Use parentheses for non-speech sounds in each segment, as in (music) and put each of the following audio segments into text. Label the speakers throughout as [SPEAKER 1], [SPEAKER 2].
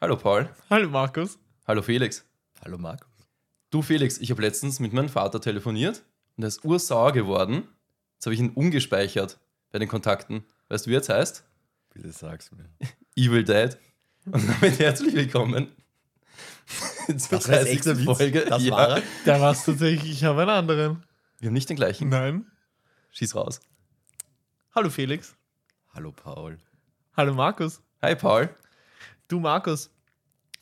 [SPEAKER 1] Hallo Paul.
[SPEAKER 2] Hallo Markus.
[SPEAKER 1] Hallo Felix.
[SPEAKER 3] Hallo Markus.
[SPEAKER 1] Du Felix, ich habe letztens mit meinem Vater telefoniert und er ist ursauer geworden. Jetzt habe ich ihn umgespeichert bei den Kontakten. Weißt du, wie er jetzt heißt?
[SPEAKER 3] Bitte sag's mir.
[SPEAKER 1] Evil Dead. Und damit herzlich willkommen (laughs) zur
[SPEAKER 3] Das war das
[SPEAKER 1] 30.
[SPEAKER 3] echte Witz?
[SPEAKER 1] Folge.
[SPEAKER 3] Das
[SPEAKER 1] Ja.
[SPEAKER 3] war er?
[SPEAKER 2] Da warst du tatsächlich, ich habe einen anderen.
[SPEAKER 1] Wir haben nicht den gleichen.
[SPEAKER 2] Nein.
[SPEAKER 1] Schieß raus.
[SPEAKER 2] Hallo Felix.
[SPEAKER 3] Hallo Paul.
[SPEAKER 2] Hallo Markus.
[SPEAKER 1] Hi Paul.
[SPEAKER 2] Du Markus,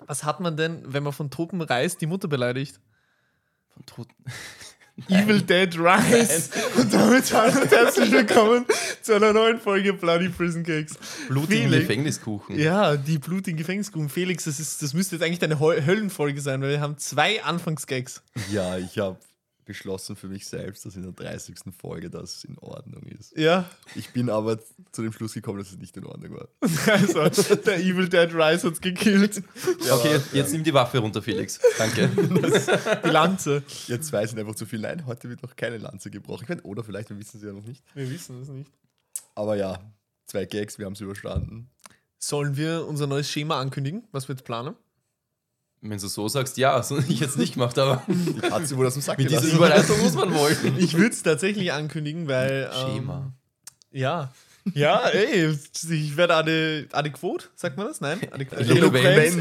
[SPEAKER 2] was hat man denn, wenn man von totem Reis die Mutter beleidigt?
[SPEAKER 1] Von Toten.
[SPEAKER 2] Evil Dead Rice. Und damit hallo und herzlich willkommen zu einer neuen Folge Bloody Prison Cakes.
[SPEAKER 1] Blutigen
[SPEAKER 2] Felix.
[SPEAKER 1] Gefängniskuchen.
[SPEAKER 2] Ja, die blutigen Gefängniskuchen. Felix, das, ist, das müsste jetzt eigentlich deine Hol- Höllenfolge sein, weil wir haben zwei Anfangsgags.
[SPEAKER 3] Ja, ich habe beschlossen für mich selbst, dass in der 30. Folge das in Ordnung ist.
[SPEAKER 2] Ja, (laughs)
[SPEAKER 3] Ich bin aber zu dem Schluss gekommen, dass es nicht in Ordnung war.
[SPEAKER 2] also der Evil Dead Rice hat's gekillt.
[SPEAKER 1] Okay, jetzt, jetzt nimm die Waffe runter, Felix. Danke.
[SPEAKER 2] Die Lanze.
[SPEAKER 3] Jetzt weiß ich einfach zu viel. Nein, heute wird noch keine Lanze gebrochen. Ich mein, oder vielleicht, wir wissen es ja noch nicht.
[SPEAKER 2] Wir wissen es nicht.
[SPEAKER 3] Aber ja, zwei Gags, wir haben es überstanden.
[SPEAKER 2] Sollen wir unser neues Schema ankündigen, was wir jetzt planen?
[SPEAKER 1] Wenn du so (laughs) sagst, ja, das hätte ich jetzt nicht
[SPEAKER 3] (laughs)
[SPEAKER 1] gemacht, aber
[SPEAKER 3] Die Katze wurde aus dem Sack
[SPEAKER 1] mit dieser
[SPEAKER 3] gelassen.
[SPEAKER 1] Überleitung muss man wollen.
[SPEAKER 2] Ich würde es tatsächlich ankündigen, weil. Ähm,
[SPEAKER 1] Schema.
[SPEAKER 2] Ja. Ja, ey, ich werde ade, adäquat, sagt man das? Nein? Adäquat.
[SPEAKER 1] Eloquent.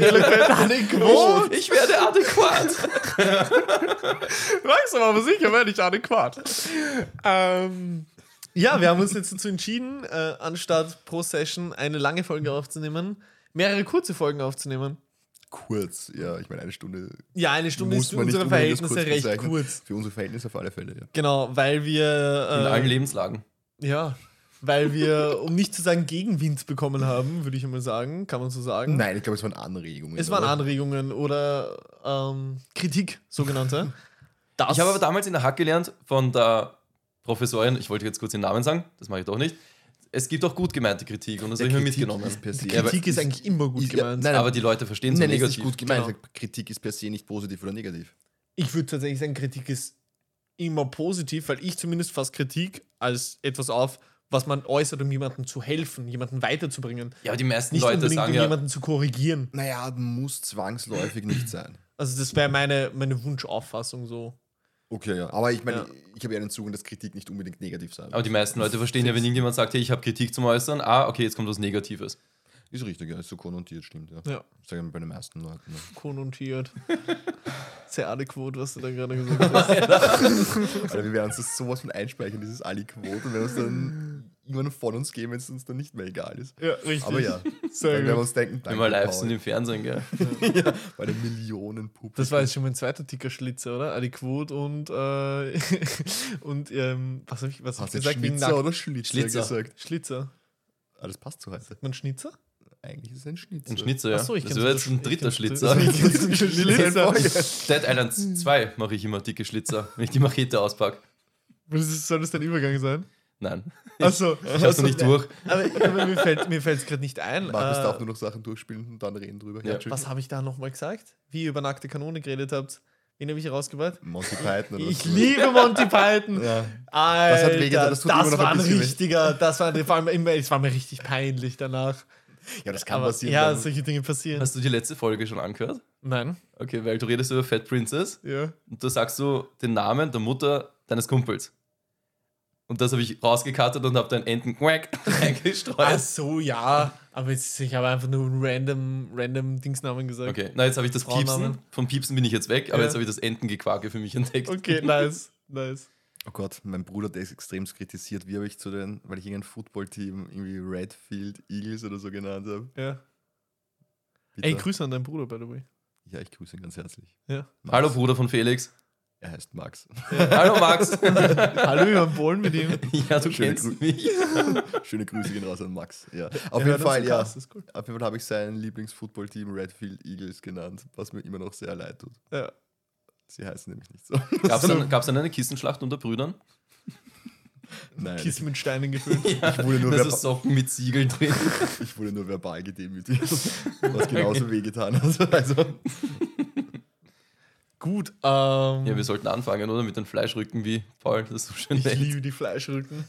[SPEAKER 3] (laughs)
[SPEAKER 2] Eloquent, adäquat.
[SPEAKER 1] Ich werde adäquat.
[SPEAKER 2] Langsam aber sicher werde ich adäquat. Ähm, ja, wir haben uns jetzt dazu entschieden, äh, anstatt pro Session eine lange Folge aufzunehmen, mehrere kurze Folgen aufzunehmen.
[SPEAKER 3] Kurz, ja, ich meine, eine Stunde
[SPEAKER 2] Ja, eine Stunde
[SPEAKER 3] muss
[SPEAKER 2] ist für
[SPEAKER 3] man nicht
[SPEAKER 2] unsere
[SPEAKER 3] unbedingt als
[SPEAKER 2] Verhältnisse recht
[SPEAKER 3] bezeichnen.
[SPEAKER 2] kurz.
[SPEAKER 3] Für unsere Verhältnisse auf alle Fälle, ja.
[SPEAKER 2] Genau, weil wir.
[SPEAKER 1] (laughs) In
[SPEAKER 2] äh,
[SPEAKER 1] allen Lebenslagen.
[SPEAKER 2] Ja, weil wir, um nicht zu sagen Gegenwind bekommen haben, würde ich einmal sagen, kann man so sagen.
[SPEAKER 3] Nein, ich glaube, es waren Anregungen.
[SPEAKER 2] Hm? Es waren
[SPEAKER 3] oder?
[SPEAKER 2] Anregungen oder ähm, Kritik, sogenannte. Das
[SPEAKER 1] Ich habe aber damals in der Hack gelernt von der Professorin, ich wollte jetzt kurz den Namen sagen, das mache ich doch nicht. Es gibt auch gut gemeinte Kritik und das
[SPEAKER 3] Ja,
[SPEAKER 1] habe also ich genau mir
[SPEAKER 3] Kritik
[SPEAKER 1] mitgenommen.
[SPEAKER 3] ist per se-
[SPEAKER 1] Ja, aber,
[SPEAKER 2] Kritik ist eigentlich immer gut
[SPEAKER 3] ist- ja,
[SPEAKER 2] gemeint.
[SPEAKER 3] nein,
[SPEAKER 1] aber die Leute verstehen es
[SPEAKER 3] Nein, es ist
[SPEAKER 1] negativ.
[SPEAKER 3] nicht gut gemeint.
[SPEAKER 2] Genau.
[SPEAKER 3] Kritik ist per se nicht positiv oder negativ.
[SPEAKER 2] ich würde tatsächlich sagen, Kritik ist immer positiv, weil ich zumindest fast Kritik als etwas auf, was man äußert, um jemandem zu helfen, jemanden weiterzubringen.
[SPEAKER 1] Ja, aber die meisten
[SPEAKER 2] Nicht
[SPEAKER 1] Leute
[SPEAKER 2] unbedingt, um
[SPEAKER 1] sagen ja,
[SPEAKER 2] jemanden zu korrigieren.
[SPEAKER 3] Naja, muss zwangsläufig nicht sein.
[SPEAKER 2] Also das wäre meine, meine Wunschauffassung so.
[SPEAKER 3] Okay, ja. Aber ich meine,
[SPEAKER 2] Ja.
[SPEAKER 3] ich habe ja den Zugang, dass Kritik nicht unbedingt negativ sein
[SPEAKER 1] aber die meisten Leute verstehen ja, wenn irgendjemand sagt, hey, ich habe Kritik zum Äußern, ah, okay, jetzt kommt was Negatives.
[SPEAKER 3] Ist richtig, ja. Ist so konnotiert, stimmt, ja.
[SPEAKER 2] Ja.
[SPEAKER 3] Ich sage bei den meisten Leuten. ne. Ja.
[SPEAKER 2] konnotiert. Sehr adäquat, was du da gerade gesagt hast.
[SPEAKER 3] Alter, wir werden uns das sowas von einspeichern, dieses Ali-Quote, und werden uns dann jemanden von uns geben, wenn es uns dann nicht mehr egal ist.
[SPEAKER 2] ja, richtig.
[SPEAKER 3] Aber ja, dann
[SPEAKER 2] (laughs) Sehr
[SPEAKER 3] werden wir
[SPEAKER 2] gut.
[SPEAKER 3] uns denken,
[SPEAKER 1] Wenn wir live
[SPEAKER 3] Paul.
[SPEAKER 1] sind im Fernsehen, gell?
[SPEAKER 3] ja, bei den Millionen Publikum.
[SPEAKER 2] Das war jetzt schon mein zweiter Tickerschlitzer, oder? Adäquat und, äh, (laughs) und ähm, was habe ich, was hab
[SPEAKER 3] Hast
[SPEAKER 2] ich
[SPEAKER 3] du
[SPEAKER 2] gesagt?
[SPEAKER 3] gesagt,
[SPEAKER 2] Wegen
[SPEAKER 3] Schnitzer
[SPEAKER 2] Nack-
[SPEAKER 3] oder Schlitzer,
[SPEAKER 1] Schlitzer.
[SPEAKER 3] gesagt?
[SPEAKER 2] Schlitzer.
[SPEAKER 3] Ah, das passt zu heute.
[SPEAKER 2] Sagt man Schnitzer?
[SPEAKER 3] Eigentlich ist es ein Schnitzer.
[SPEAKER 1] Ein Schnitzer, ja.
[SPEAKER 2] Ach so, ich
[SPEAKER 1] das
[SPEAKER 2] kenn's
[SPEAKER 1] wäre jetzt ein
[SPEAKER 2] unter-
[SPEAKER 1] dritter
[SPEAKER 2] (laughs) ich kenn's
[SPEAKER 1] (laughs) Schlitzer.
[SPEAKER 2] unter-
[SPEAKER 3] Schnitzer.
[SPEAKER 2] Schlitzer.
[SPEAKER 1] Dead Island 2 mache ich immer dicke Schlitzer, wenn ich die Machete auspacke.
[SPEAKER 2] Was ist- Soll das dein Übergang sein?
[SPEAKER 1] Nein,
[SPEAKER 2] Achso.
[SPEAKER 1] ich habe es nicht durch.
[SPEAKER 2] Aber, aber mir fällt mir es gerade nicht ein.
[SPEAKER 3] Markus
[SPEAKER 2] äh,
[SPEAKER 3] darf nur noch Sachen durchspielen und dann reden drüber.
[SPEAKER 1] Ja.
[SPEAKER 3] Entschuldigung.
[SPEAKER 2] was habe ich da nochmal gesagt? Wie ihr über nackte Kanone geredet habt. Wen habe ich herausgebracht?
[SPEAKER 3] Monty Python oder
[SPEAKER 2] Ich
[SPEAKER 3] so.
[SPEAKER 2] liebe Monty Python.
[SPEAKER 3] Ja.
[SPEAKER 2] Alter, das,
[SPEAKER 3] hat wehgetan, das tut immer noch ein
[SPEAKER 2] war ein
[SPEAKER 3] bisschen weh.
[SPEAKER 2] richtiger, das war, ein, vor allem immer, es war mir richtig peinlich danach.
[SPEAKER 3] ja, das kann
[SPEAKER 2] Aber
[SPEAKER 3] passieren.
[SPEAKER 2] ja, also
[SPEAKER 3] dann-
[SPEAKER 2] solche Dinge passieren.
[SPEAKER 1] Hast du die letzte Folge schon angehört?
[SPEAKER 2] Nein.
[SPEAKER 1] Okay, weil du redest über Fat Princess
[SPEAKER 2] Ja.
[SPEAKER 1] und da sagst du den Namen der Mutter deines Kumpels. Und das habe ich rausgekattet und habe dann Enten quack (laughs)
[SPEAKER 2] Ach
[SPEAKER 1] reingestreut.
[SPEAKER 2] so, ja. Aber jetzt, ich habe einfach nur einen random, random Dingsnamen gesagt.
[SPEAKER 1] Okay, na jetzt habe ich das
[SPEAKER 2] Frauennamen.
[SPEAKER 1] Piepsen. Vom Piepsen bin ich jetzt weg, aber
[SPEAKER 2] Ja.
[SPEAKER 1] jetzt habe ich das Entengequake für mich
[SPEAKER 3] (laughs)
[SPEAKER 1] entdeckt.
[SPEAKER 2] Okay, nice. Nice.
[SPEAKER 3] oh Gott, mein Bruder, der ist extremst kritisiert. Wie habe ich zu den, weil ich irgendein Footballteam, irgendwie Redfield Eagles oder so genannt habe.
[SPEAKER 2] Ja.
[SPEAKER 3] Bitte.
[SPEAKER 2] Ey, Grüße an deinen Bruder, by the way.
[SPEAKER 3] ja, ich grüße ihn ganz herzlich. (laughs)
[SPEAKER 2] Ja.
[SPEAKER 3] Max.
[SPEAKER 1] (laughs) Hallo Bruder von Felix.
[SPEAKER 3] Er heißt Max. (laughs)
[SPEAKER 1] Hallo
[SPEAKER 2] (laughs)
[SPEAKER 1] Max.
[SPEAKER 2] Hallo, wir haben Polen mit ihm.
[SPEAKER 1] ja, du
[SPEAKER 3] Schöne
[SPEAKER 1] kennst
[SPEAKER 3] Grü-
[SPEAKER 1] mich.
[SPEAKER 3] Schöne Grüße gehen raus an Max. Ja. (laughs) Auf jeden Fall, ja.
[SPEAKER 2] Das ist cool.
[SPEAKER 3] Auf jeden Fall habe ich sein Lieblingsfootballteam Redfield Eagles genannt, was mir immer noch sehr leid tut.
[SPEAKER 2] Ja.
[SPEAKER 3] Sie heißen nämlich nicht so.
[SPEAKER 1] Gab es dann, gab's dann eine Kissenschlacht unter Brüdern?
[SPEAKER 3] (laughs) Nein, ich,
[SPEAKER 2] Kissen mit
[SPEAKER 3] (laughs)
[SPEAKER 2] Steinen gefüllt.
[SPEAKER 3] ich wurde nur
[SPEAKER 1] Das
[SPEAKER 3] verba-
[SPEAKER 1] ist Socken mit Siegeln
[SPEAKER 2] (laughs)
[SPEAKER 1] drin.
[SPEAKER 3] Ich wurde nur verbal gedemütigt, (laughs) was genauso wehgetan hat. (laughs) Also,
[SPEAKER 2] Gut, ähm.
[SPEAKER 1] Ja, wir sollten anfangen, oder? Mit den Fleischrücken wie Paul, das so schön
[SPEAKER 2] ich
[SPEAKER 1] nennt.
[SPEAKER 2] liebe die Fleischrücken.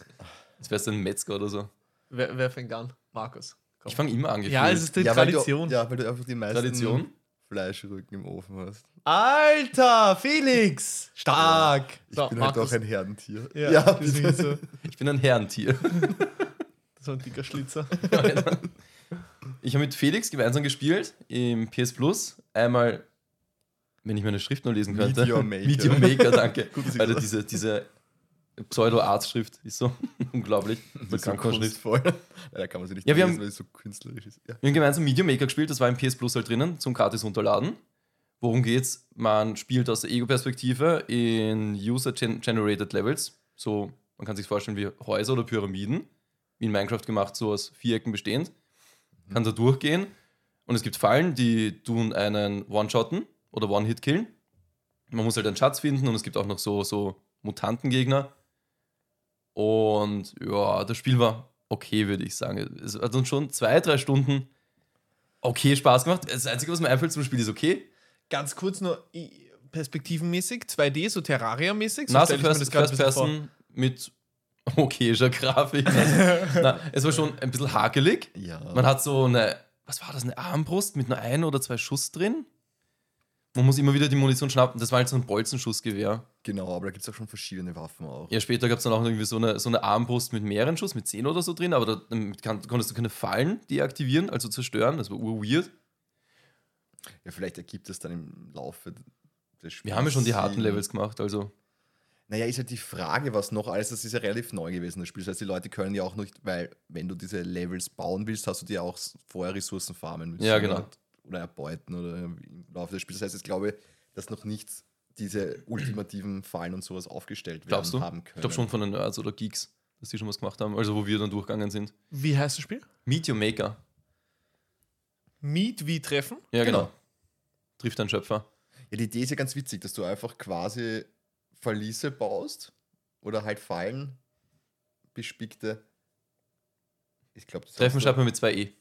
[SPEAKER 1] Jetzt wärst du ein Metzger oder so.
[SPEAKER 2] Wer, wer fängt an? Markus.
[SPEAKER 1] Ich fange immer an.
[SPEAKER 2] Ja,
[SPEAKER 1] gefühlt.
[SPEAKER 2] es ist
[SPEAKER 3] weil
[SPEAKER 2] die
[SPEAKER 3] du-
[SPEAKER 2] Tradition.
[SPEAKER 3] ja, weil du einfach die meisten
[SPEAKER 1] Tradition.
[SPEAKER 3] Fleischrücken im Ofen hast.
[SPEAKER 2] Alter, Felix! Stark!
[SPEAKER 3] Ich bin halt auch ein Herdentier.
[SPEAKER 2] ja,
[SPEAKER 3] bitte. (laughs)
[SPEAKER 2] deswegen so,
[SPEAKER 1] Ich bin ein Herrentier. (laughs)
[SPEAKER 2] so ein dicker Schlitzer.
[SPEAKER 1] Ich habe mit Felix gemeinsam gespielt im PS Plus. Einmal, wenn ich meine Schrift nur lesen könnte.
[SPEAKER 3] Meteor Maker.
[SPEAKER 1] Meteor Maker, danke.
[SPEAKER 3] Gutes
[SPEAKER 1] Alter,
[SPEAKER 3] Idee.
[SPEAKER 1] diese, diese Pseudo-Arzt-Schrift ist so (laughs) unglaublich.
[SPEAKER 3] Das
[SPEAKER 1] So
[SPEAKER 3] ist so
[SPEAKER 1] Krankenhausschrift.
[SPEAKER 3] kunstvoll. Ja, da kann man sie nicht
[SPEAKER 1] Ja, wir
[SPEAKER 3] lesen,
[SPEAKER 1] haben-
[SPEAKER 3] weil es so künstlerisch ist. Ja.
[SPEAKER 1] Wir haben gemeinsam Media Maker gespielt, das war im PS Plus halt drinnen, zum gratis runterladen. Worum geht's? Man spielt aus der Ego-Perspektive in User-Generated Levels. So, man kann sich vorstellen wie Häuser oder Pyramiden, wie in Minecraft gemacht, so aus Vierecken bestehend. Kann da durchgehen und es gibt Fallen, die tun einen One-Shotten oder One-Hit-Killen. Man muss halt einen Schatz finden und es gibt auch noch so, so Mutantengegner. Und ja, das Spiel war okay, würde ich sagen. Es hat uns schon zwei, drei Stunden okay Spaß gemacht. Das Einzige, was mir einfällt zum Spiel, ist okay.
[SPEAKER 2] Ganz kurz nur i- perspektivenmäßig, 2D, so Terraria-mäßig.
[SPEAKER 1] Na, so
[SPEAKER 2] stell ich mir
[SPEAKER 1] First,
[SPEAKER 2] das grad
[SPEAKER 1] First
[SPEAKER 2] ein bisschen
[SPEAKER 1] Person mit okayischer Grafik. Also,
[SPEAKER 2] (laughs)
[SPEAKER 1] Na, es war schon ein bisschen hakelig.
[SPEAKER 3] ja.
[SPEAKER 1] Man hat so eine, was war das, eine Armbrust mit nur ein oder zwei Schuss drin. Man muss immer wieder die Munition schnappen. Das war halt so ein Bolzenschussgewehr.
[SPEAKER 3] genau, aber da gibt es auch schon verschiedene Waffen auch.
[SPEAKER 1] Ja, später gab es dann auch irgendwie so eine, so eine Armbrust mit mehreren Schuss, mit 10 oder so drin, aber da damit kann, konntest du keine Fallen deaktivieren, also zerstören. Das war urweird.
[SPEAKER 3] Ja, vielleicht ergibt es dann im Laufe des Spiels.
[SPEAKER 1] Wir haben ja schon die harten
[SPEAKER 3] Sinn.
[SPEAKER 1] Levels gemacht, also.
[SPEAKER 3] Naja, ist halt die Frage, was noch alles, das ist ja relativ neu gewesen, das Spiel. Das heißt, die Leute können ja auch nicht, weil wenn du diese Levels bauen willst, hast du dir auch s- vorher Ressourcen farmen müssen.
[SPEAKER 1] Ja, genau.
[SPEAKER 3] Oder, oder erbeuten oder im Laufe des Spiels. Das heißt, ich glaube, dass noch nicht diese ultimativen Fallen und sowas aufgestellt werden
[SPEAKER 1] Glaubst du?
[SPEAKER 3] haben können.
[SPEAKER 1] Ich glaube schon von den Nerds oder Geeks, dass die schon was gemacht haben, also wo wir dann durchgegangen sind.
[SPEAKER 2] vor. Wie heißt das Spiel?
[SPEAKER 1] Meet Your Maker.
[SPEAKER 2] Meet wie Treffen?
[SPEAKER 1] Ja, genau.
[SPEAKER 3] Genau.
[SPEAKER 1] Trifft einen Schöpfer.
[SPEAKER 3] Ja, die Idee ist ja ganz witzig, dass du einfach quasi Verliese baust oder halt Fallen bespickte. Ich glaube, das
[SPEAKER 1] Treffen
[SPEAKER 3] heißt-
[SPEAKER 1] schreibt man mit zwei E.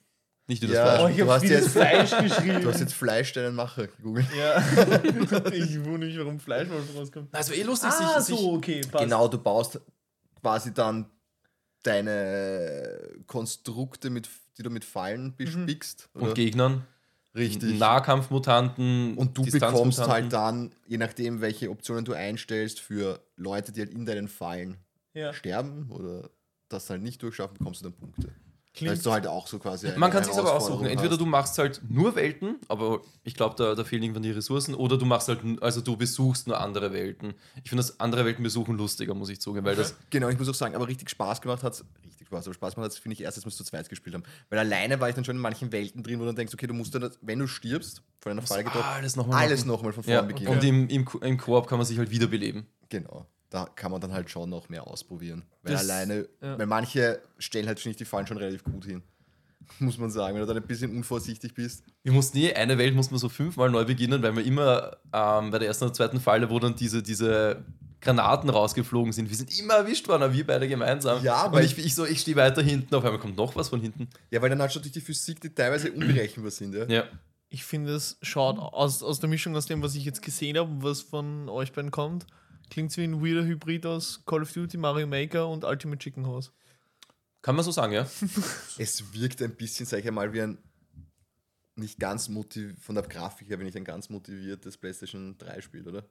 [SPEAKER 1] Nicht wie das
[SPEAKER 3] Ja.
[SPEAKER 2] Oh,
[SPEAKER 1] Fleisch.
[SPEAKER 3] Du hast jetzt-
[SPEAKER 2] Fleisch geschrieben.
[SPEAKER 3] Du hast jetzt Fleischstellenmacher gegoogelt.
[SPEAKER 2] ja. (laughs) ich wundere mich, warum Fleischwolf rauskommt.
[SPEAKER 1] Also eh lustig,
[SPEAKER 2] Ah, so, okay, passt.
[SPEAKER 3] Genau, du baust quasi dann deine Konstrukte, mit, die du mit Fallen bespickst.
[SPEAKER 1] Mhm. Und Gegnern.
[SPEAKER 3] Richtig.
[SPEAKER 1] Nahkampfmutanten.
[SPEAKER 3] und du
[SPEAKER 1] Distanzmutanten.
[SPEAKER 3] bekommst halt dann, je nachdem, welche Optionen du einstellst, für Leute, die halt in deinen Fallen
[SPEAKER 2] Ja.
[SPEAKER 3] sterben oder das halt nicht durchschaffen, bekommst du dann Punkte. Da
[SPEAKER 2] Klingt
[SPEAKER 3] ist du halt auch so quasi. eine
[SPEAKER 1] Man kann es aber
[SPEAKER 3] Herausforderung
[SPEAKER 1] aussuchen. Entweder
[SPEAKER 3] hast.
[SPEAKER 1] du machst halt nur Welten, aber ich glaube, da, da fehlen irgendwann die Ressourcen, oder du machst halt, n- also du besuchst nur andere Welten. Ich finde das andere Welten besuchen lustiger, muss ich zugeben, weil das.
[SPEAKER 3] Genau, ich muss auch sagen, aber richtig Spaß gemacht hat richtig Spaß, aber Spaß gemacht hat finde ich erst, als wir es zu zweit gespielt haben. Weil alleine war ich dann schon in manchen Welten drin, wo du dann denkst, okay, du musst dann, wenn du stirbst, von einer Frage getroffen,
[SPEAKER 1] alles nochmal.
[SPEAKER 3] alles nochmal von
[SPEAKER 1] Ja,
[SPEAKER 3] vorn beginnen.
[SPEAKER 1] und im, im, Ko- im Koop kann man sich halt wiederbeleben.
[SPEAKER 3] Genau. Da kann man dann halt schon noch mehr ausprobieren. Weil
[SPEAKER 2] Das-
[SPEAKER 3] alleine,
[SPEAKER 2] ja.
[SPEAKER 3] weil manche stellen halt, finde ich, die fallen schon relativ gut hin. (laughs) Muss man sagen, wenn du dann ein bisschen unvorsichtig bist.
[SPEAKER 1] Wir mussten nie, eine Welt mussten wir so fünfmal neu beginnen, weil wir immer ähm, bei der ersten oder zweiten Falle, wo dann diese, diese Granaten rausgeflogen sind, wir sind immer erwischt worden, aber wir beide gemeinsam.
[SPEAKER 3] Ja,
[SPEAKER 1] und
[SPEAKER 3] weil-
[SPEAKER 1] ich, ich so, ich stehe weiter hinten, auf einmal kommt noch was von hinten.
[SPEAKER 3] Ja, weil dann halt schon durch die Physik, die
[SPEAKER 1] (clears throat)
[SPEAKER 3] teilweise unberechenbar sind. Ja.
[SPEAKER 1] Ja.
[SPEAKER 2] Ich finde, es schaut aus, aus der Mischung aus dem, was ich jetzt gesehen habe und was von euch beiden kommt, klingt wie ein weirder Hybrid aus Call of Duty, Mario Maker und Ultimate Chicken House.
[SPEAKER 1] Kann man so sagen, ja.
[SPEAKER 3] Es wirkt ein bisschen, sag ich mal, wie ein nicht ganz motiv von der Grafik her, wenn ich ein ganz motiviertes PlayStation 3 Spiel, oder?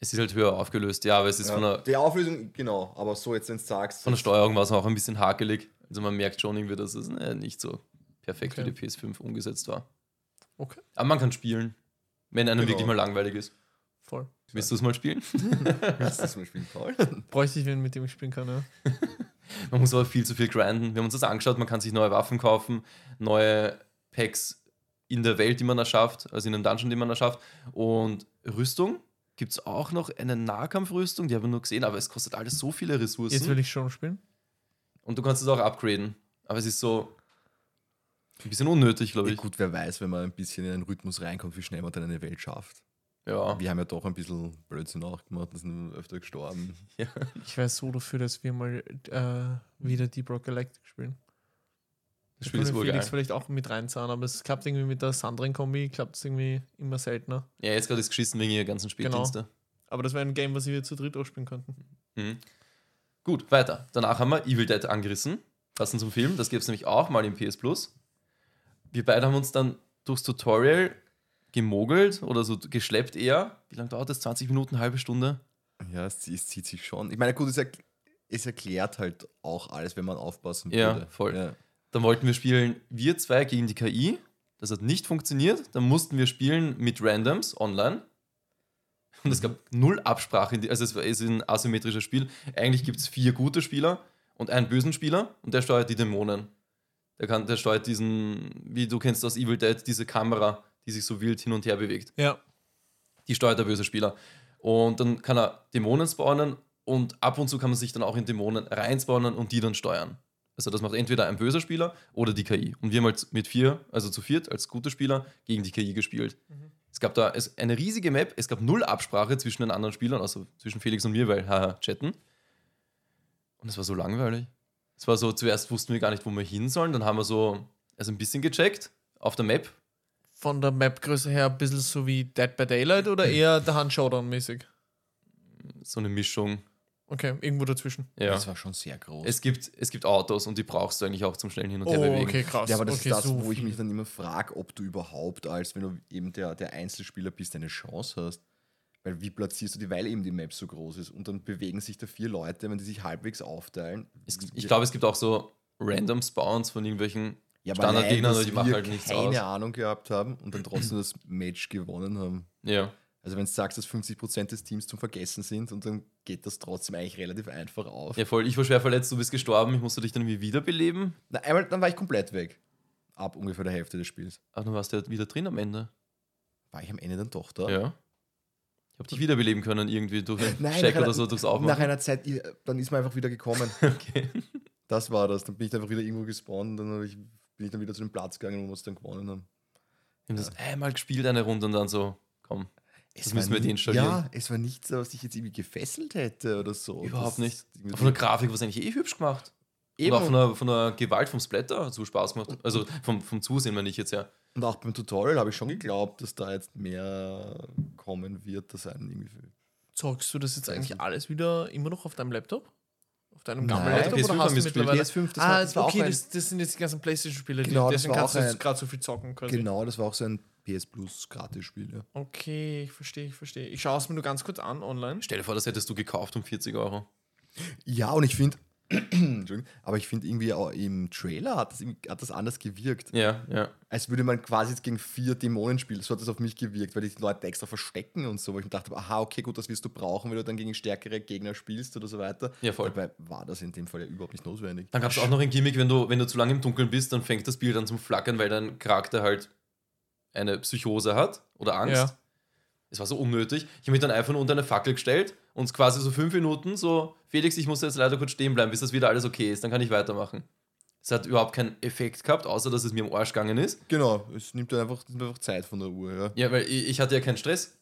[SPEAKER 1] Es ist halt höher aufgelöst, ja, aber es ist von,
[SPEAKER 3] Ja.
[SPEAKER 1] der,
[SPEAKER 3] Die Auflösung, genau, aber so jetzt, wenn du sagst,
[SPEAKER 1] von der Steuerung war es auch ein bisschen hakelig. Also man merkt schon irgendwie, dass es ne, nicht so perfekt
[SPEAKER 2] Okay.
[SPEAKER 1] wie die PS5 umgesetzt war.
[SPEAKER 2] Okay.
[SPEAKER 1] Aber man kann spielen, wenn einem
[SPEAKER 3] Genau.
[SPEAKER 1] wirklich mal langweilig ist.
[SPEAKER 2] Voll.
[SPEAKER 1] Willst du es mal spielen?
[SPEAKER 3] willst du das mal spielen,
[SPEAKER 1] (laughs)
[SPEAKER 3] Paul?
[SPEAKER 2] Bräuchte ich wen, mit dem ich spielen kann, ja.
[SPEAKER 1] Man muss aber viel zu viel grinden. Wir haben uns das angeschaut, man kann sich neue Waffen kaufen, neue Packs in der Welt, die man erschafft, also in einem Dungeon, den man erschafft. Und Rüstung gibt es auch noch, eine Nahkampfrüstung, die haben wir nur gesehen, aber es kostet alles so viele
[SPEAKER 2] Jetzt will
[SPEAKER 1] Ressourcen.
[SPEAKER 2] ich schon spielen.
[SPEAKER 1] Und du kannst es auch upgraden. Aber es ist so ein bisschen unnötig, glaube
[SPEAKER 3] Ja,
[SPEAKER 1] ich.
[SPEAKER 3] gut, wer weiß, wenn man ein bisschen in einen Rhythmus reinkommt, wie schnell man dann eine Welt schafft.
[SPEAKER 1] Ja.
[SPEAKER 3] Wir haben ja doch ein bisschen Blödsinn auch gemacht und sind öfter gestorben.
[SPEAKER 2] Ich wäre so dafür, dass wir mal äh, wieder Deep Rock Galactic spielen.
[SPEAKER 1] Das Spiel ist
[SPEAKER 2] Würde Felix
[SPEAKER 1] urgeil.
[SPEAKER 2] vielleicht auch mit reinzahlen, aber es klappt irgendwie mit der Sandring-Kombi, klappt es irgendwie immer seltener.
[SPEAKER 1] Ja, jetzt gerade ist geschissen wegen ihrer ganzen
[SPEAKER 2] Genau.
[SPEAKER 1] Spieldienste.
[SPEAKER 2] Aber das wäre ein Game, was wir zu dritt auch spielen könnten.
[SPEAKER 1] Mhm. Gut, weiter. Danach haben wir Evil Dead angerissen. Passend zum Film. Das gibt es nämlich auch mal im PS Plus. wir beide haben uns dann durchs Tutorial gemogelt oder so geschleppt eher. Wie lange dauert das? 20 Minuten, halbe Stunde?
[SPEAKER 3] Ja, es, es zieht sich schon. Ich meine, gut, es, erk- es erklärt halt auch alles, wenn man aufpassen
[SPEAKER 1] Ja,
[SPEAKER 3] würde.
[SPEAKER 1] voll.
[SPEAKER 3] Ja.
[SPEAKER 1] Dann wollten wir spielen, wir zwei gegen die KI. Das hat nicht funktioniert. Dann mussten wir spielen mit Randoms online. Und es gab null Absprache. In die, also, es war- es ist ein asymmetrisches Spiel. Eigentlich gibt es vier gute Spieler und einen bösen Spieler und der steuert die Dämonen. Der, kann, der steuert diesen, wie du kennst aus Evil Dead, diese Kamera, die sich so wild hin und her bewegt.
[SPEAKER 2] Ja.
[SPEAKER 1] die steuert der böse Spieler. Und dann kann er Dämonen spawnen und ab und zu kann man sich dann auch in Dämonen reinspawnen und die dann steuern. Also das macht entweder ein böser Spieler oder die KI. Und wir haben halt mit vier, also zu viert, als gute Spieler gegen die KI gespielt.
[SPEAKER 3] Mhm.
[SPEAKER 1] Es gab da es, eine riesige Map, es gab null Absprache zwischen den anderen Spielern, also zwischen Felix und mir, weil haha, chatten. Und es war so langweilig. Es war so, zuerst wussten wir gar nicht, wo wir hin sollen, dann haben wir so, also ein bisschen gecheckt auf der Map,
[SPEAKER 2] Von der Map-Größe her ein bisschen so wie Dead by Daylight oder eher der Hand Showdown-mäßig?
[SPEAKER 1] so eine Mischung.
[SPEAKER 2] Okay, irgendwo dazwischen.
[SPEAKER 1] Ja.
[SPEAKER 3] Das war schon sehr groß.
[SPEAKER 1] Es gibt, es gibt Autos und die brauchst du eigentlich auch zum schnellen Hin und Her
[SPEAKER 2] Oh,
[SPEAKER 1] bewegen.
[SPEAKER 2] okay, krass.
[SPEAKER 3] ja, aber das
[SPEAKER 2] okay,
[SPEAKER 3] ist das,
[SPEAKER 2] so
[SPEAKER 3] wo ich
[SPEAKER 2] viel.
[SPEAKER 3] mich dann immer frage, ob du überhaupt als, wenn du eben der, der Einzelspieler bist, eine Chance hast. Weil wie platzierst du die, weil eben die Map so groß ist und dann bewegen sich da vier Leute, wenn die sich halbwegs aufteilen.
[SPEAKER 1] Es, ich glaube, es gibt auch so random Spawns von irgendwelchen
[SPEAKER 3] ja, aber
[SPEAKER 1] Standardgegner,
[SPEAKER 3] allein,
[SPEAKER 1] aber
[SPEAKER 3] dass
[SPEAKER 1] die machen
[SPEAKER 3] wir
[SPEAKER 1] halt nichts
[SPEAKER 3] keine
[SPEAKER 1] aus.
[SPEAKER 3] Ahnung gehabt haben und dann
[SPEAKER 1] (laughs)
[SPEAKER 3] trotzdem das Match gewonnen haben.
[SPEAKER 1] Ja.
[SPEAKER 3] Also wenn du sagst, dass 50% des Teams zum Vergessen sind und dann geht das trotzdem eigentlich relativ einfach auf.
[SPEAKER 1] ja, voll. Ich war schwer verletzt, du bist gestorben, ich musste dich dann irgendwie wiederbeleben.
[SPEAKER 3] Na, einmal, dann war ich komplett weg. Ab ungefähr der Hälfte des Spiels.
[SPEAKER 1] Ach, Ah, dann warst du ja wieder drin am Ende.
[SPEAKER 3] War ich am Ende dann doch da?
[SPEAKER 1] Ja. Ich hab dich wiederbeleben können irgendwie durch einen
[SPEAKER 3] Nein,
[SPEAKER 1] Check
[SPEAKER 3] nach
[SPEAKER 1] oder
[SPEAKER 3] einer-
[SPEAKER 1] so, durchs
[SPEAKER 3] Nach
[SPEAKER 1] Aufmachen.
[SPEAKER 3] einer Zeit, ich- dann ist man einfach wieder
[SPEAKER 1] (laughs)
[SPEAKER 3] gekommen.
[SPEAKER 1] Okay.
[SPEAKER 3] Das war das. Dann bin ich einfach wieder irgendwo gespawnt und dann hab ich, bin ich dann wieder zu dem Platz gegangen, wo wir es dann gewonnen haben.
[SPEAKER 1] Wir haben das einmal gespielt, eine Runde und dann so, komm. Das müssen wir
[SPEAKER 3] war nie-
[SPEAKER 1] deinstallieren.
[SPEAKER 3] Ja, es war nichts, was ich jetzt irgendwie gefesselt hätte oder so.
[SPEAKER 1] Überhaupt
[SPEAKER 3] Das-
[SPEAKER 1] nicht.
[SPEAKER 3] irgendwie-
[SPEAKER 1] Von der Grafik war es eigentlich eh hübsch gemacht.
[SPEAKER 3] Eben.
[SPEAKER 1] Oder von der, von der Gewalt vom Splatter hat so Spaß gemacht. Also vom, vom Zusehen, meine ich jetzt ja.
[SPEAKER 3] Und auch beim Tutorial habe ich schon geglaubt, dass da jetzt mehr kommen wird, das einen irgendwie. für-
[SPEAKER 2] Zockst du das jetzt eigentlich alles wieder immer noch auf deinem Laptop? Auf deinem
[SPEAKER 3] Nein,
[SPEAKER 2] Gamma-Laptop
[SPEAKER 1] PS5
[SPEAKER 2] oder
[SPEAKER 1] haben
[SPEAKER 2] hast
[SPEAKER 1] wir
[SPEAKER 2] du
[SPEAKER 1] gespielt.
[SPEAKER 2] mittlerweile...
[SPEAKER 3] PS5, das
[SPEAKER 2] ah,
[SPEAKER 3] war- das war auch
[SPEAKER 2] okay,
[SPEAKER 3] ein-
[SPEAKER 2] das, das sind jetzt die ganzen Playstation-Spiele, die-
[SPEAKER 3] Genau, das
[SPEAKER 2] deswegen
[SPEAKER 3] war
[SPEAKER 2] kannst
[SPEAKER 3] auch
[SPEAKER 2] du jetzt
[SPEAKER 3] ein-
[SPEAKER 2] gerade so viel zocken quasi.
[SPEAKER 3] Genau, das war auch so ein PS Plus Gratis-Spiel, ja.
[SPEAKER 2] Okay, ich verstehe, ich verstehe. Ich schaue es mir nur ganz kurz an online.
[SPEAKER 1] Stell dir vor, das hättest du gekauft um 40 Euro.
[SPEAKER 3] Ja, und ich finde, (clears throat) Entschuldigung, aber ich finde irgendwie auch im Trailer hat das, irgendwie- hat das anders gewirkt.
[SPEAKER 1] Ja, ja.
[SPEAKER 3] Als würde man quasi jetzt gegen vier Dämonen spielen. So hat das auf mich gewirkt, weil die Leute extra verstecken und so. Weil ich mir dachte, aha, okay, gut, das wirst du brauchen, wenn du dann gegen stärkere Gegner spielst oder so weiter.
[SPEAKER 1] Ja, voll.
[SPEAKER 3] Dabei war das in dem Fall ja überhaupt nicht notwendig.
[SPEAKER 1] Dann gab es auch noch ein Gimmick, wenn du, wenn du zu lange im Dunkeln bist, dann fängt das Bild an zum Flackern, weil dein Charakter halt eine Psychose hat oder Angst.
[SPEAKER 2] Ja.
[SPEAKER 1] Es war so unnötig. Ich habe mich dann einfach nur unter eine Fackel gestellt und quasi so fünf Minuten so, Felix, ich muss jetzt leider kurz stehen bleiben, bis das wieder alles okay ist, dann kann ich weitermachen. Es hat überhaupt keinen Effekt gehabt, außer dass es mir im Arsch gegangen ist.
[SPEAKER 3] Genau, es nimmt dann einfach, nimmt einfach Zeit von der Uhr, ja.
[SPEAKER 1] Ja, weil ich, ich hatte ja keinen Stress.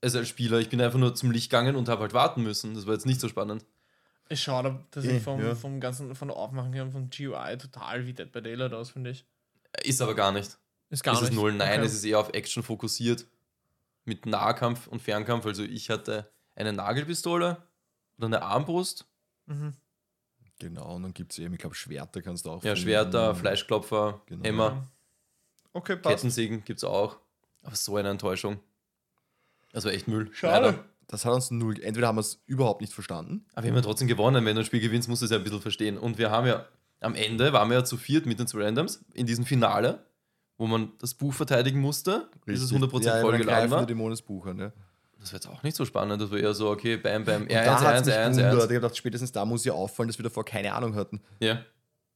[SPEAKER 1] Also als Spieler, ich bin einfach nur zum Licht gegangen und habe halt warten müssen. Das war jetzt nicht so spannend.
[SPEAKER 2] Ich schaue, da- dass
[SPEAKER 3] Eh,
[SPEAKER 2] ich vom,
[SPEAKER 3] ja.
[SPEAKER 2] vom ganzen, von der Aufmachung her, und vom GUI total wie Dead by Daylight aus, finde ich.
[SPEAKER 1] Ist aber gar nicht.
[SPEAKER 2] Ist gar
[SPEAKER 1] ist
[SPEAKER 2] nicht.
[SPEAKER 1] es null? Nein,
[SPEAKER 2] Okay.
[SPEAKER 1] es ist eher auf Action fokussiert. Mit Nahkampf und Fernkampf. Also ich hatte eine Nagelpistole oder eine Armbrust.
[SPEAKER 2] Mhm.
[SPEAKER 3] Genau, und dann gibt es eben, ich glaube, Schwerter kannst du auch.
[SPEAKER 1] Ja,
[SPEAKER 3] finden.
[SPEAKER 1] Schwerter, Fleischklopfer,
[SPEAKER 3] Genau.
[SPEAKER 1] Hämmer,
[SPEAKER 2] Okay, passt.
[SPEAKER 1] Kettensägen gibt es auch. Aber so eine Enttäuschung. Das war echt Müll.
[SPEAKER 2] Schade.
[SPEAKER 1] Leider.
[SPEAKER 3] Das hat uns null. Entweder haben wir es überhaupt nicht verstanden.
[SPEAKER 1] Aber wir haben ja trotzdem gewonnen. Wenn du ein Spiel gewinnst, musst du es ja ein bisschen verstehen. Und wir haben ja, am Ende waren wir ja zu viert mit den zwei Randoms in diesem Finale, wo man das Buch verteidigen musste, bis es 100%
[SPEAKER 3] ja,
[SPEAKER 1] vollgeladen war.
[SPEAKER 3] Dämonenbuch an, ja.
[SPEAKER 1] Das war jetzt auch nicht so spannend. Das war eher so, okay, bam, bam,
[SPEAKER 3] Und da hat's
[SPEAKER 1] 1, 1,
[SPEAKER 3] mich
[SPEAKER 1] 1,
[SPEAKER 3] gewundert.
[SPEAKER 1] 1.
[SPEAKER 3] Ich hab gedacht, spätestens da muss ja auffallen, dass wir davor keine Ahnung hatten.
[SPEAKER 1] Ja.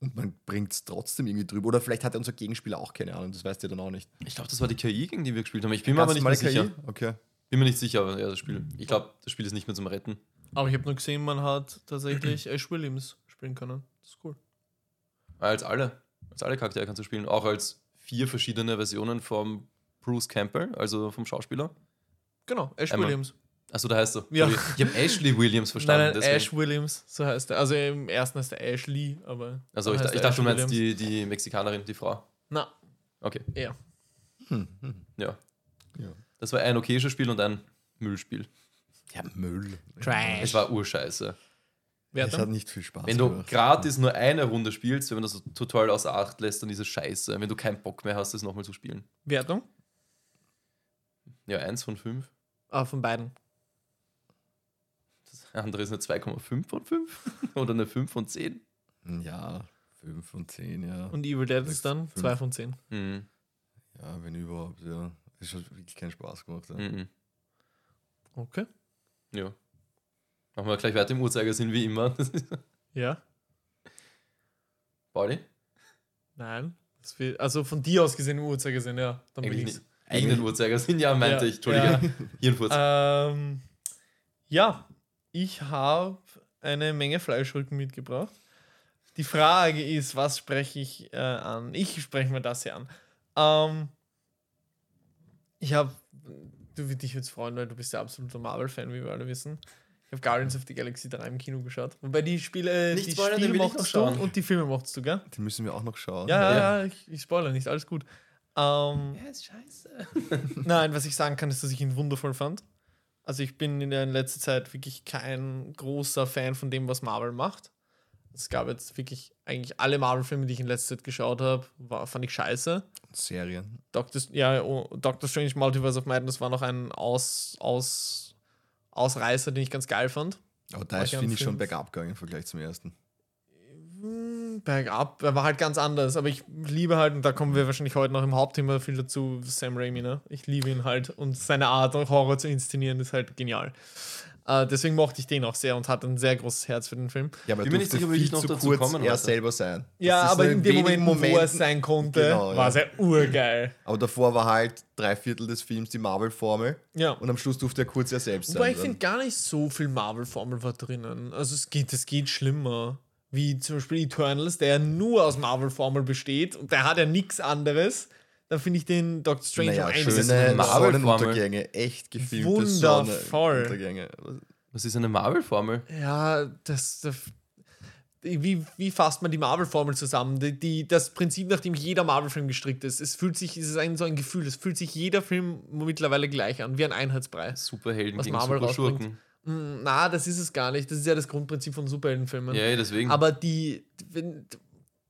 [SPEAKER 3] Und man bringt es trotzdem irgendwie drüber. Oder vielleicht hat unser Gegenspieler auch keine Ahnung, das weißt du ja dann auch nicht.
[SPEAKER 1] Ich glaube, das war die KI, gegen die wir gespielt haben. Ich bin mir aber nicht mehr
[SPEAKER 3] Ganz normale
[SPEAKER 1] sicher.
[SPEAKER 3] KI? Okay.
[SPEAKER 1] Bin mir nicht sicher, aber ja, das Spiel. Ich glaube, das Spiel ist nicht mehr zum Retten.
[SPEAKER 2] Aber ich habe nur gesehen, man hat tatsächlich Ash Williams spielen können. Das ist cool.
[SPEAKER 1] Als alle. Als alle Charaktere kannst du spielen. Auch als vier verschiedene Versionen vom Bruce Campbell, also vom Schauspieler.
[SPEAKER 2] Genau, Ash
[SPEAKER 1] Einmal.
[SPEAKER 2] Williams.
[SPEAKER 1] Achso, da heißt er.
[SPEAKER 2] Ja.
[SPEAKER 1] Sorry. Ich habe Ashley Williams verstanden.
[SPEAKER 2] Nein, nein,
[SPEAKER 1] deswegen.
[SPEAKER 2] Ash Williams, so heißt er. Also im ersten heißt er Ash Lee, aber.
[SPEAKER 1] also
[SPEAKER 2] dann
[SPEAKER 1] ich,
[SPEAKER 2] heißt
[SPEAKER 1] ich
[SPEAKER 2] er
[SPEAKER 1] dachte, du
[SPEAKER 2] Ash
[SPEAKER 1] meinst
[SPEAKER 2] Williams.
[SPEAKER 1] die, die Mexikanerin, die Frau.
[SPEAKER 2] Na,
[SPEAKER 1] Okay,
[SPEAKER 2] er.
[SPEAKER 3] Hm, hm.
[SPEAKER 1] ja.
[SPEAKER 3] Ja.
[SPEAKER 1] Das war ein okayes Spiel und ein Müllspiel.
[SPEAKER 3] ja, Müll.
[SPEAKER 2] Trash.
[SPEAKER 1] Es war urscheiße.
[SPEAKER 3] Es hat
[SPEAKER 2] Wertung?
[SPEAKER 3] nicht viel Spaß
[SPEAKER 1] Wenn du
[SPEAKER 3] gemacht.
[SPEAKER 1] gratis nur eine Runde spielst, wenn man das total außer Acht lässt, dann ist es scheiße. Wenn du keinen Bock mehr hast, das nochmal zu spielen.
[SPEAKER 2] Wertung?
[SPEAKER 1] Ja, eins von fünf.
[SPEAKER 2] Ah, von beiden.
[SPEAKER 1] Das andere ist eine 2,5 von 5 oder eine 5 von 10.
[SPEAKER 3] Hm, Ja, 5 und 10, ja.
[SPEAKER 2] Und Evil Dead ist dann
[SPEAKER 3] Fünf.
[SPEAKER 2] 2 von 10.
[SPEAKER 1] Mhm.
[SPEAKER 3] ja, wenn überhaupt, ja. Es hat wirklich keinen Spaß gemacht. Ja.
[SPEAKER 1] Mhm.
[SPEAKER 2] Okay.
[SPEAKER 1] Ja. Machen wir gleich weiter im Uhrzeigersinn wie immer. Das ist-
[SPEAKER 2] Ja.
[SPEAKER 1] Pauli?
[SPEAKER 2] Nein. Das will- Also von dir aus gesehen, im Uhrzeigersinn, ja. Dann bin
[SPEAKER 1] Eigentlich
[SPEAKER 2] ich's.
[SPEAKER 1] nicht. Eigenen Uhrzeigersinn, ja, meinte
[SPEAKER 2] Ja,
[SPEAKER 1] ich. Entschuldige. Hirnfurz.
[SPEAKER 2] Ähm, ja, ich habe eine Menge Fleischrücken mitgebracht. Die Frage ist, was spreche ich äh, an? Ich spreche mir das hier an. Ähm, ich habe, du wirst dich jetzt freuen, weil du bist ja absoluter Marvel-Fan, wie wir alle wissen. Ich habe Guardians of the Galaxy 3 im Kino geschaut. Wobei die Spiele,
[SPEAKER 1] Nicht
[SPEAKER 2] die
[SPEAKER 1] spoilern, den
[SPEAKER 2] Spiele
[SPEAKER 1] will ich noch
[SPEAKER 2] mochtest du
[SPEAKER 1] schauen.
[SPEAKER 2] und die Filme mochtest du, gell?
[SPEAKER 3] Die müssen wir auch noch schauen.
[SPEAKER 2] Ja,
[SPEAKER 1] Ja.
[SPEAKER 2] ja, ja, ich, ich spoilere nicht, alles gut. Ähm,
[SPEAKER 1] Ja, ist scheiße.
[SPEAKER 2] (laughs) Nein, was ich sagen kann, ist, dass ich ihn wundervoll fand. Also ich bin in der letzten Zeit wirklich kein großer Fan von dem, was Marvel macht. Es gab jetzt wirklich eigentlich alle Marvel-Filme, die ich in letzter Zeit geschaut habe, war- fand ich scheiße.
[SPEAKER 3] Und Serien.
[SPEAKER 2] Doctor, ja, oh, Doctor Strange Multiverse of Madness war noch ein Aus, Aus, Ausreißer, den ich ganz geil fand.
[SPEAKER 3] Aber da
[SPEAKER 2] War
[SPEAKER 3] ist,
[SPEAKER 2] ich an
[SPEAKER 3] finde ich, schon
[SPEAKER 2] fünf.
[SPEAKER 3] bergab gegangen im Vergleich zum ersten.
[SPEAKER 2] Hm, Bergab, er war halt ganz anders, aber ich liebe halt, und da kommen wir wahrscheinlich heute noch im Hauptthema viel dazu, Sam Raimi, ne? Ich liebe ihn halt und seine Art, Horror zu inszenieren, ist halt genial. Äh, deswegen mochte ich den auch sehr und hatte ein sehr großes Herz für den Film.
[SPEAKER 3] Ja, aber
[SPEAKER 1] Bin
[SPEAKER 3] er
[SPEAKER 1] mir nicht
[SPEAKER 3] durfte
[SPEAKER 1] sicher, ob
[SPEAKER 3] viel
[SPEAKER 1] ich noch
[SPEAKER 3] zu
[SPEAKER 1] dazu
[SPEAKER 3] kurz
[SPEAKER 1] kommen
[SPEAKER 3] er
[SPEAKER 1] werde.
[SPEAKER 3] selber sein.
[SPEAKER 2] ja,
[SPEAKER 3] Das ist
[SPEAKER 2] aber
[SPEAKER 3] nur
[SPEAKER 2] in dem
[SPEAKER 3] wenigen
[SPEAKER 2] Moment, wo er
[SPEAKER 3] Momenten-
[SPEAKER 2] sein konnte,
[SPEAKER 3] Genau, ja.
[SPEAKER 2] war es ja urgeil.
[SPEAKER 3] Aber davor war halt drei Viertel des Films die Marvel-Formel
[SPEAKER 2] Ja.
[SPEAKER 3] und am Schluss durfte er kurz er selbst
[SPEAKER 2] Wobei
[SPEAKER 3] sein.
[SPEAKER 2] ich finde, gar nicht so viel Marvel-Formel war drinnen. Also es geht, es geht schlimmer. Wie zum Beispiel Eternals, der ja nur aus Marvel-Formel besteht und der hat ja nichts anderes. Dann finde ich den Doctor Strange
[SPEAKER 3] naja,
[SPEAKER 2] um einiges
[SPEAKER 1] eine
[SPEAKER 3] schöne
[SPEAKER 1] Marvel-Formel.
[SPEAKER 3] Sonnenuntergänge, echt gefilmte
[SPEAKER 2] Wundervoll.
[SPEAKER 3] Sonnenuntergänge.
[SPEAKER 1] Was ist eine Marvel-Formel?
[SPEAKER 2] Ja, das. das wie, wie fasst man die Marvel-Formel zusammen? Die, die, das Prinzip, nach dem jeder Marvel-Film gestrickt ist. Es fühlt sich, es ist ein, so ein Gefühl, es fühlt sich jeder Film mittlerweile gleich an, wie ein Einheitspreis.
[SPEAKER 1] Superhelden
[SPEAKER 2] Was
[SPEAKER 1] gegen
[SPEAKER 2] Marvel
[SPEAKER 1] Superschurken.
[SPEAKER 2] Mm, Na, das ist es gar nicht. Das ist ja das Grundprinzip von Superheldenfilmen.
[SPEAKER 1] Ja, ja, deswegen.
[SPEAKER 2] Aber die, wenn,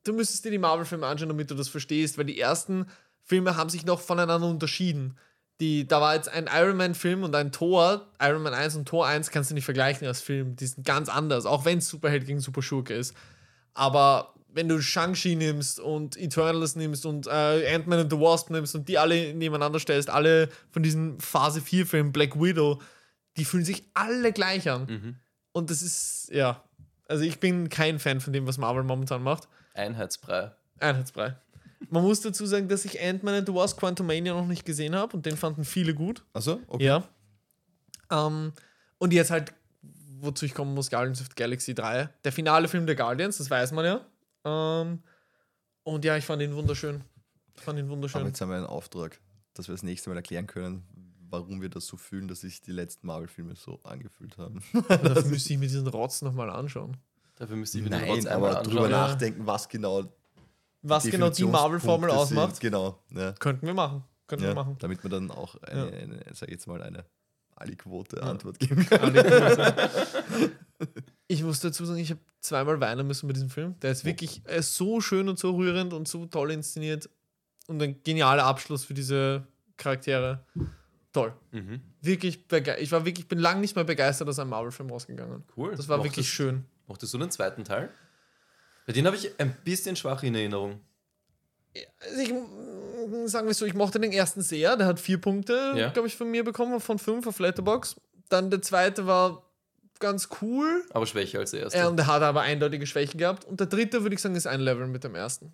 [SPEAKER 2] du müsstest dir die Marvel-Filme anschauen, damit du das verstehst, weil die ersten Filme haben sich noch voneinander unterschieden. Die, da war jetzt ein Iron Man-Film und ein Tor, Iron Man 1 und Tor 1 kannst du nicht vergleichen als Film. Die sind ganz anders, auch wenn es Superheld gegen Superschurke ist. Aber wenn du Shang-Chi nimmst und Eternals nimmst und äh, Ant-Man and the Wasp nimmst und die alle nebeneinander stellst, alle von diesen Phase 4-Filmen, Black Widow, die fühlen sich alle gleich an.
[SPEAKER 1] mhm.
[SPEAKER 2] Und das ist, ja. Also ich bin kein Fan von dem, was Marvel momentan macht.
[SPEAKER 1] Einheitsbrei.
[SPEAKER 2] Einheitsbrei. Man muss dazu sagen, dass ich Ant-Man and the Wasp Quantumania noch nicht gesehen habe und den fanden viele gut.
[SPEAKER 3] Also, okay.
[SPEAKER 2] Ja. Ähm, und jetzt halt, wozu ich kommen muss, Guardians of the Galaxy 3. Der finale Film der Guardians, das weiß man ja. Ähm, und ja, ich fand ihn wunderschön. Ich fand ihn
[SPEAKER 3] aber
[SPEAKER 2] wunderschön.
[SPEAKER 3] jetzt haben wir einen Auftrag, dass wir das nächste Mal erklären können, warum wir das so fühlen, dass sich die letzten Marvel-Filme so angefühlt haben.
[SPEAKER 2] Dafür müsste ich mir diesen Rotz nochmal anschauen.
[SPEAKER 1] Dafür müsste ich mir den Rotz
[SPEAKER 3] Nein,
[SPEAKER 1] einmal
[SPEAKER 3] aber drüber
[SPEAKER 1] anschauen.
[SPEAKER 2] Ja.
[SPEAKER 3] nachdenken, was genau
[SPEAKER 2] Was genau die
[SPEAKER 3] Definitionspunkte
[SPEAKER 2] Marvel-Formel
[SPEAKER 3] sind.
[SPEAKER 2] ausmacht,
[SPEAKER 3] Genau. Ja.
[SPEAKER 2] könnten wir machen. Könnten
[SPEAKER 3] Ja,
[SPEAKER 2] wir machen.
[SPEAKER 3] damit man dann auch eine,
[SPEAKER 2] Ja.
[SPEAKER 3] eine sag ich jetzt mal, eine Ali-Quote Antwort geben kann. (laughs)
[SPEAKER 2] Ich muss dazu sagen, ich habe zweimal weinen müssen bei diesem Film. Der
[SPEAKER 1] Oh.
[SPEAKER 2] ist wirklich er ist so schön und so rührend und so toll inszeniert. Und ein genialer Abschluss für diese Charaktere. Toll.
[SPEAKER 1] Mhm.
[SPEAKER 2] Wirklich bege- ich war wirklich, bin lang nicht mehr begeistert aus einem Marvel-Film rausgegangen.
[SPEAKER 1] Cool.
[SPEAKER 2] Das war
[SPEAKER 1] Mochtest-
[SPEAKER 2] wirklich schön.
[SPEAKER 1] Mochtest du den zweiten Teil? Bei den habe ich ein bisschen schwach in Erinnerung.
[SPEAKER 2] Also ich, mm, sagen wir so, ich mochte den ersten sehr. Der hat vier Punkte,
[SPEAKER 1] Ja.
[SPEAKER 2] glaube ich, von mir bekommen, von fünf auf Letterbox. Dann der zweite war ganz cool.
[SPEAKER 1] Aber schwächer als der erste.
[SPEAKER 2] Äh, und der hat aber eindeutige Schwächen gehabt. Und der dritte, würde ich sagen, ist ein Level mit dem ersten.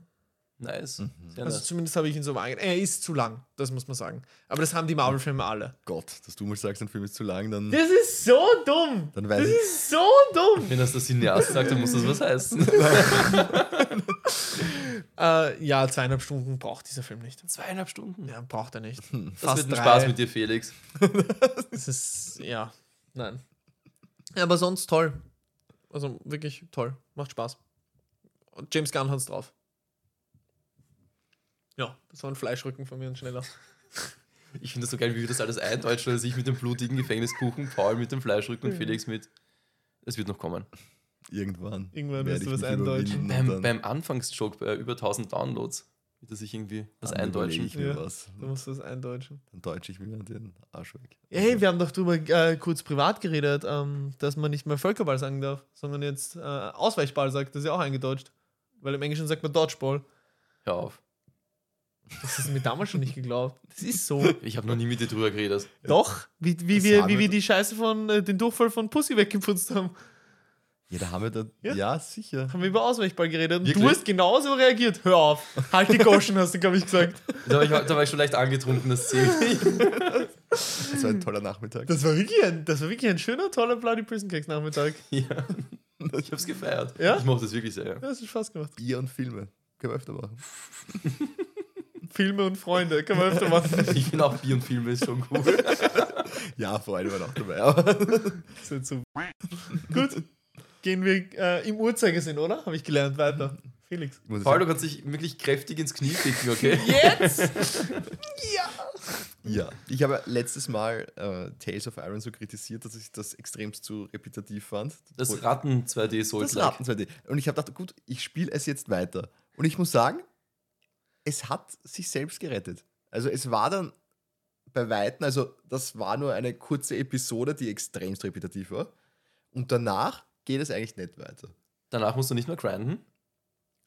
[SPEAKER 1] Nice. Sehr
[SPEAKER 2] Also
[SPEAKER 1] nice.
[SPEAKER 2] zumindest habe ich ihn so wahrgenommen. Er ist zu lang, das muss man sagen. Aber das haben die Marvel-Filme alle.
[SPEAKER 3] Gott, dass du mal sagst, ein Film ist zu lang, dann,
[SPEAKER 2] Das ist so dumm.
[SPEAKER 3] dann weiß
[SPEAKER 2] Das
[SPEAKER 3] ich.
[SPEAKER 2] ist so dumm.
[SPEAKER 1] Wenn das der Cineast sagt, dann muss das was heißen.
[SPEAKER 2] Äh, ja, zweieinhalb Stunden braucht dieser Film nicht.
[SPEAKER 1] Zweieinhalb Stunden.
[SPEAKER 2] Ja, braucht er nicht.
[SPEAKER 1] Das wird ein
[SPEAKER 2] drei.
[SPEAKER 1] Spaß mit dir, Felix.
[SPEAKER 2] Das ist, ja, nein. Ja, aber sonst toll. Also wirklich toll. Macht Spaß. Und James Gunn hat's drauf. Ja, das war ein Fleischrücken von mir und schneller.
[SPEAKER 1] Ich finde das so geil, wie wir das alles eindeutschen, Mhm. dass ich mit dem blutigen Gefängniskuchen, Paul mit dem Fleischrücken und Felix mit. Es wird noch kommen.
[SPEAKER 3] Irgendwann.
[SPEAKER 2] Irgendwann
[SPEAKER 3] werd
[SPEAKER 2] wirst du
[SPEAKER 3] ich
[SPEAKER 2] was
[SPEAKER 3] mich
[SPEAKER 2] eindeutschen.
[SPEAKER 3] überwinden und
[SPEAKER 1] Beim,
[SPEAKER 3] dann-
[SPEAKER 1] beim Anfangsjoke bei über 1000 Downloads wird er sich irgendwie das
[SPEAKER 3] dann überleg
[SPEAKER 1] eindeutschen.
[SPEAKER 3] Ich mir
[SPEAKER 2] Ja.
[SPEAKER 3] was.
[SPEAKER 2] Du musst das eindeutschen.
[SPEAKER 3] Dann deutsche ich mir den Arsch weg.
[SPEAKER 2] Ja, hey, wir haben doch drüber äh, kurz privat geredet, ähm, dass man nicht mehr Völkerball sagen darf, sondern jetzt äh, Ausweichball sagt. Das ist ja auch eingedeutscht. Weil im Englischen sagt man Dodgeball.
[SPEAKER 1] Hör auf.
[SPEAKER 2] Das ist mir damals schon nicht geglaubt. Das ist so. (laughs)
[SPEAKER 1] Ich habe noch nie mit dir drüber geredet.
[SPEAKER 2] Doch, wie, wie,
[SPEAKER 3] Das
[SPEAKER 2] wir,
[SPEAKER 3] haben
[SPEAKER 2] wie
[SPEAKER 3] wir
[SPEAKER 2] wir
[SPEAKER 3] doch-
[SPEAKER 2] die Scheiße von, äh, den Durchfall von Pussy weggeputzt haben,
[SPEAKER 3] Ja, da haben wir dann.
[SPEAKER 2] Ja.
[SPEAKER 3] Ja, sicher.
[SPEAKER 2] haben wir über Ausweichball geredet. Und du
[SPEAKER 1] Wirklich?
[SPEAKER 2] hast genauso reagiert. Hör auf, halt die Goschen, hast du, glaube ich, gesagt.
[SPEAKER 1] Da war, ich, da war ich schon leicht angetrunken, das zählt nicht.
[SPEAKER 3] Das war ein toller Nachmittag.
[SPEAKER 2] Das war wirklich ein, das war wirklich ein schöner, toller Bloody Prison Cakes Nachmittag.
[SPEAKER 1] (laughs) Ja. Ich hab's gefeiert.
[SPEAKER 2] Ja?
[SPEAKER 1] Ich mochte es wirklich sehr.
[SPEAKER 2] Ja, das hat Spaß gemacht.
[SPEAKER 3] Bier und Filme. Können wir öfter machen.
[SPEAKER 2] Filme und Freunde, kann man öfter machen.
[SPEAKER 1] Ich finde auch Bier und Filme ist schon cool.
[SPEAKER 3] Ja, Freunde waren auch (laughs) dabei. Aber
[SPEAKER 2] Das ist so. Gut, gehen wir äh, im Uhrzeigersinn, oder? Habe ich gelernt, weiter. Felix.
[SPEAKER 3] ich muss
[SPEAKER 1] Paolo hat sich wirklich kräftig ins Knie
[SPEAKER 3] (laughs)
[SPEAKER 1] kicken, okay?
[SPEAKER 2] Jetzt!
[SPEAKER 3] Ja, ich habe letztes Mal äh, Tales of Iron so kritisiert, dass ich das extremst zu repetitiv fand.
[SPEAKER 1] Das
[SPEAKER 3] Und-
[SPEAKER 1] Ratten 2D Souls
[SPEAKER 3] das
[SPEAKER 1] like.
[SPEAKER 3] Ratten 2D. Und ich habe gedacht, gut, ich spiele es jetzt weiter. Und ich muss sagen, es hat sich selbst gerettet. Also es war dann bei Weitem, also das war nur eine kurze Episode, die extremst repetitiv war. Und danach geht es eigentlich nicht weiter.
[SPEAKER 1] Danach musst du nicht mehr grinden.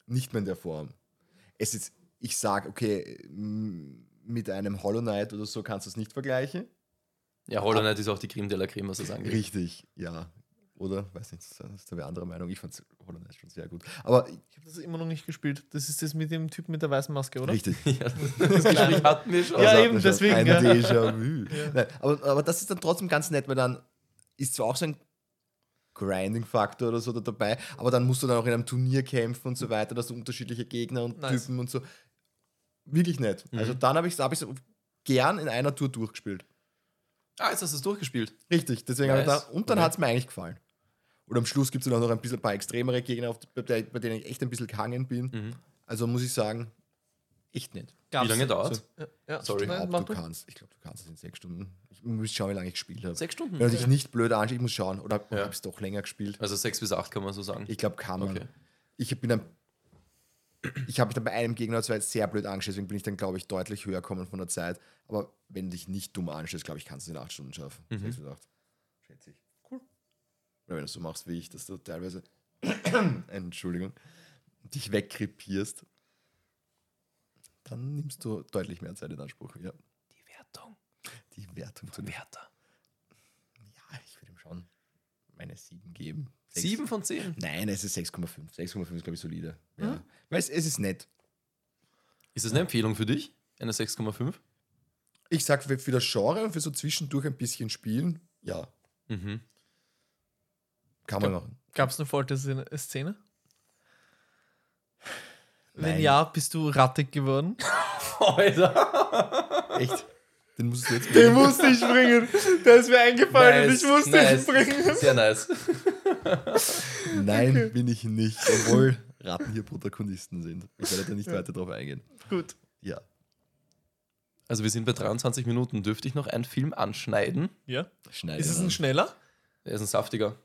[SPEAKER 3] Nicht mehr in der Form. Es ist, ich sag, okay, m- mit einem Hollow Knight oder so kannst du es nicht vergleichen.
[SPEAKER 1] Ja, Hollow Knight ist auch die Creme de la Creme, was das angeht.
[SPEAKER 3] Richtig, ja. Oder? Weiß nicht, das ist da wer andere Meinung. Ich fand Hollow Knight schon sehr gut. Aber
[SPEAKER 2] Ich habe das immer noch nicht gespielt. Das ist das mit dem Typen mit der weißen Maske, oder?
[SPEAKER 3] richtig.
[SPEAKER 1] (laughs) Ja, das Gespräch hatten wir
[SPEAKER 3] Das Also
[SPEAKER 1] schon. Also,
[SPEAKER 2] Ja,
[SPEAKER 3] hat
[SPEAKER 2] eben,
[SPEAKER 3] mir schon
[SPEAKER 2] deswegen,
[SPEAKER 3] Ein
[SPEAKER 2] ja.
[SPEAKER 3] Déjà-vu.
[SPEAKER 2] (laughs) Ja.
[SPEAKER 3] Nein, aber, aber das ist dann trotzdem ganz nett, weil dann ist zwar auch so ein Grinding-Faktor oder so da dabei, aber dann musst du dann auch in einem Turnier kämpfen und so weiter, dass du unterschiedliche Gegner und
[SPEAKER 2] Nice. Mhm.
[SPEAKER 3] Typen und so. Wirklich nett. Also dann habe ich es hab ich's gern in einer Tour durchgespielt.
[SPEAKER 1] Ah, jetzt hast du es durchgespielt.
[SPEAKER 3] Richtig, deswegen habe ich
[SPEAKER 1] Nice.
[SPEAKER 3] da, und dann
[SPEAKER 1] Okay.
[SPEAKER 3] hat es mir eigentlich gefallen. Und am Schluss gibt es dann auch noch ein bisschen ein paar extremere Gegner, auf, bei, der, bei denen ich echt ein bisschen gehangen bin.
[SPEAKER 1] Mhm.
[SPEAKER 3] Also muss ich sagen, echt nett.
[SPEAKER 1] Wie lange dauert
[SPEAKER 3] So.
[SPEAKER 2] Ja,
[SPEAKER 1] Sorry,
[SPEAKER 2] nein,
[SPEAKER 3] Ob
[SPEAKER 2] mach
[SPEAKER 3] du
[SPEAKER 2] du.
[SPEAKER 3] kannst, ich glaube, du kannst es in sechs Stunden. Ich muss schauen, wie lange ich gespielt habe.
[SPEAKER 1] Sechs Stunden.
[SPEAKER 3] Wenn du dich nicht blöd anschaust, ich muss schauen. Oder
[SPEAKER 1] Ja.
[SPEAKER 3] habe es doch länger gespielt?
[SPEAKER 1] Also sechs bis acht kann man so sagen.
[SPEAKER 3] Ich glaube, kann man.
[SPEAKER 1] Okay.
[SPEAKER 3] Ich bin dann. Ich habe mich dann bei einem Gegner oder zwei sehr blöd angeschaut, deswegen bin ich dann, glaube ich, deutlich höher gekommen von der Zeit. Aber wenn du dich nicht dumm anstellst, glaube ich, kannst du es in acht Stunden schaffen.
[SPEAKER 1] Mhm.
[SPEAKER 3] Sechs bis acht. Schätze ich.
[SPEAKER 2] Cool.
[SPEAKER 3] Oder wenn du es so machst wie ich, dass du teilweise, (coughs) Entschuldigung, dich wegkrepierst, dann nimmst du deutlich mehr Zeit in Anspruch. Ja,
[SPEAKER 1] Die Wertung.
[SPEAKER 3] die Wertung zu nehmen.
[SPEAKER 1] Werter.
[SPEAKER 3] Ja, ich würde ihm schon meine sieben geben. Sechs.
[SPEAKER 1] Sieben von zehn.
[SPEAKER 3] Nein, es ist 6,5. 6,5 ist, glaube ich, solide. Ja. Weil es, es ist nett.
[SPEAKER 1] Ist das eine Empfehlung für dich? Eine 6,5?
[SPEAKER 3] Ich sag für, für das Genre und für so zwischendurch ein bisschen spielen, ja,
[SPEAKER 1] Mhm.
[SPEAKER 3] kann man machen.
[SPEAKER 2] Gab es eine Folter-Szene? Wenn
[SPEAKER 3] Nein.
[SPEAKER 2] ja, bist du rattig geworden?
[SPEAKER 1] Alter.
[SPEAKER 3] Echt? Den musst du jetzt
[SPEAKER 2] (laughs) Den
[SPEAKER 3] bringen.
[SPEAKER 2] (laughs) musste ich bringen. Der ist mir eingefallen und ich musste
[SPEAKER 1] nice.
[SPEAKER 2] ihn bringen.
[SPEAKER 1] Sehr nice.
[SPEAKER 3] (laughs) Nein, bin ich nicht. (laughs) Obwohl Ratten hier Protagonisten sind. Ich werde da nicht weiter drauf eingehen.
[SPEAKER 2] Gut.
[SPEAKER 3] Ja.
[SPEAKER 1] Also wir sind bei 23 Minuten. Dürfte ich noch einen Film anschneiden?
[SPEAKER 2] Ja.
[SPEAKER 3] Schneiden.
[SPEAKER 2] Ist es ein schneller?
[SPEAKER 1] Er ist ein saftiger.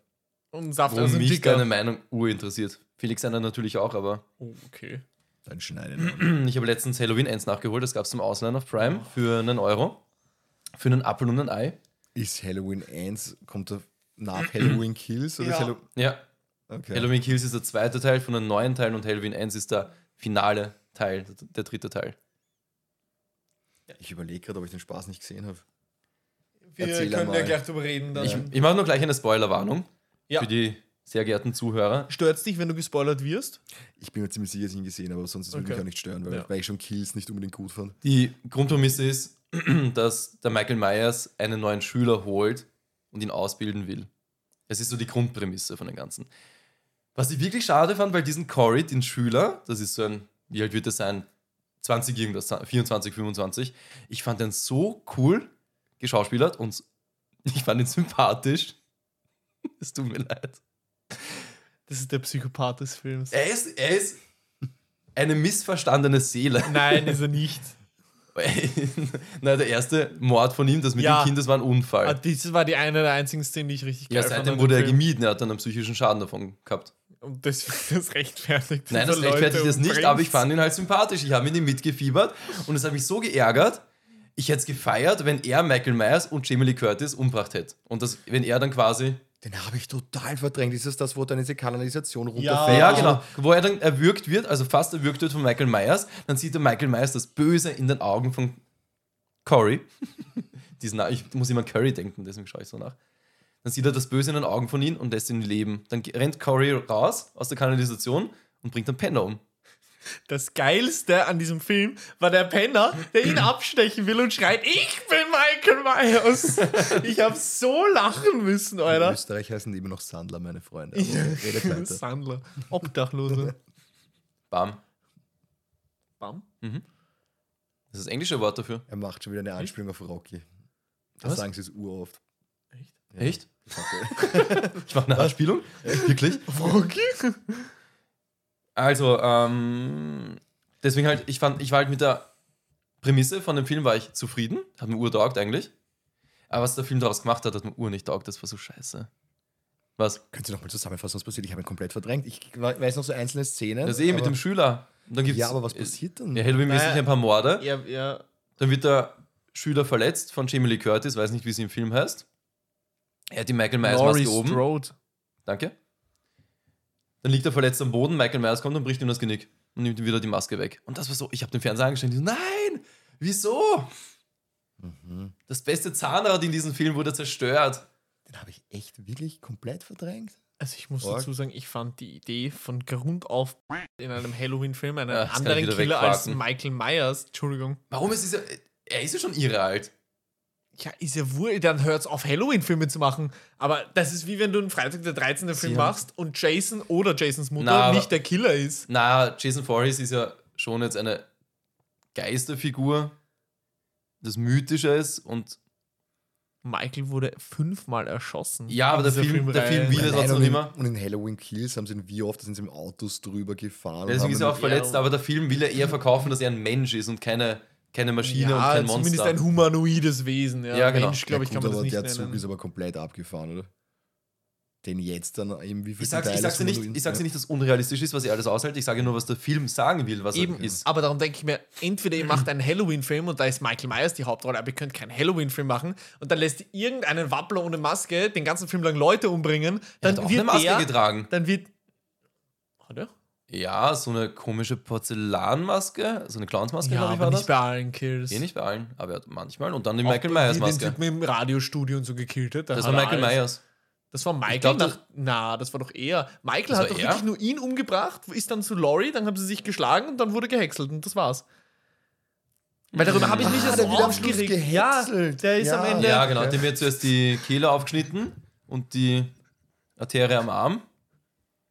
[SPEAKER 2] Und ein Saft
[SPEAKER 1] Wo
[SPEAKER 2] also ein
[SPEAKER 1] mich
[SPEAKER 2] dicker.
[SPEAKER 1] deine Meinung urinteressiert. Felix einer natürlich auch, aber (clears throat)
[SPEAKER 2] Oh, okay.
[SPEAKER 3] Dann schneiden. an.
[SPEAKER 1] ich habe letztens Halloween 1 nachgeholt. Das gab es zum Ausleihen auf Prime für einen Euro. Für einen Apfel und ein Ei.
[SPEAKER 3] Ist Halloween 1, kommt da (clears throat) nach Halloween Kills? Oder
[SPEAKER 2] Ja.
[SPEAKER 3] ist Hallo
[SPEAKER 1] Ja,
[SPEAKER 3] okay.
[SPEAKER 1] Halloween Kills ist der zweite Teil von den neuen Teilen und Halloween 1 ist der finale Teil, der dritte Teil.
[SPEAKER 3] Ich überlege gerade, ob ich den Spaß nicht gesehen habe.
[SPEAKER 2] Wir
[SPEAKER 3] Erzähl
[SPEAKER 2] können ja
[SPEAKER 3] einmal.
[SPEAKER 2] gleich drüber reden. Dann.
[SPEAKER 1] Ich, ich mache nur gleich eine Spoilerwarnung
[SPEAKER 2] Ja.
[SPEAKER 1] für die sehr geehrten Zuhörer.
[SPEAKER 2] Stört dich, wenn du gespoilert wirst?
[SPEAKER 3] Ich bin mir ziemlich sicher, dass ich ihn gesehen habe, aber sonst würde
[SPEAKER 2] Okay.
[SPEAKER 3] mich auch nicht stören, weil,
[SPEAKER 2] Ja.
[SPEAKER 3] weil ich schon Kills nicht unbedingt gut fand.
[SPEAKER 1] Die Grundprämisse ist, (clears throat) dass der Michael Myers einen neuen Schüler holt und ihn ausbilden will. Das ist so die Grundprämisse von dem Ganzen. Was ich wirklich schade fand, weil diesen Corey, den Schüler, das ist so ein, wie alt wird er sein? 20 irgendwas, 24, 25. Ich fand den so cool geschauspielert und (laughs) ich fand ihn sympathisch. (laughs) Es tut mir leid.
[SPEAKER 2] Das ist der Psychopath des Films.
[SPEAKER 1] Er ist, er ist eine missverstandene Seele.
[SPEAKER 2] Nein, ist er also nicht.
[SPEAKER 1] Na, der erste Mord von ihm, das mit
[SPEAKER 2] Ja.
[SPEAKER 1] dem Kind, das war ein Unfall.
[SPEAKER 2] Ah, Diese war die eine der einzigen Szenen, die ich richtig
[SPEAKER 1] ja,
[SPEAKER 2] geil fand
[SPEAKER 1] seitdem
[SPEAKER 2] an
[SPEAKER 1] wurde er
[SPEAKER 2] dem Film.
[SPEAKER 1] gemieden, er hat dann einen psychischen Schaden davon gehabt.
[SPEAKER 2] Und das, das rechtfertigt
[SPEAKER 1] Nein, das
[SPEAKER 2] diese Leute
[SPEAKER 1] rechtfertigt das nicht, aber ich
[SPEAKER 2] umbringt.
[SPEAKER 1] fand ihn halt sympathisch. Ich habe mit ihm mitgefiebert und es hat mich so geärgert. Ich hätte es gefeiert, wenn er Michael Myers und Jamie Lee Curtis umbracht hätte. Und das, wenn er dann quasi.
[SPEAKER 3] Den habe ich total verdrängt. Ist das das, wo dann diese Kanalisation runterfällt?
[SPEAKER 1] Ja,
[SPEAKER 2] Ah.
[SPEAKER 1] genau. Wo er dann erwürgt wird, also fast erwürgt wird von Michael Myers, dann sieht er Michael Myers das Böse in den Augen von Corey. (laughs) Diesen, ich muss immer an Curry denken, deswegen schaue ich so nach. Dann sieht er das Böse in den Augen von ihm und lässt ihn leben. Dann ge- rennt Corey raus aus der Kanalisation und bringt dann Penner um.
[SPEAKER 2] Das Geilste an diesem Film war der Penner,
[SPEAKER 1] (clears throat)
[SPEAKER 2] der ihn abstechen will und schreit: Ich bin
[SPEAKER 1] (laughs)
[SPEAKER 2] Michael Myers! Ich habe so lachen müssen,
[SPEAKER 3] In
[SPEAKER 2] Alter.
[SPEAKER 3] Österreich heißen die immer noch Sandler, meine Freunde. Aber
[SPEAKER 1] (laughs)
[SPEAKER 3] redet weiter.
[SPEAKER 2] (laughs) Sandler. Obdachlose.
[SPEAKER 1] Bam.
[SPEAKER 2] Bam.
[SPEAKER 1] Das ist das englische Wort dafür.
[SPEAKER 3] Er macht schon wieder eine Anspielung auf Rocky. Da
[SPEAKER 1] Was?
[SPEAKER 3] sagen sie es uroft.
[SPEAKER 2] Echt?
[SPEAKER 3] Ja.
[SPEAKER 1] Echt? Ich mache eine Anspielung. (laughs) Wirklich?
[SPEAKER 2] Okay.
[SPEAKER 1] Also, ähm, deswegen halt, ich fand, ich war halt mit der Prämisse von dem Film war ich zufrieden, hat mir urtaugt eigentlich. Aber was der Film daraus gemacht hat, hat mir ur nicht taugt, das war so scheiße. Was?
[SPEAKER 3] (laughs) Könntest du nochmal zusammenfassen, was passiert? Ich habe ihn komplett verdrängt. Ich weiß noch so einzelne Szenen.
[SPEAKER 1] Das ist eh mit
[SPEAKER 3] aber-
[SPEAKER 1] dem Schüler. Und dann gibt's, äh,
[SPEAKER 3] Ja, aber was passiert dann?
[SPEAKER 1] Ja, Halloween-mäßig
[SPEAKER 2] Naja.
[SPEAKER 1] ein paar Morde.
[SPEAKER 2] Ja, ja.
[SPEAKER 1] Dann wird der Schüler verletzt von Jamie Lee Curtis, weiß nicht, wie sie im Film heißt. Er hat die Michael Myers-Maske oben.
[SPEAKER 2] Strode.
[SPEAKER 1] Danke. Dann liegt er verletzt am Boden, Michael Myers kommt und bricht ihm das Genick und nimmt ihm wieder die Maske weg. Und das war so, ich habe den Fernseher angestellt. Ich so, nein, wieso?
[SPEAKER 3] Mhm.
[SPEAKER 1] Das beste Zahnrad in diesem Film wurde zerstört.
[SPEAKER 3] Den habe ich echt wirklich komplett verdrängt.
[SPEAKER 2] Also ich muss
[SPEAKER 3] Org.
[SPEAKER 2] dazu sagen, ich fand die Idee von Grund auf in einem Halloween-Film einen
[SPEAKER 1] Ja, das Ah, kann ich
[SPEAKER 2] anderen
[SPEAKER 1] wieder
[SPEAKER 2] Killer als
[SPEAKER 1] wegquaken.
[SPEAKER 2] Michael Myers. Entschuldigung.
[SPEAKER 1] Warum ist dieser. Er ist ja schon irre alt.
[SPEAKER 2] Ja, ist ja wohl, dann hört's auf, Halloween-Filme zu machen. Aber das ist wie wenn du einen Freitag der 13. Film
[SPEAKER 3] haben-
[SPEAKER 2] machst und Jason oder Jasons Mutter
[SPEAKER 1] Na, aber-
[SPEAKER 2] nicht der Killer ist.
[SPEAKER 1] Na, Jason Voorhees ist ja schon jetzt eine Geisterfigur, das mythischer ist und.
[SPEAKER 2] Michael wurde fünfmal erschossen.
[SPEAKER 1] Ja, aber
[SPEAKER 2] in
[SPEAKER 1] der
[SPEAKER 2] dieser
[SPEAKER 1] Film- der
[SPEAKER 2] Filmreihe.
[SPEAKER 1] Film wieder-
[SPEAKER 3] Nein,
[SPEAKER 1] sonst
[SPEAKER 3] und,
[SPEAKER 1] noch
[SPEAKER 3] in,
[SPEAKER 1] immer?
[SPEAKER 3] und in Halloween Kills haben sie ihn wie oft, da sind sie im Autos drüber gefahren.
[SPEAKER 1] Deswegen
[SPEAKER 3] und
[SPEAKER 1] ist
[SPEAKER 3] haben
[SPEAKER 1] er auch
[SPEAKER 3] ihn-
[SPEAKER 1] verletzt,
[SPEAKER 2] Ja.
[SPEAKER 1] aber der Film will ja eher verkaufen, dass er ein Mensch ist und keine, keine Maschine
[SPEAKER 2] ja,
[SPEAKER 1] und kein
[SPEAKER 2] zumindest
[SPEAKER 1] Monster.
[SPEAKER 2] ein humanoides Wesen. Ja,
[SPEAKER 1] Ja, genau.
[SPEAKER 2] Mensch, glaube ich,
[SPEAKER 3] Ja,
[SPEAKER 2] kann
[SPEAKER 3] gut,
[SPEAKER 2] man das
[SPEAKER 3] aber
[SPEAKER 2] nicht
[SPEAKER 3] der
[SPEAKER 2] nennen.
[SPEAKER 3] Zug ist aber komplett abgefahren, oder? Den jetzt dann eben wie viel
[SPEAKER 1] Ich sag's, ich, sag's dir nicht, ich sag's dir nicht, dass unrealistisch ist, was ihr alles aushält. Ich sage nur, was der Film sagen will, was
[SPEAKER 2] Eben,
[SPEAKER 1] er ist.
[SPEAKER 2] aber darum denke ich mir, entweder ihr macht einen Halloween-Film und da ist Michael Myers die Hauptrolle, aber ihr könnt keinen Halloween-Film machen und dann lässt irgendeinen Wappler ohne Maske den ganzen Film lang Leute umbringen,
[SPEAKER 1] Er
[SPEAKER 2] dann
[SPEAKER 1] hat auch eine
[SPEAKER 2] wird
[SPEAKER 1] Maske
[SPEAKER 2] der,
[SPEAKER 1] getragen.
[SPEAKER 2] dann wird... Hat er?
[SPEAKER 1] Ja, so eine komische Porzellanmaske, so eine Clownsmaske,
[SPEAKER 2] Ja,
[SPEAKER 1] glaube ich,
[SPEAKER 2] aber
[SPEAKER 1] war
[SPEAKER 2] nicht
[SPEAKER 1] das.
[SPEAKER 2] bei allen Kills.
[SPEAKER 1] Eh nicht bei allen, aber er hat manchmal. Und dann die
[SPEAKER 2] Auch
[SPEAKER 1] Michael
[SPEAKER 2] wie Den
[SPEAKER 1] Myers-Maske.
[SPEAKER 2] Typen im Radiostudio und so gekillt hat. da
[SPEAKER 1] Das war
[SPEAKER 2] hat er
[SPEAKER 1] Michael
[SPEAKER 2] alles-
[SPEAKER 1] Myers.
[SPEAKER 2] Das war Michael.
[SPEAKER 1] glaub,
[SPEAKER 2] nach,
[SPEAKER 1] das-
[SPEAKER 2] na, das war doch er. Michael
[SPEAKER 1] Das
[SPEAKER 2] hat
[SPEAKER 1] war
[SPEAKER 2] doch
[SPEAKER 1] er?
[SPEAKER 2] wirklich nur ihn umgebracht, ist dann zu Laurie, dann haben sie sich geschlagen und dann wurde gehäckselt und das war's. Weil darüber habe ich mich
[SPEAKER 3] Ah,
[SPEAKER 2] ja
[SPEAKER 3] der
[SPEAKER 2] so
[SPEAKER 3] wird am Schluss
[SPEAKER 2] aufgeregt. Ja,
[SPEAKER 3] gehäckselt.
[SPEAKER 2] der ist
[SPEAKER 3] Ja.
[SPEAKER 2] am Ende.
[SPEAKER 1] Hm. Ja, genau. Dem wird zuerst die Kehle aufgeschnitten und die Arterie am Arm.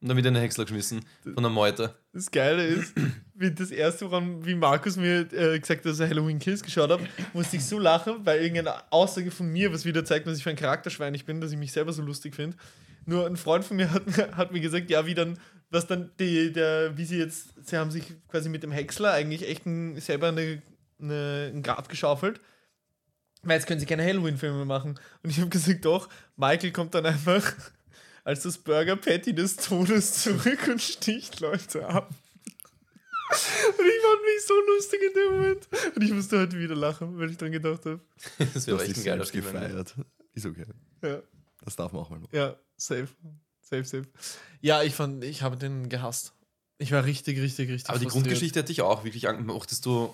[SPEAKER 1] Und dann wieder in den Häcksler geschmissen von der Meute. (laughs)
[SPEAKER 2] Das Geile ist, wie das erste, woran wie Markus mir äh, gesagt hat, dass er Halloween Kills geschaut hat, musste ich so lachen, weil irgendeine Aussage von mir, was wieder zeigt, was ich für ein Charakterschwein ich bin, dass ich mich selber so lustig finde. Nur ein Freund von mir hat, hat mir gesagt, ja, wie dann, was dann die, der, wie sie jetzt, sie haben sich quasi mit dem Häcksler eigentlich echt ein, selber eine, eine, ein Grab geschaufelt. Weil jetzt können sie keine Halloween-Filme machen. Und ich habe gesagt, doch, Michael kommt dann einfach als das Burger Patty des Todes zurück und sticht Leute ab. Und ich fand mich so lustig in dem Moment. Und ich musste heute wieder lachen, weil ich dran gedacht habe.
[SPEAKER 1] Das
[SPEAKER 3] Du
[SPEAKER 1] wäre
[SPEAKER 3] hast
[SPEAKER 1] echt
[SPEAKER 3] dich
[SPEAKER 1] ein geiler
[SPEAKER 3] selbst
[SPEAKER 1] Film. wenn-
[SPEAKER 3] gefeiert. Ist okay.
[SPEAKER 2] Ja,
[SPEAKER 3] Das darf man auch
[SPEAKER 1] (laughs)
[SPEAKER 3] mal machen.
[SPEAKER 2] ja, safe. Safe, safe. Ja, ich fand, ich habe den gehasst. Ich war richtig, richtig, richtig.
[SPEAKER 1] Aber die
[SPEAKER 2] frustriert.
[SPEAKER 1] Grundgeschichte hätte ich auch wirklich angst. Mochtest du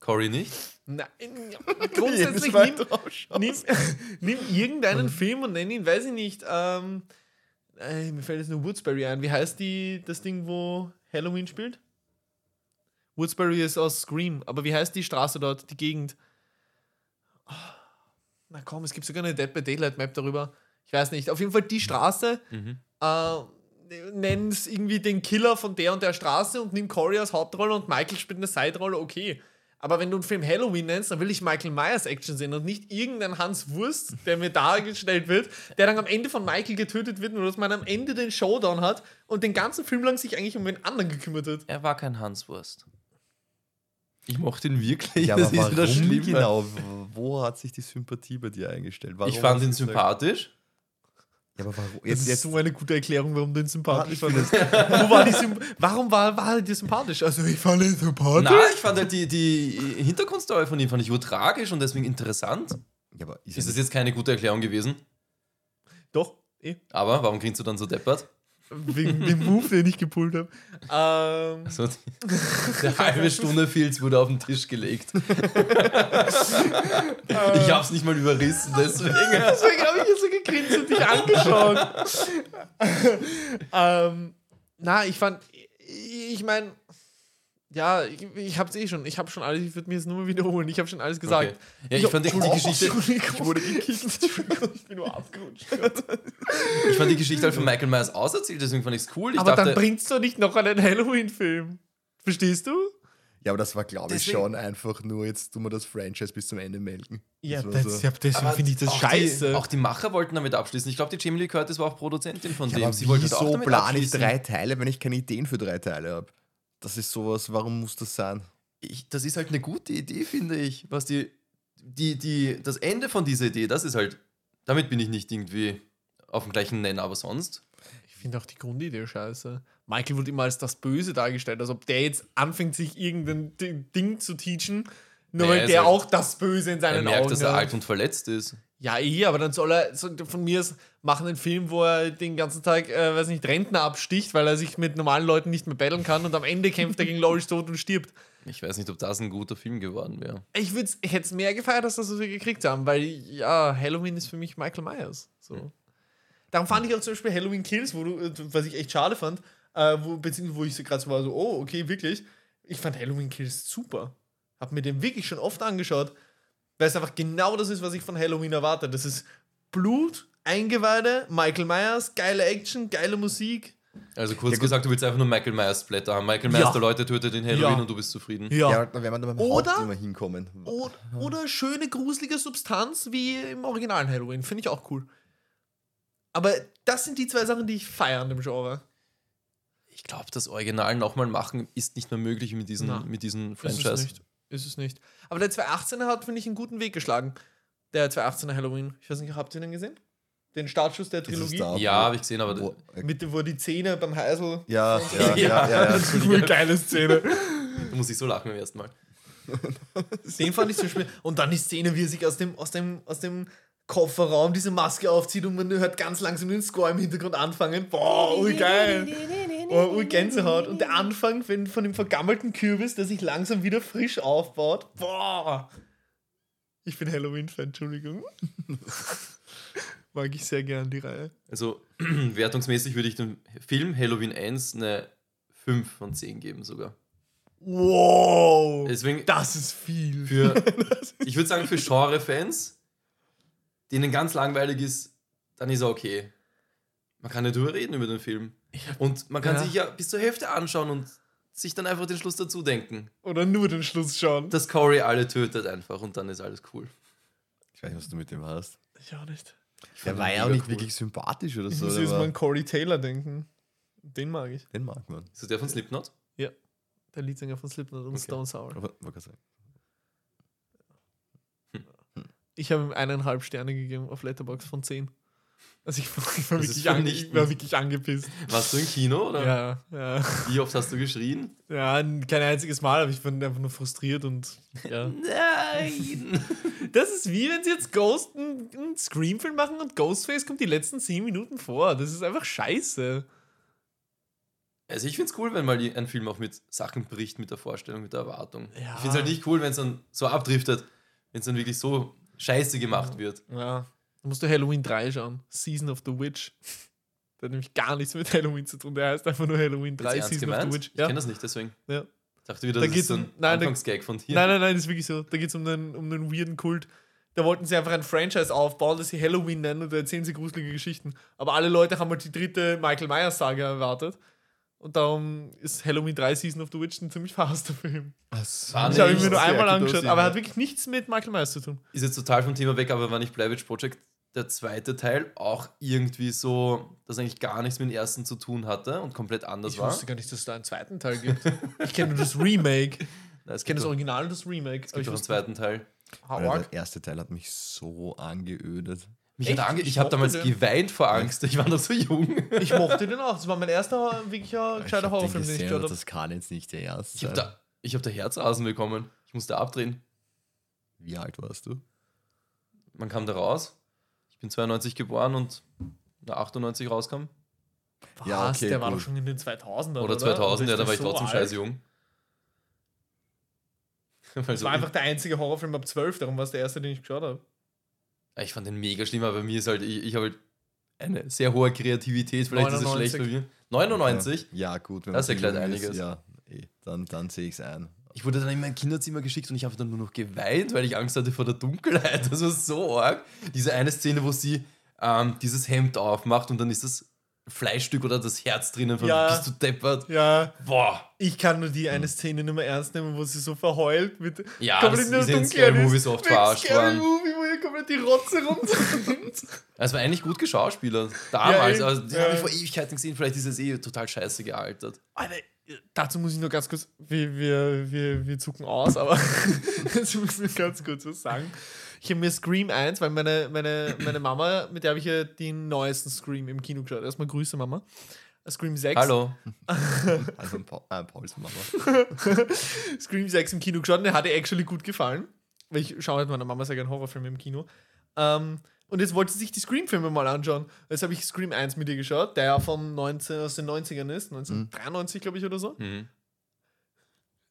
[SPEAKER 1] Corey nicht?
[SPEAKER 3] (laughs)
[SPEAKER 2] Nein, ja,
[SPEAKER 3] Jedes
[SPEAKER 2] grundsätzlich
[SPEAKER 3] Mal
[SPEAKER 2] nimm, nimm, nimm (laughs) irgendeinen Film und nenn ihn, weiß ich nicht. Ähm, äh, mir fällt jetzt nur Woodsbury ein. Wie heißt die, das Ding, wo Halloween spielt? Woodsbury ist aus Scream, aber wie heißt die Straße dort, die Gegend? Ah, Na komm, es gibt sogar eine Dead by Daylight Map darüber. Ich weiß nicht. Auf jeden Fall die Straße. Äh, nenn's irgendwie den Killer von der und der Straße und nimm Corey als Hauptrolle und Michael spielt eine Siderolle, okay. Aber wenn du einen Film Halloween nennst, dann will ich Michael Myers Action sehen und nicht irgendeinen Hans Wurst, der mir dargestellt wird, der dann am Ende von Michael getötet wird, nur dass man am Ende den Showdown hat und den ganzen Film lang sich eigentlich um den anderen gekümmert hat.
[SPEAKER 1] Er war kein Hanswurst. Ich mochte ihn wirklich.
[SPEAKER 3] Ja,
[SPEAKER 1] das
[SPEAKER 3] aber
[SPEAKER 1] ist das
[SPEAKER 3] warum
[SPEAKER 1] Schlimme.
[SPEAKER 3] genau? W- Wo hat sich die Sympathie bei dir eingestellt? Warum
[SPEAKER 1] Ich fand
[SPEAKER 3] hast
[SPEAKER 1] ihn
[SPEAKER 3] du gesagt-
[SPEAKER 1] sympathisch.
[SPEAKER 3] Ja, aber warum?
[SPEAKER 2] Das
[SPEAKER 3] Jetzt,
[SPEAKER 2] ist
[SPEAKER 3] jetzt,
[SPEAKER 2] so eine gute Erklärung, warum du ihn sympathisch
[SPEAKER 3] Ich find
[SPEAKER 2] fandest. Wo war die Symp Warum war, war er dir sympathisch? Also, ich fand ihn sympathisch.
[SPEAKER 1] Na, ich fand halt die, die Hintergrundstory von ihm fand ich urtragisch und deswegen interessant.
[SPEAKER 3] ja, aber ist,
[SPEAKER 1] Ist
[SPEAKER 3] er
[SPEAKER 1] das jetzt keine gute Erklärung gewesen?
[SPEAKER 2] Doch, eh.
[SPEAKER 1] Aber warum grinst du dann so deppert?
[SPEAKER 2] Wegen dem Move, den ich gepult habe. Ähm,
[SPEAKER 1] So, Also die, eine halbe Stunde Filz wurde auf den Tisch gelegt. ich hab's nicht mal überrissen, deswegen.
[SPEAKER 2] Deswegen habe ich hier so gegrinst und dich angeschaut. ähm, na, ich fand, ich meine, ja, ich, ich hab's eh schon, ich habe schon alles, ich würde mir jetzt nur mal wiederholen, ich habe schon alles gesagt.
[SPEAKER 1] Okay. Ja, ich fand die, die Geschichte,
[SPEAKER 2] ich wurde gekickt. Entschuldigung, ich bin nur abgerutscht.
[SPEAKER 1] ich fand die Geschichte halt von Michael Myers auserzählt, deswegen fand ich's cool. Ich
[SPEAKER 2] Aber dann
[SPEAKER 1] dachte,
[SPEAKER 2] bringst du nicht noch einen Halloween-Film. Verstehst du?
[SPEAKER 3] ja, aber das war, glaube ich,
[SPEAKER 1] Deswegen-
[SPEAKER 3] schon einfach nur, jetzt tun wir das Franchise bis zum Ende melken. war so.
[SPEAKER 2] deswegen
[SPEAKER 1] Aber auch Die, auch die Macher wollten damit abschließen. Ich glaube, die Jamie Lee Curtis war auch Produzentin von
[SPEAKER 3] Ja,
[SPEAKER 1] dem.
[SPEAKER 3] aber
[SPEAKER 1] Sie wollte das auch
[SPEAKER 3] wieso
[SPEAKER 1] damit
[SPEAKER 3] plane ich
[SPEAKER 1] abschließen.
[SPEAKER 3] drei Teile, wenn ich keine Ideen für drei Teile habe? Das ist sowas, warum muss das sein?
[SPEAKER 1] ich, das ist halt eine gute Idee, finde ich. Was die, die, die, das Ende von dieser Idee, das ist halt, damit bin ich nicht irgendwie auf dem gleichen Nenner, aber sonst.
[SPEAKER 2] Ich finde auch die Grundidee scheiße. Michael wurde immer als das Böse dargestellt, als ob der jetzt anfängt, sich irgendein D- Ding zu teachen, nur
[SPEAKER 1] Naja,
[SPEAKER 2] weil
[SPEAKER 1] ist
[SPEAKER 2] der
[SPEAKER 1] halt-
[SPEAKER 2] auch das Böse in
[SPEAKER 1] Er
[SPEAKER 2] seinen
[SPEAKER 1] merkt,
[SPEAKER 2] Augen
[SPEAKER 1] dass er
[SPEAKER 2] hat.
[SPEAKER 1] alt und verletzt ist.
[SPEAKER 2] Ja, eh, aber dann soll er so, von mir aus machen einen Film, wo er den ganzen Tag, äh, weiß nicht, Rentner absticht, weil er sich mit normalen Leuten nicht mehr battlen kann und am Ende kämpft er gegen Laurie tot und stirbt.
[SPEAKER 1] Ich weiß nicht, ob das ein guter Film geworden wäre.
[SPEAKER 2] Ich, würd's- ich hätte es mehr gefeiert, als das, was wir gekriegt haben, weil ja, Halloween ist für mich Michael Myers. So. Darum fand ich auch zum Beispiel Halloween Kills, wo du, äh, was ich echt schade fand, äh, wo, beziehungsweise wo ich so gerade so war, so, oh, okay, wirklich. Ich fand Halloween Kills super. Hab mir den wirklich schon oft angeschaut, weil es einfach genau das ist, was ich von Halloween erwarte. Das ist Blut, Eingeweide, Michael Myers, geile Action, geile Musik.
[SPEAKER 1] Also kurz
[SPEAKER 3] Ja, gut.
[SPEAKER 1] gesagt, du willst einfach nur Michael Myers Blätter haben. Michael Myers,
[SPEAKER 2] Ja.
[SPEAKER 1] der Leute tötet in Halloween
[SPEAKER 2] Ja.
[SPEAKER 1] und du bist zufrieden.
[SPEAKER 3] Ja, aber dann werden wir beim
[SPEAKER 2] Oder-
[SPEAKER 3] Hauptthema hinkommen.
[SPEAKER 2] O- Oder schöne, gruselige Substanz wie im originalen Halloween. Finde ich auch cool. Aber das sind die zwei Sachen, die ich feiere an dem Genre.
[SPEAKER 1] Ich glaube, das Original nochmal machen ist nicht mehr möglich mit
[SPEAKER 2] Na,
[SPEAKER 1] diesem mit diesen Franchise.
[SPEAKER 2] nicht. Ist es nicht. Aber der 2018er hat, finde ich, einen guten Weg geschlagen. Der 2018er Halloween. Ich weiß nicht, habt ihr den gesehen? Den Startschuss der
[SPEAKER 3] es
[SPEAKER 2] Trilogie.
[SPEAKER 3] da?
[SPEAKER 1] Ja, habe ich gesehen, aber
[SPEAKER 3] Wo- äh,
[SPEAKER 2] Mit dem, wo die Zähne beim Heisel.
[SPEAKER 3] Ja, ja, ja,
[SPEAKER 1] Ja.
[SPEAKER 3] ja, ja,
[SPEAKER 2] (laughs) Das ist eine geile Szene.
[SPEAKER 1] da muss ich so lachen beim ersten Mal.
[SPEAKER 2] Den fand ich so schlimm. Und dann die Szene, wie er sich aus dem, aus dem, aus dem Kofferraum diese Maske aufzieht und man hört ganz langsam den Score im Hintergrund anfangen. Boah, ui geil. Oh, ui Gänsehaut. Und der Anfang wenn, von dem vergammelten Kürbis, der sich langsam wieder frisch aufbaut. Boah. Ich bin Halloween-Fan, Entschuldigung. (laughs) Mag ich sehr gern die Reihe.
[SPEAKER 1] Also (clears throat) wertungsmäßig würde ich dem Film Halloween 1 eine 5 von 10 geben sogar.
[SPEAKER 2] Wow.
[SPEAKER 1] Deswegen
[SPEAKER 2] Das ist viel. (laughs)
[SPEAKER 1] für, ich würde sagen, für Genre-Fans, denen ganz langweilig ist, dann ist er okay. Man kann ja drüber reden über den Film. Und man kann
[SPEAKER 2] Ja.
[SPEAKER 1] sich ja bis zur Hälfte anschauen und sich dann einfach den Schluss dazu denken.
[SPEAKER 2] Oder nur den Schluss schauen.
[SPEAKER 1] Dass Corey alle tötet einfach und dann ist alles cool.
[SPEAKER 3] Ich weiß nicht, was du mit dem hast.
[SPEAKER 2] Ich auch nicht.
[SPEAKER 3] Der
[SPEAKER 1] fand
[SPEAKER 3] war
[SPEAKER 1] ihn
[SPEAKER 3] ja auch
[SPEAKER 1] mega
[SPEAKER 3] nicht
[SPEAKER 1] cool.
[SPEAKER 3] wirklich sympathisch oder
[SPEAKER 2] Ich
[SPEAKER 3] so.
[SPEAKER 2] muss
[SPEAKER 3] der
[SPEAKER 2] jetzt mal
[SPEAKER 3] war-
[SPEAKER 2] an Corey Taylor denken. Den mag ich.
[SPEAKER 3] Den mag man.
[SPEAKER 1] Ist das der von Slipknot?
[SPEAKER 2] Der Leadsänger von Slipknot und
[SPEAKER 1] Okay.
[SPEAKER 2] Stone Sour.
[SPEAKER 3] Aber, wollte grad sagen.
[SPEAKER 2] Ich habe ihm eineinhalb Sterne gegeben auf Letterbox von zehn. Also ich, war- ich, war,
[SPEAKER 1] Das ist
[SPEAKER 2] wirklich ange- ich
[SPEAKER 1] vernichtend.
[SPEAKER 2] war wirklich angepisst.
[SPEAKER 1] Warst du im Kino oder
[SPEAKER 2] Ja, ja.
[SPEAKER 1] wie oft hast du geschrien?
[SPEAKER 2] Ja, n- kein einziges Mal, aber ich bin einfach nur frustriert und
[SPEAKER 1] (laughs)
[SPEAKER 2] ja.
[SPEAKER 1] Nein!
[SPEAKER 2] Das ist wie wenn sie jetzt Ghost einen, einen Screamfilm machen und Ghostface kommt die letzten 10 Minuten vor. Das ist einfach scheiße.
[SPEAKER 1] Also ich find's cool, wenn mal ein Film auch mit Sachen bricht, mit der Vorstellung, mit der Erwartung.
[SPEAKER 2] Ja.
[SPEAKER 1] Ich find's halt nicht cool, wenn es dann so abdriftet, wenn es dann wirklich so scheiße gemacht wird.
[SPEAKER 2] Ja. Da musst du Halloween 3 schauen. Season of the Witch. (laughs) Der hat nämlich gar nichts mit Halloween zu tun. Der heißt einfach nur Halloween
[SPEAKER 1] Jetzt
[SPEAKER 2] 3
[SPEAKER 1] ernst
[SPEAKER 2] Season
[SPEAKER 1] gemeint?
[SPEAKER 2] of the Witch.
[SPEAKER 1] Ich kenn das nicht, deswegen.
[SPEAKER 2] Ja.
[SPEAKER 1] Ich dachte wieder,
[SPEAKER 2] Da
[SPEAKER 1] das
[SPEAKER 2] geht's
[SPEAKER 1] ist so ein
[SPEAKER 2] um- nein, da-
[SPEAKER 1] Anfangsgag von dir.
[SPEAKER 2] Nein, nein, nein, das ist wirklich so. Da geht es um einen, um einen weirden Kult. Da wollten sie einfach ein Franchise aufbauen, das sie Halloween nennen und da erzählen sie gruselige Geschichten. Aber alle Leute haben halt die dritte Michael Myers-Saga erwartet. Und darum ist Halloween 3 Season of the Witch ein ziemlich verhasster Film.
[SPEAKER 1] Ah,
[SPEAKER 2] Ich
[SPEAKER 1] nee,
[SPEAKER 2] habe ihn
[SPEAKER 1] ist sehr
[SPEAKER 2] mir nur
[SPEAKER 1] ne?
[SPEAKER 2] einmal angeschaut, aber er hat wirklich nichts mit Michael Myers zu tun.
[SPEAKER 1] Ist jetzt total vom Thema weg, aber war nicht Blair Witch Project der zweite Teil auch irgendwie so, dass eigentlich gar nichts mit dem ersten zu tun hatte und komplett anders war?
[SPEAKER 2] (laughs) gar nicht, dass es da einen zweiten Teil gibt. ich kenne nur das Remake.
[SPEAKER 1] Na, es
[SPEAKER 2] Ich
[SPEAKER 1] gibt
[SPEAKER 2] kenne das
[SPEAKER 1] doch-
[SPEAKER 2] Original und das Remake.
[SPEAKER 1] es gibt doch einen zweiten Teil.
[SPEAKER 3] Alter, der erste Teil hat mich so angeödet.
[SPEAKER 1] Mich
[SPEAKER 2] Echt?
[SPEAKER 1] hat ange
[SPEAKER 2] Ich
[SPEAKER 1] ich habe
[SPEAKER 2] mochte
[SPEAKER 1] damals
[SPEAKER 2] den.
[SPEAKER 1] geweint vor Angst. Ich war noch so
[SPEAKER 2] (laughs)
[SPEAKER 1] jung.
[SPEAKER 2] Ich mochte den auch. Das war mein erster wirklicher
[SPEAKER 3] Ich hab
[SPEAKER 2] gescheiter Horrorfilm, den ich
[SPEAKER 3] gesehen,
[SPEAKER 2] gehört
[SPEAKER 3] aber
[SPEAKER 2] habe.
[SPEAKER 3] das kann jetzt nicht der erste
[SPEAKER 1] Ich habe
[SPEAKER 3] sein.
[SPEAKER 1] da, ich hab da Herzrasen bekommen. Ich musste abdrehen.
[SPEAKER 3] Wie alt warst du?
[SPEAKER 1] Man kam da raus. Ich bin 92 geboren und nach 98 rauskam.
[SPEAKER 3] Ja, okay,
[SPEAKER 2] der war
[SPEAKER 3] gut.
[SPEAKER 2] doch schon in den 2000ern.
[SPEAKER 1] Oder
[SPEAKER 2] Und
[SPEAKER 1] 2000,
[SPEAKER 2] ist
[SPEAKER 1] ja, da war ich
[SPEAKER 2] so
[SPEAKER 1] trotzdem
[SPEAKER 2] alt?
[SPEAKER 1] scheiße jung. (laughs)
[SPEAKER 2] Das
[SPEAKER 1] Also
[SPEAKER 2] war einfach der einzige Horrorfilm ab 12, darum war es der erste, den ich geschaut habe.
[SPEAKER 1] Ah, ich, ich fand den mega schlimm, aber bei mir ist halt, ich, ich habe halt eine sehr hohe Kreativität, vielleicht ist es
[SPEAKER 2] 99.
[SPEAKER 1] schlecht bei mir. 99?
[SPEAKER 3] Okay. Ja, gut. Wenn
[SPEAKER 1] Das
[SPEAKER 3] man so
[SPEAKER 1] erklärt
[SPEAKER 3] jung ist,
[SPEAKER 1] einiges.
[SPEAKER 3] Ja, eh, dann, dann sehe ich es ein.
[SPEAKER 1] Ich wurde dann in mein Kinderzimmer geschickt und ich habe dann nur noch geweint, weil ich Angst hatte vor der Dunkelheit. (laughs) Das war so arg. Diese eine Szene, wo sie ähm, dieses Hemd aufmacht und dann ist das Fleischstück oder das Herz drinnen. Von,
[SPEAKER 2] Ja.
[SPEAKER 1] Bist du deppert?
[SPEAKER 2] Ja,
[SPEAKER 1] Boah.
[SPEAKER 2] ich kann nur die eine Szene nicht mehr ernst nehmen, wo sie so verheult mit
[SPEAKER 1] Ja,
[SPEAKER 2] komplett
[SPEAKER 1] das
[SPEAKER 2] in der
[SPEAKER 1] ist in
[SPEAKER 2] Dunkelheit
[SPEAKER 1] Scary
[SPEAKER 2] ist.
[SPEAKER 1] Movies oft
[SPEAKER 2] Wegen
[SPEAKER 1] verarscht
[SPEAKER 2] Scary
[SPEAKER 1] worden.
[SPEAKER 2] Movie, wo ihr komplett die Rotze runterkommt.
[SPEAKER 1] Es war eigentlich gut geschauspielert. Damals.
[SPEAKER 2] eben.
[SPEAKER 1] also, die
[SPEAKER 2] Ja.
[SPEAKER 1] habe ich vor Ewigkeiten gesehen. Vielleicht ist es eh total scheiße gealtert.
[SPEAKER 2] (laughs) Alter, dazu muss ich nur ganz kurz, wir, wir, wir, wir zucken aus, aber (laughs) dazu muss ich nur ganz kurz was sagen. Ich habe mir Scream 1, weil meine, meine, meine Mama, mit der habe ich ja den neuesten Scream im Kino geschaut. Erstmal Grüße, Mama. Scream 6.
[SPEAKER 1] Hallo.
[SPEAKER 3] Also ein Paul, äh, Pauls Mama.
[SPEAKER 1] (laughs)
[SPEAKER 2] Scream 6 im Kino geschaut und der hat ihr actually gut gefallen. Weil ich schaue mit meiner Mama sehr gerne Horrorfilme im Kino. Ähm, und jetzt wollte sie sich die Scream-Filme mal anschauen. Jetzt habe ich Scream 1 mit ihr geschaut, der ja von 19, aus den 90ern ist, 1993, glaube ich, oder so.
[SPEAKER 1] Hm.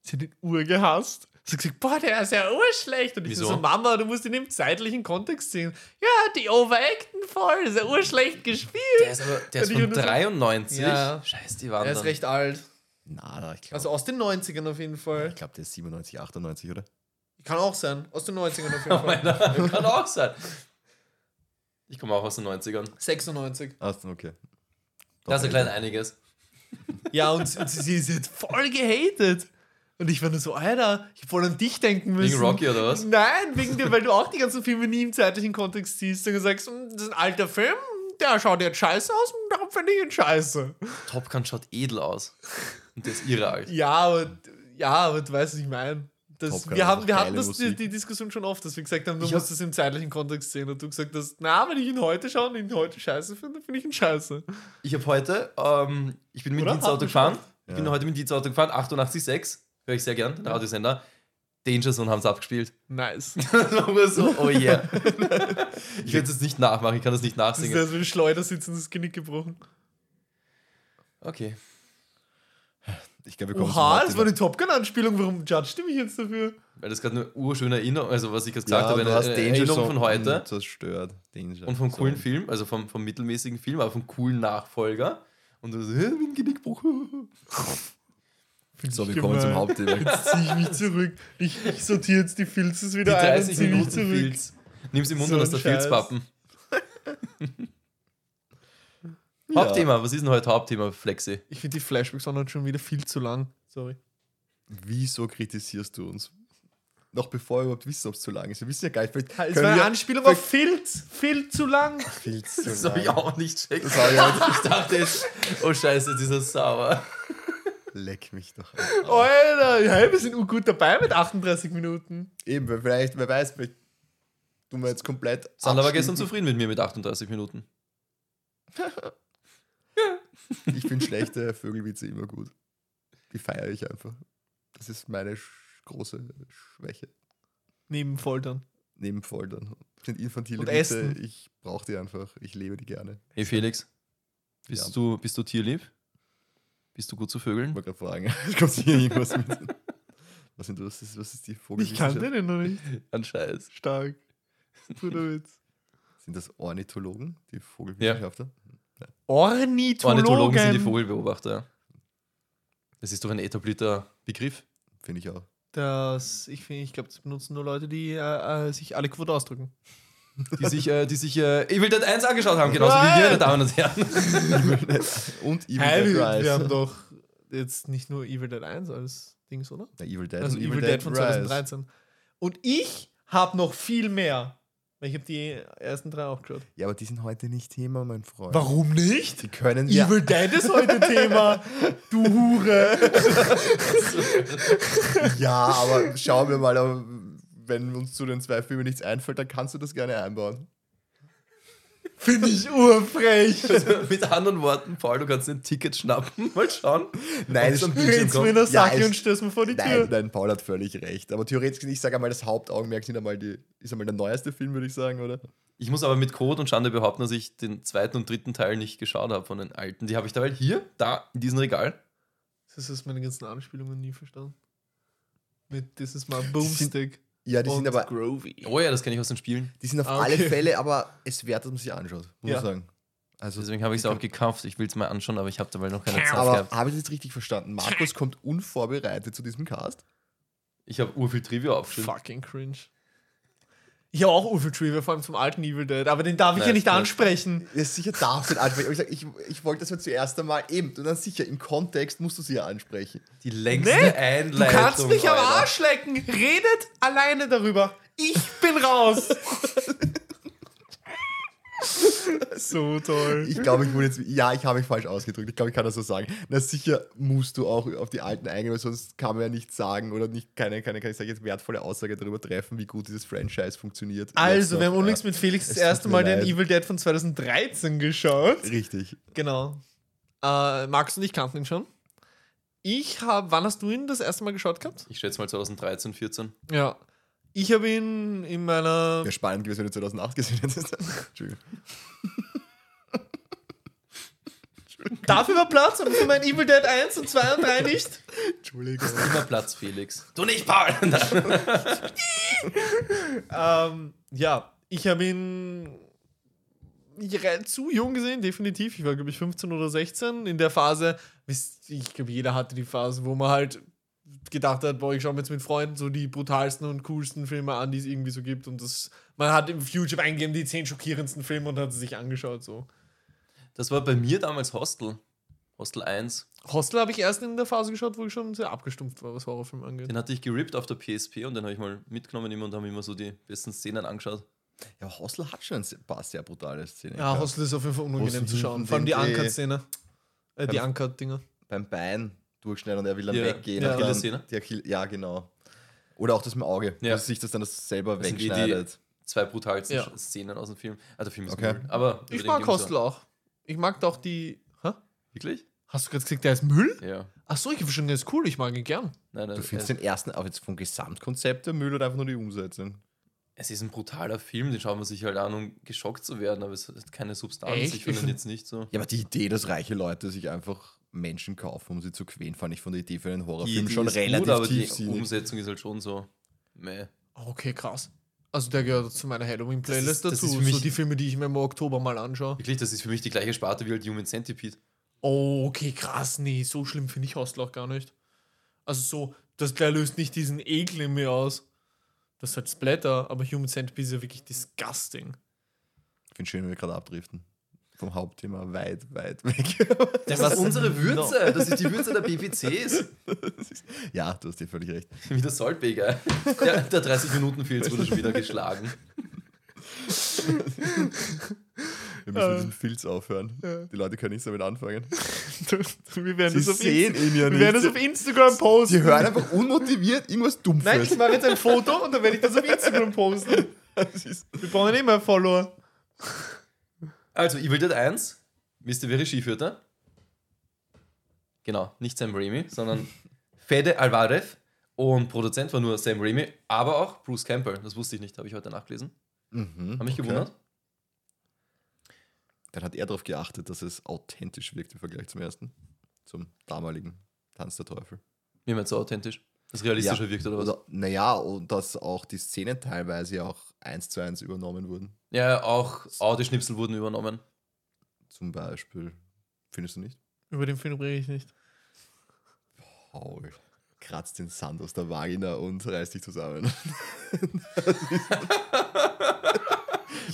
[SPEAKER 2] Sie hat den Ur gehasst. Sie hat gesagt, boah, der ist ja urschlecht. Und ich
[SPEAKER 1] Wieso?
[SPEAKER 2] so, Mama, du musst ihn im zeitlichen Kontext sehen. Ja, die overacten voll, ist ja urschlecht gespielt.
[SPEAKER 1] Der ist, aber, der ist
[SPEAKER 2] Ja, die
[SPEAKER 1] von
[SPEAKER 2] Hunde-
[SPEAKER 1] 93.
[SPEAKER 2] Ja.
[SPEAKER 1] Scheiß die waren
[SPEAKER 2] Er ist
[SPEAKER 1] dann. (laughs)
[SPEAKER 2] recht alt.
[SPEAKER 3] Na, na, ich glaube,
[SPEAKER 2] Also aus den 90ern auf jeden Fall.
[SPEAKER 3] ich glaub, der ist 97, 98, oder?
[SPEAKER 2] Kann auch sein. Aus den 90ern auf
[SPEAKER 1] Oh
[SPEAKER 2] jeden
[SPEAKER 1] mein
[SPEAKER 2] Fall.
[SPEAKER 1] Gott, Kann auch sein. Ich komme auch aus den 90ern.
[SPEAKER 2] 96.
[SPEAKER 3] Ah, okay.
[SPEAKER 1] Das erklärt einiges.
[SPEAKER 2] Ja, und sie, und sie ist jetzt voll gehatet. Und ich war nur so, Alter, ich hab voll an dich denken müssen.
[SPEAKER 1] Wegen Rocky oder was?
[SPEAKER 2] Nein, wegen dir, weil du auch die ganzen Filme nie im zeitlichen Kontext siehst und sagst, "Hm, das ist ein alter Film, der schaut jetzt scheiße aus und darum finde ich ihn scheiße.
[SPEAKER 1] Top Gun schaut edel aus. Und der ist irre alt.
[SPEAKER 2] Ja, aber, ja, aber du weißt, was ich meine.
[SPEAKER 3] Top
[SPEAKER 2] Das,
[SPEAKER 3] Gun
[SPEAKER 2] wir
[SPEAKER 3] hat
[SPEAKER 2] haben,
[SPEAKER 3] auch
[SPEAKER 2] wir
[SPEAKER 3] geile
[SPEAKER 2] hatten das, die,
[SPEAKER 3] Musik.
[SPEAKER 2] die Diskussion schon oft, dass wir gesagt haben, du
[SPEAKER 1] Ich
[SPEAKER 2] musst
[SPEAKER 1] hab-
[SPEAKER 2] das im zeitlichen Kontext sehen. Und du gesagt hast, na, wenn ich ihn heute schaue und ihn heute scheiße finde, finde ich ihn scheiße.
[SPEAKER 1] Ich habe heute, ähm, ich bin mit
[SPEAKER 2] Oder?
[SPEAKER 1] Dienstauto
[SPEAKER 2] Hatten
[SPEAKER 1] gefahren. Ich
[SPEAKER 3] Ja.
[SPEAKER 1] bin heute mit Dienstauto gefahren, 88,6. Höre ich sehr gern, den Radiosender. Danger Zone haben sie abgespielt.
[SPEAKER 2] Nice.
[SPEAKER 1] Das war (laughs) nur so, oh yeah. ich werde es nicht nachmachen, ich kann das nicht
[SPEAKER 2] Das ist
[SPEAKER 1] nachsingen.
[SPEAKER 2] also ein Schleuder sitzen, das Genick gebrochen.
[SPEAKER 1] Okay.
[SPEAKER 3] Ich glaube, wir kommen
[SPEAKER 2] Oha,
[SPEAKER 3] zu
[SPEAKER 2] das war
[SPEAKER 3] Martin.
[SPEAKER 2] eine Top Gun-Anspielung. Warum judged ihr mich jetzt dafür?
[SPEAKER 1] Weil das gerade eine urschöne Erinnerung, also was ich gerade
[SPEAKER 3] ja,
[SPEAKER 1] gesagt habe,
[SPEAKER 3] du
[SPEAKER 1] eine,
[SPEAKER 3] hast
[SPEAKER 1] eine
[SPEAKER 3] Danger
[SPEAKER 1] Erinnerung
[SPEAKER 3] Zone
[SPEAKER 1] von heute
[SPEAKER 3] Zerstört. Danger
[SPEAKER 1] und vom coolen
[SPEAKER 3] Zone.
[SPEAKER 1] Film, also vom, vom mittelmäßigen Film, aber vom coolen Nachfolger. Und du so, hä, bin Genickbruch.
[SPEAKER 2] Find
[SPEAKER 3] So,
[SPEAKER 2] ich
[SPEAKER 3] wir kommen zum
[SPEAKER 2] gemein. (laughs)
[SPEAKER 3] Hauptthema.
[SPEAKER 2] Jetzt ziehe ich mich zurück. Ich, ich sortiere jetzt die Filzes
[SPEAKER 1] Die
[SPEAKER 2] wieder ein und
[SPEAKER 1] 30
[SPEAKER 2] ziehe mich
[SPEAKER 1] Minuten
[SPEAKER 2] zurück.
[SPEAKER 1] Filz. Nimm's im Mund
[SPEAKER 2] So
[SPEAKER 1] und hast da
[SPEAKER 2] ein Scheiß.
[SPEAKER 1] Filzpappen.
[SPEAKER 3] Ja.
[SPEAKER 1] Hauptthema, was ist denn heute Hauptthema, Flexi?
[SPEAKER 2] Ich finde die Flashbacks waren heute schon wieder viel zu lang. Sorry.
[SPEAKER 3] (laughs) Wieso kritisierst du uns? Noch bevor wir überhaupt wissen, ob es zu lang ist. Wir wissen ja gar nicht. vielleicht
[SPEAKER 1] Halt,
[SPEAKER 2] Es
[SPEAKER 3] können
[SPEAKER 2] war eine
[SPEAKER 3] wir-
[SPEAKER 2] Anspielung auf Filz. Viel zu lang.
[SPEAKER 1] (laughs)
[SPEAKER 3] Viel zu
[SPEAKER 1] Das hab ich
[SPEAKER 3] lang.
[SPEAKER 1] auch nicht checkt.
[SPEAKER 3] Das hab ich
[SPEAKER 1] (laughs)
[SPEAKER 3] auch-
[SPEAKER 1] Ich dachte jetzt, oh scheiße, dieser sauer.
[SPEAKER 3] Leck mich doch. am Arsch.
[SPEAKER 2] Oh, Alter, ja, wir sind gut dabei mit 38 Minuten.
[SPEAKER 3] Eben, weil vielleicht, wer weiß, vielleicht tun wir jetzt komplett.
[SPEAKER 1] Sandra war
[SPEAKER 3] abstimmen.
[SPEAKER 1] gestern zufrieden mit mir mit 38 Minuten.
[SPEAKER 3] Ich finde schlechte Vögelwitze immer gut. Die feiere ich einfach. Das ist meine sch- große Schwäche.
[SPEAKER 2] Neben Foltern.
[SPEAKER 3] Neben Foltern. Das Sind infantile
[SPEAKER 2] Und
[SPEAKER 3] Witze.
[SPEAKER 2] Essen.
[SPEAKER 3] Ich brauche die einfach. Ich lebe die gerne.
[SPEAKER 1] Hey Felix, bist,
[SPEAKER 3] Ja.
[SPEAKER 1] du, bist du tierlieb? Bist du gut zu
[SPEAKER 3] Ich
[SPEAKER 1] vögeln?
[SPEAKER 3] wollte gerade fragen. (laughs) Kommt hier irgendwas mit? Was, sind, was, ist, was Oh, ist die
[SPEAKER 2] Ich
[SPEAKER 3] Vogelwitze?
[SPEAKER 2] kannte den noch nicht.
[SPEAKER 1] Anscheinend.
[SPEAKER 2] Stark. Guter Witz.
[SPEAKER 3] Sind das Ornithologen, die Vogelwissenschaftler?
[SPEAKER 2] Ornithologen.
[SPEAKER 1] Ornithologen sind die Vogelbeobachter. Das ist doch ein etablierter Begriff.
[SPEAKER 3] Finde ich auch.
[SPEAKER 2] Das, ich finde, ich glaube, das benutzen nur Leute, die äh, äh, sich adequat ausdrücken.
[SPEAKER 1] Die sich, äh, die sich äh, Evil Dead 1 angeschaut haben, genauso wie wir, meine Damen und Herren.
[SPEAKER 3] Und Evil
[SPEAKER 2] Hey,
[SPEAKER 3] Dead
[SPEAKER 2] wir,
[SPEAKER 3] Rise.
[SPEAKER 2] wir (laughs) haben doch jetzt nicht nur Evil Dead 1 als Dings, oder?
[SPEAKER 3] Na, Evil Dead
[SPEAKER 2] Also
[SPEAKER 3] und
[SPEAKER 2] Evil Dead von
[SPEAKER 3] Rise.
[SPEAKER 2] 2013. Und ich habe noch viel mehr. Weil Ich habe die ersten drei auch geschaut.
[SPEAKER 3] Ja, aber die sind heute nicht Thema, mein Freund.
[SPEAKER 2] Warum nicht?
[SPEAKER 3] Die können wir.
[SPEAKER 2] Evil Dead ist (laughs) heute Thema. Du Hure.
[SPEAKER 3] (laughs) Ja, aber schauen wir mal, aber wenn uns zu den zwei Filmen nichts einfällt, dann kannst du das gerne einbauen.
[SPEAKER 2] Finde ich urfrech.
[SPEAKER 1] Also, mit anderen Worten, Paul, du kannst dir ein Ticket schnappen. (laughs) Mal schauen.
[SPEAKER 3] Nein,
[SPEAKER 1] Ob's
[SPEAKER 3] es-
[SPEAKER 1] am Bildschirm
[SPEAKER 2] Red's mir in
[SPEAKER 1] kommt.
[SPEAKER 2] der
[SPEAKER 3] Ja,
[SPEAKER 2] Sache
[SPEAKER 3] es-
[SPEAKER 2] und stößt mir vor die
[SPEAKER 3] Nein,
[SPEAKER 2] Tür.
[SPEAKER 3] nein, Paul hat völlig recht. Aber theoretisch, ich sage einmal, das Hauptaugenmerk sind einmal die, ist einmal der neueste Film, würde ich sagen, oder?
[SPEAKER 1] Ich muss aber mit Code und Schande behaupten, dass ich den zweiten und dritten Teil nicht geschaut habe von den alten. Die habe ich dabei hier, da, in diesem Regal.
[SPEAKER 2] Das ist meine ganzen Anspielungen nie verstanden. Mit This is my Boomstick.
[SPEAKER 3] Ja, die sind
[SPEAKER 2] und
[SPEAKER 3] aber,
[SPEAKER 2] Groovy.
[SPEAKER 1] Oh ja, das kenne ich aus den Spielen.
[SPEAKER 3] die sind auf
[SPEAKER 2] Ah,
[SPEAKER 3] alle
[SPEAKER 2] okay.
[SPEAKER 3] Fälle, aber es wert, dass man sich anschaut, muss
[SPEAKER 2] Ja.
[SPEAKER 3] man sagen. Also,
[SPEAKER 1] Deswegen habe ich es auch gekauft. Ich will es mal anschauen, aber ich habe dabei noch keine Zeit
[SPEAKER 3] aber
[SPEAKER 1] gehabt.
[SPEAKER 3] habe ich das jetzt richtig verstanden? Markus kommt unvorbereitet zu diesem Cast.
[SPEAKER 1] Ich habe urviel Trivia aufgeschrieben.
[SPEAKER 2] Fucking cringe. Ich habe auch Uwe Trivia, vor allem zum alten Evil Dead, aber den darf ich
[SPEAKER 1] Nein,
[SPEAKER 2] ja nicht
[SPEAKER 1] nein.
[SPEAKER 2] ansprechen.
[SPEAKER 3] Ja, sicher darf den ansprechen. Aber ich, sag, ich, ich wollte das ja zuerst einmal eben. Und dann sicher, im Kontext musst du sie ja ansprechen.
[SPEAKER 1] Die längste
[SPEAKER 2] Nee, Du
[SPEAKER 1] Einleitung.
[SPEAKER 2] kannst mich am
[SPEAKER 1] Alter.
[SPEAKER 2] Arsch lecken. Redet alleine darüber. Ich bin raus. so toll.
[SPEAKER 3] Ich glaube, ich wurde jetzt. Ja, ich habe mich falsch ausgedrückt. Ich glaube, ich kann das so sagen. Na sicher musst du auch auf die alten eingehen, weil sonst kann man ja nichts sagen oder nicht keine, keine, keine ich sag jetzt wertvolle Aussage darüber treffen, wie gut dieses Franchise funktioniert. Jetzt
[SPEAKER 2] Also,
[SPEAKER 3] noch,
[SPEAKER 2] wir haben
[SPEAKER 3] ja.
[SPEAKER 2] unlängst mit Felix das
[SPEAKER 3] es tut
[SPEAKER 2] erste
[SPEAKER 3] mir
[SPEAKER 2] Mal den
[SPEAKER 3] leid.
[SPEAKER 2] Evil Dead von 2013 geschaut.
[SPEAKER 3] Richtig.
[SPEAKER 2] Genau. Äh, Max und ich kannten ihn schon. Ich habe, wann hast du ihn das erste Mal geschaut gehabt?
[SPEAKER 1] Ich schätze mal 2013, 14.
[SPEAKER 2] Ja. Ich habe ihn in meiner
[SPEAKER 3] Wäre spannend gewesen, wenn du 2008 gesehen hättest. (laughs) Entschuldigung.
[SPEAKER 2] Dafür war Platz und für mein Evil Dead 1 und 2 und 3 nicht.
[SPEAKER 3] Entschuldigung.
[SPEAKER 1] Immer Platz, Felix. Du nicht, (laughs) Paul!
[SPEAKER 2] Ähm, ja, ich habe ihn re- zu jung gesehen, definitiv. Ich war, glaube ich, 15 oder 16 in der Phase. wisst- Ich glaube, jeder hatte die Phase, wo man halt gedacht hat, boah, ich schaue mir jetzt mit Freunden so die brutalsten und coolsten Filme an, die es irgendwie so gibt. Und das, man hat im Future eingegeben die 10 schockierendsten Filme und hat sie sich angeschaut. So.
[SPEAKER 1] Das war bei mir damals Hostel. Hostel 1.
[SPEAKER 2] Hostel habe ich erst in der Phase geschaut, wo ich schon sehr abgestumpft war, was Horrorfilme angeht.
[SPEAKER 1] Den hatte ich gerippt auf der PSP und den habe ich mal mitgenommen immer und haben immer so die besten Szenen angeschaut.
[SPEAKER 3] Ja, Hostel hat schon ein paar sehr brutale Szenen.
[SPEAKER 2] Ja,
[SPEAKER 3] gehabt.
[SPEAKER 2] Hostel ist auf jeden Fall
[SPEAKER 3] Wo
[SPEAKER 2] unangenehm
[SPEAKER 3] sie
[SPEAKER 2] zu schauen.
[SPEAKER 3] hinten
[SPEAKER 2] Vor allem die
[SPEAKER 3] den Dreh-
[SPEAKER 2] Uncut-Szene. Äh, die
[SPEAKER 3] Ähm,
[SPEAKER 2] Uncut-Dinger.
[SPEAKER 3] Beim Bein durchschneiden und er will dann
[SPEAKER 1] Ja,
[SPEAKER 3] weggehen.
[SPEAKER 2] ja.
[SPEAKER 3] und dann-
[SPEAKER 1] Achillessehne.
[SPEAKER 3] Die Achill ja, genau. Oder auch das mit dem Auge,
[SPEAKER 1] Ja.
[SPEAKER 3] dass sich das dann das selber
[SPEAKER 1] Das sind eh die, die-
[SPEAKER 3] wegschneidet.
[SPEAKER 1] Zwei brutalsten
[SPEAKER 2] Ja.
[SPEAKER 1] Szenen aus dem Film. Also, der Film ist
[SPEAKER 3] Okay.
[SPEAKER 1] Müll. Aber über
[SPEAKER 2] Ich
[SPEAKER 1] den
[SPEAKER 2] mag
[SPEAKER 1] gehen wir
[SPEAKER 2] Hostel auch. Ich mag doch die. Hä?
[SPEAKER 1] So. Wirklich?
[SPEAKER 2] Hast du gerade gesagt, der ist Müll?
[SPEAKER 1] Ja.
[SPEAKER 2] Achso, ich habe schon gesagt, cool, ich mag ihn gern.
[SPEAKER 1] Nein, nein,
[SPEAKER 3] Du findest
[SPEAKER 1] es,
[SPEAKER 3] den ersten auch jetzt vom Gesamtkonzept der Müll oder einfach nur die Umsetzung?
[SPEAKER 1] es ist ein brutaler Film, den schaut man sich halt an, um geschockt zu werden, aber es hat keine Substanz.
[SPEAKER 2] Echt?
[SPEAKER 1] Ich
[SPEAKER 2] (laughs)
[SPEAKER 1] finde
[SPEAKER 2] Ich
[SPEAKER 1] ihn
[SPEAKER 2] find-
[SPEAKER 1] jetzt nicht so.
[SPEAKER 3] Ja, aber die Idee, dass reiche Leute sich einfach Menschen kaufen, um sie zu quälen, fand ich von der Idee für einen Horrorfilm
[SPEAKER 1] Idee
[SPEAKER 3] schon
[SPEAKER 1] ist
[SPEAKER 3] relativ
[SPEAKER 1] aber die
[SPEAKER 3] tiefsinnig.
[SPEAKER 1] Umsetzung ist halt schon so. Meh.
[SPEAKER 2] Ah, Okay, krass. Also der gehört zu meiner Halloween-Playlist
[SPEAKER 1] Das ist- das
[SPEAKER 2] dazu.
[SPEAKER 1] ist für mich-
[SPEAKER 2] so die Filme, die ich mir im Oktober mal anschaue.
[SPEAKER 1] Wirklich, das ist für mich die gleiche Sparte wie halt Human Centipede.
[SPEAKER 2] Oh, okay, krass. Nee, so schlimm finde ich Hostel auch gar nicht. Also so, das der löst nicht diesen Ekel in mir aus. Das ist halt Splatter, aber Human Centipede ist ja wirklich disgusting.
[SPEAKER 3] Ich finde schön, wenn wir gerade abdriften. Vom Hauptthema weit, weit weg. (laughs)
[SPEAKER 1] Das
[SPEAKER 2] Was?
[SPEAKER 1] ist
[SPEAKER 2] (laughs)
[SPEAKER 1] unsere Würze. Das ist die Würze der BBCs.
[SPEAKER 3] ja, du hast dir völlig recht.
[SPEAKER 1] (laughs) Wie der Saltbeger. Der, der 30 minuten filz wurde schon wieder geschlagen.
[SPEAKER 3] Wir müssen
[SPEAKER 2] Ähm.
[SPEAKER 3] mit diesem Filz aufhören.
[SPEAKER 2] Ja.
[SPEAKER 3] Die Leute können nichts damit anfangen.
[SPEAKER 2] (laughs) wir werden
[SPEAKER 3] Sie
[SPEAKER 2] das auf,
[SPEAKER 3] sehen ihn ja
[SPEAKER 2] wir werden das
[SPEAKER 3] nicht.
[SPEAKER 2] auf Instagram
[SPEAKER 1] (laughs)
[SPEAKER 2] posten.
[SPEAKER 3] Die hören einfach unmotiviert irgendwas Dumpfes.
[SPEAKER 2] Nein, ich mache jetzt ein Foto und dann werde ich das (laughs) auf Instagram (laughs) posten.
[SPEAKER 3] Das ist-
[SPEAKER 2] Wir brauchen eh mehr Follower.
[SPEAKER 1] Also, Evil Dead 1. Wisst ihr, wer Regie führte? Genau, nicht Sam Raimi, sondern Fede Alvarez. Und Produzent war nur Sam Raimi, aber auch Bruce Campbell. Das wusste ich nicht, habe ich heute nachgelesen.
[SPEAKER 3] Mhm,
[SPEAKER 1] Hab mich
[SPEAKER 3] okay.
[SPEAKER 1] gewundert.
[SPEAKER 3] Dann hat er darauf geachtet, dass es authentisch wirkt im Vergleich zum ersten, zum damaligen Tanz der Teufel.
[SPEAKER 1] Mir meint so authentisch. Das realistischer wirkt oder was?
[SPEAKER 3] Oder, naja, und dass auch die Szenen teilweise ja auch eins zu eins übernommen wurden.
[SPEAKER 1] Ja, auch Audioschnipsel wurden übernommen.
[SPEAKER 3] Zum Beispiel. Findest du nicht?
[SPEAKER 2] Über den Film rede ich nicht.
[SPEAKER 3] Paul kratzt den Sand aus der Vagina und reißt dich zusammen. (laughs)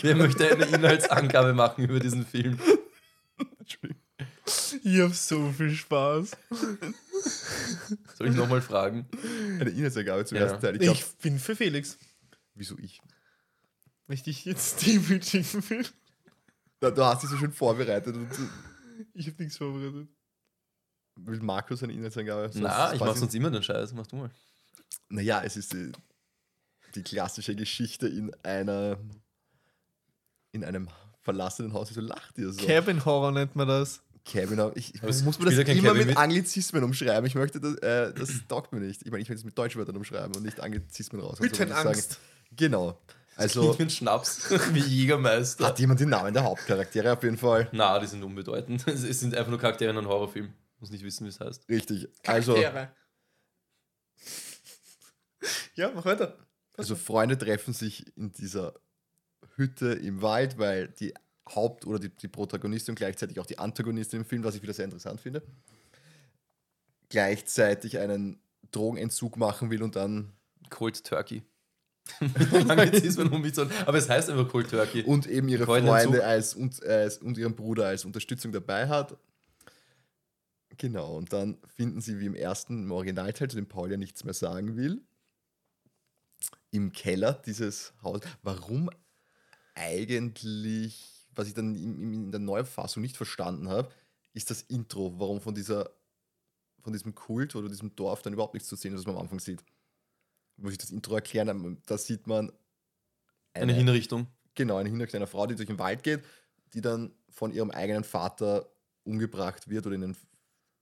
[SPEAKER 1] Wer möchte eine Inhaltsangabe machen über diesen Film?
[SPEAKER 3] Entschuldigung.
[SPEAKER 2] Ich habe so viel Spaß.
[SPEAKER 1] Soll ich nochmal fragen?
[SPEAKER 3] Eine Inhaltsangabe zum
[SPEAKER 1] Ja.
[SPEAKER 3] ersten Teil. Ich
[SPEAKER 2] Ich,
[SPEAKER 3] glaub,
[SPEAKER 2] bin für Felix.
[SPEAKER 3] wieso ich?
[SPEAKER 2] wenn ich dich jetzt (laughs) demütigen will.
[SPEAKER 3] Da- Du hast dich so schön vorbereitet und du-
[SPEAKER 2] Ich habe nichts vorbereitet.
[SPEAKER 3] will Markus eine Inhaltsangabe. Sonst
[SPEAKER 1] Na, ich
[SPEAKER 3] weiß
[SPEAKER 1] mach sonst immer den Scheiß, mach du mal.
[SPEAKER 3] Naja, es ist die, die klassische Geschichte in einer in einem verlassenen Haus. Wieso lacht ihr so?
[SPEAKER 2] Cabin Horror nennt man das.
[SPEAKER 3] Cabin. aber Ich, ich
[SPEAKER 1] Aber es
[SPEAKER 3] muss man
[SPEAKER 1] spielt
[SPEAKER 3] das
[SPEAKER 1] ja kein
[SPEAKER 3] immer
[SPEAKER 1] Cabin
[SPEAKER 3] mit
[SPEAKER 1] mit.
[SPEAKER 3] Anglizismen umschreiben. Ich möchte, das, äh, das taugt mir nicht. Ich meine, ich will es mit Deutschwörtern umschreiben und nicht Anglizismen raus.
[SPEAKER 2] Mit
[SPEAKER 3] Also, würde ich
[SPEAKER 2] Angst.
[SPEAKER 3] Sagen. Genau.
[SPEAKER 1] Also,
[SPEAKER 3] Also
[SPEAKER 1] mit Schnaps, (laughs) wie Jägermeister.
[SPEAKER 3] hat jemand den Namen der Hauptcharaktere auf jeden Fall.
[SPEAKER 1] Na, die sind unbedeutend. Es es sind einfach nur Charaktere in einem Horrorfilm. Muss nicht wissen, wie es heißt.
[SPEAKER 3] Richtig. Also,
[SPEAKER 2] Charaktere. ja, mach weiter.
[SPEAKER 3] also Freunde treffen sich in dieser Hütte im Wald, weil die Haupt- oder die, die Protagonistin und gleichzeitig auch die Antagonistin im Film, was ich wieder sehr interessant finde, gleichzeitig einen Drogenentzug machen will und dann
[SPEAKER 1] Cold Turkey. (laughs) Anglizismen um mich zu Aber es heißt einfach Cold Turkey.
[SPEAKER 3] und eben ihre
[SPEAKER 1] Freunde
[SPEAKER 3] Freunde
[SPEAKER 1] hinzu.
[SPEAKER 3] als, und, als, und ihren Bruder als Unterstützung dabei hat. Genau, und dann finden sie wie im ersten, im Originalteil, zu dem Paul ja nichts mehr sagen will, im Keller dieses Haus. Warum eigentlich, was ich dann in, in in der Neufassung nicht verstanden habe, ist das Intro, warum von dieser von diesem Kult oder diesem Dorf dann überhaupt nichts zu sehen ist, was man am Anfang sieht. Muss ich das Intro erklären? Da sieht man
[SPEAKER 1] Eine Hinrichtung.
[SPEAKER 3] Genau, eine Hinrichtung einer Frau, die durch den Wald geht, die dann von ihrem eigenen Vater umgebracht wird oder in den,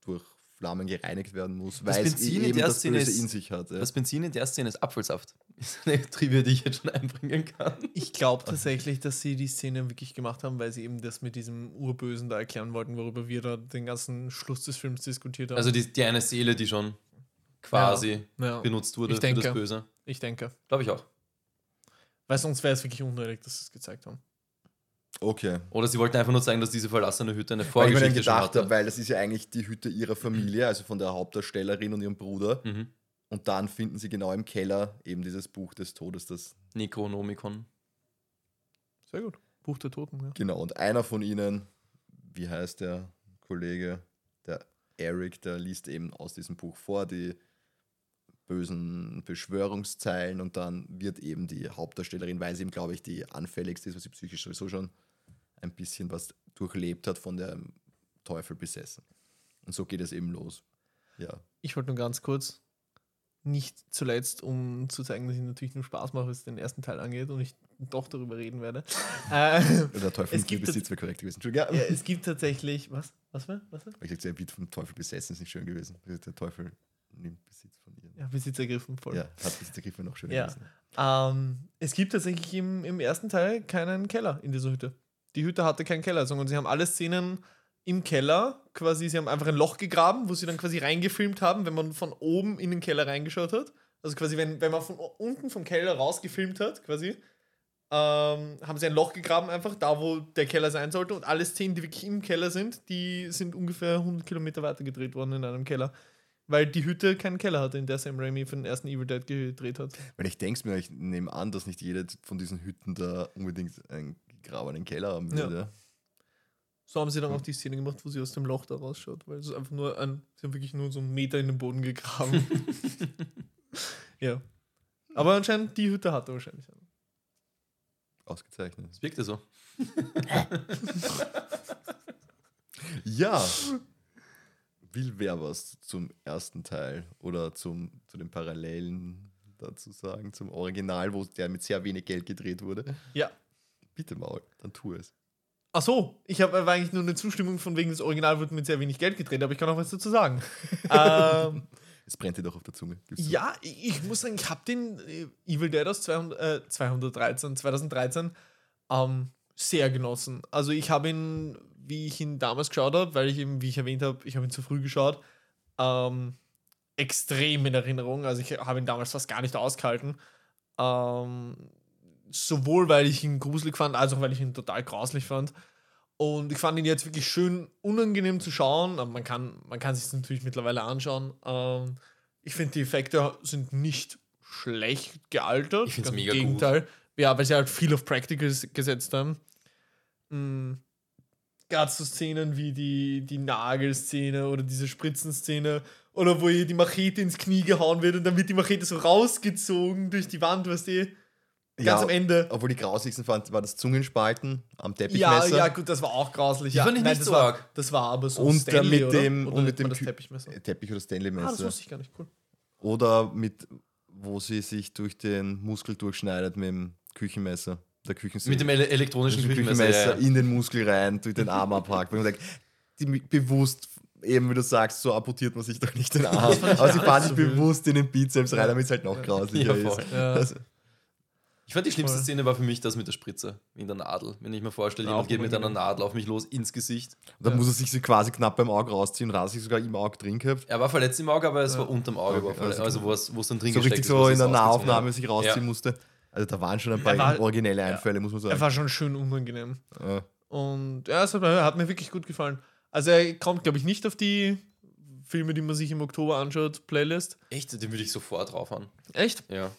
[SPEAKER 3] durch Flammen gereinigt werden muss,
[SPEAKER 1] Das
[SPEAKER 3] weil sie
[SPEAKER 1] Benzin in
[SPEAKER 3] eben
[SPEAKER 1] der
[SPEAKER 3] das
[SPEAKER 1] Szene
[SPEAKER 3] Böse
[SPEAKER 1] ist-
[SPEAKER 3] in sich hat. Ja.
[SPEAKER 1] Das Benzin in der Szene ist Apfelsaft. (laughs) Ist eine Trivia, die ich jetzt schon einbringen kann.
[SPEAKER 2] Ich glaube tatsächlich, dass sie die Szene wirklich gemacht haben, weil sie eben das mit diesem Urbösen da erklären wollten, worüber wir da den ganzen Schluss des Films diskutiert haben.
[SPEAKER 1] Also die, die eine Seele, die schon quasi
[SPEAKER 2] ja,
[SPEAKER 1] benutzt wurde
[SPEAKER 2] Ich
[SPEAKER 1] für das
[SPEAKER 2] denke.
[SPEAKER 1] Böse.
[SPEAKER 2] ich denke.
[SPEAKER 1] Glaube ich auch.
[SPEAKER 2] Weil sonst wäre es wirklich unnötig, dass sie es gezeigt haben.
[SPEAKER 3] Okay.
[SPEAKER 1] Oder sie wollten einfach nur zeigen, dass diese verlassene Hütte eine
[SPEAKER 3] Weil ich mir dann
[SPEAKER 1] Vorgeschichte schon
[SPEAKER 3] gedacht habe,
[SPEAKER 1] hatte.
[SPEAKER 3] weil das ist ja eigentlich die Hütte ihrer Familie, also von der Hauptdarstellerin und ihrem Bruder.
[SPEAKER 1] Mhm.
[SPEAKER 3] Und dann finden sie genau im Keller eben dieses Buch des Todes, das
[SPEAKER 1] Necronomicon.
[SPEAKER 2] Sehr gut. Buch der Toten, ja.
[SPEAKER 3] genau. Und einer von ihnen, wie heißt der Kollege, der Eric, der liest eben aus diesem Buch vor die bösen Beschwörungszeilen und dann wird eben die Hauptdarstellerin, weil sie eben, glaube ich, die anfälligste ist, weil sie psychisch sowieso schon ein bisschen was durchlebt hat, von dem Teufel besessen. Und so geht es eben los. Ja.
[SPEAKER 2] Ich wollte nur ganz kurz, nicht zuletzt, um zu zeigen, dass ich natürlich nur Spaß mache, was den ersten Teil angeht und ich doch darüber reden werde. (laughs) äh,
[SPEAKER 3] Oder der Teufel
[SPEAKER 2] Es
[SPEAKER 3] vom
[SPEAKER 2] gibt
[SPEAKER 3] Besitz wäre korrekt gewesen. Entschuldigung.
[SPEAKER 2] ja,
[SPEAKER 3] Ja.
[SPEAKER 2] es gibt tatsächlich. Was? Was war? Was war?
[SPEAKER 3] Hab Ich gesagt, der Beat vom Teufel besessen ist nicht schön gewesen. Ich hab gesagt, Der Teufel nimmt Besitz von ihr.
[SPEAKER 2] Ja, Besitz ergriffen voll.
[SPEAKER 3] Ja, hat Besitz ergriffen noch schöner
[SPEAKER 2] Ja.
[SPEAKER 3] gewesen.
[SPEAKER 2] Ähm, es gibt tatsächlich im, im ersten Teil keinen Keller in dieser Hütte. Die Hütte hatte keinen Keller, sondern sie haben alle Szenen im Keller, quasi, sie haben einfach ein Loch gegraben, wo sie dann quasi reingefilmt haben, wenn man von oben in den Keller reingeschaut hat. Also quasi, wenn, wenn man von o- unten vom Keller rausgefilmt hat, quasi, ähm, haben sie ein Loch gegraben, einfach da, wo der Keller sein sollte. Und alle Szenen, die wirklich im Keller sind, die sind ungefähr 100 Kilometer weiter gedreht worden in einem Keller. Weil die Hütte keinen Keller hatte, in der Sam Raimi für den ersten Evil Dead gedreht hat.
[SPEAKER 3] Weil ich denke mir, ich nehme an, dass nicht jede von diesen Hütten da unbedingt einen gegrabenen Keller haben
[SPEAKER 2] Ja.
[SPEAKER 3] würde.
[SPEAKER 2] So haben sie dann auch die Szene gemacht, wo sie aus dem Loch da rausschaut, weil es ist einfach nur ein, sie haben wirklich nur so einen Meter in den Boden gegraben. ja. Aber anscheinend die Hütte hatte wahrscheinlich. einen.
[SPEAKER 3] Ausgezeichnet.
[SPEAKER 1] Das wirkte so.
[SPEAKER 3] Ja. Will wer was zum ersten Teil oder zum, zu den Parallelen dazu sagen, zum Original, wo der mit sehr wenig Geld gedreht wurde?
[SPEAKER 2] Ja.
[SPEAKER 3] Bitte mal, dann tu es.
[SPEAKER 2] Ach so, ich habe war eigentlich nur eine Zustimmung von wegen das Original wird mit sehr wenig Geld gedreht, aber ich kann auch was dazu sagen. ähm,
[SPEAKER 3] Es brennt dir doch auf der Zunge. Gib's zu.
[SPEAKER 2] ja, ich, ich muss sagen, ich habe den äh, Evil Dead aus 200, äh, 213, 2013 ähm, sehr genossen. Also ich habe ihn, wie ich ihn damals geschaut habe, weil ich eben, wie ich erwähnt habe, ich habe ihn zu früh geschaut, ähm, extrem in Erinnerung. Also ich habe ihn damals fast gar nicht ausgehalten. Ähm, sowohl weil ich ihn gruselig fand, als auch weil ich ihn total grauslich fand. Und ich fand ihn jetzt wirklich schön unangenehm zu schauen. Aber man kann, man kann sich natürlich mittlerweile anschauen. Ähm, ich finde, die Effekte sind nicht schlecht gealtert.
[SPEAKER 1] Ich find's
[SPEAKER 2] Ganz
[SPEAKER 1] mega
[SPEAKER 2] Im
[SPEAKER 1] gut.
[SPEAKER 2] Gegenteil. Ja, weil sie halt viel auf Practicals gesetzt haben. Mhm. Gerade so Szenen wie die, die Nagelszene oder diese Spritzenszene oder wo ihr die Machete ins Knie gehauen wird und dann wird die Machete so rausgezogen durch die Wand, weißt du? Ganz am Ende.
[SPEAKER 3] Obwohl die grausigsten fand, war das Zungenspalten am
[SPEAKER 2] Ja,
[SPEAKER 3] Teppichmesser.
[SPEAKER 2] ja, gut, das war auch grauslich. Ja,
[SPEAKER 1] fand ich nicht
[SPEAKER 2] das
[SPEAKER 1] so
[SPEAKER 2] war,
[SPEAKER 1] arg.
[SPEAKER 2] Das war aber so
[SPEAKER 3] Und dann
[SPEAKER 2] Stanley,
[SPEAKER 3] mit
[SPEAKER 2] oder?
[SPEAKER 3] dem-
[SPEAKER 2] oder
[SPEAKER 3] und mit
[SPEAKER 2] nennt man
[SPEAKER 3] dem
[SPEAKER 2] das
[SPEAKER 3] Typ-
[SPEAKER 2] Teppichmesser.
[SPEAKER 3] Teppich oder
[SPEAKER 2] Ah, das
[SPEAKER 3] Stanley-Messer.
[SPEAKER 2] wusste ich gar nicht. Cool.
[SPEAKER 3] oder mit, wo sie sich durch den Muskel durchschneidet mit dem Küchenmesser. Der Küchensäge.
[SPEAKER 1] Mit dem ele
[SPEAKER 3] Mit
[SPEAKER 1] elektronischen
[SPEAKER 3] dem
[SPEAKER 1] Küchenmesser. Ja, ja.
[SPEAKER 3] in den Muskel rein, durch den Arm abhackt. Und sagt, die mi- bewusst, eben wie du sagst, so amputiert man sich doch nicht den Arm. Aber sie fahren sich
[SPEAKER 2] allzu wild.
[SPEAKER 3] bewusst in den Bizeps rein, damit es halt noch grauslicher
[SPEAKER 1] Ja, voll.
[SPEAKER 3] ist.
[SPEAKER 2] (laughs) Ja.
[SPEAKER 3] Also,
[SPEAKER 1] Ich fand die schlimmste
[SPEAKER 2] Voll.
[SPEAKER 1] Szene war für mich das mit der Spritze in der Nadel. Wenn ich mir vorstelle,
[SPEAKER 2] Auch
[SPEAKER 1] jemand geht mit einer
[SPEAKER 2] unangenehm.
[SPEAKER 1] Nadel auf mich los ins Gesicht.
[SPEAKER 3] da
[SPEAKER 2] Ja.
[SPEAKER 3] muss er sich so quasi knapp beim Auge rausziehen und hat sich sogar im Auge drin gehabt.
[SPEAKER 1] Er war verletzt im Auge, aber es
[SPEAKER 2] Ja.
[SPEAKER 1] war unterm Auge.
[SPEAKER 3] Okay,
[SPEAKER 1] war verletzt,
[SPEAKER 3] also
[SPEAKER 1] also wo es wo es dann drin
[SPEAKER 3] So
[SPEAKER 1] gesteckt
[SPEAKER 3] richtig
[SPEAKER 1] ist,
[SPEAKER 3] so
[SPEAKER 1] wo
[SPEAKER 3] in
[SPEAKER 1] sie es
[SPEAKER 3] der
[SPEAKER 1] rausgezogen
[SPEAKER 3] Nahaufnahme
[SPEAKER 1] hat.
[SPEAKER 3] sich rausziehen
[SPEAKER 1] Ja.
[SPEAKER 3] musste. Also da waren schon ein
[SPEAKER 2] Er
[SPEAKER 3] paar
[SPEAKER 2] war-
[SPEAKER 3] originelle Einfälle, muss man
[SPEAKER 2] Er
[SPEAKER 3] sagen.
[SPEAKER 2] war schon schön unangenehm.
[SPEAKER 3] Ja.
[SPEAKER 2] Und ja, es hat mir, hat mir wirklich gut gefallen. Also er kommt, glaube ich, nicht auf die Filme, die man sich im Oktober anschaut, Playlist.
[SPEAKER 1] Echt, den würde ich sofort draufhauen.
[SPEAKER 2] Echt?
[SPEAKER 1] Ja.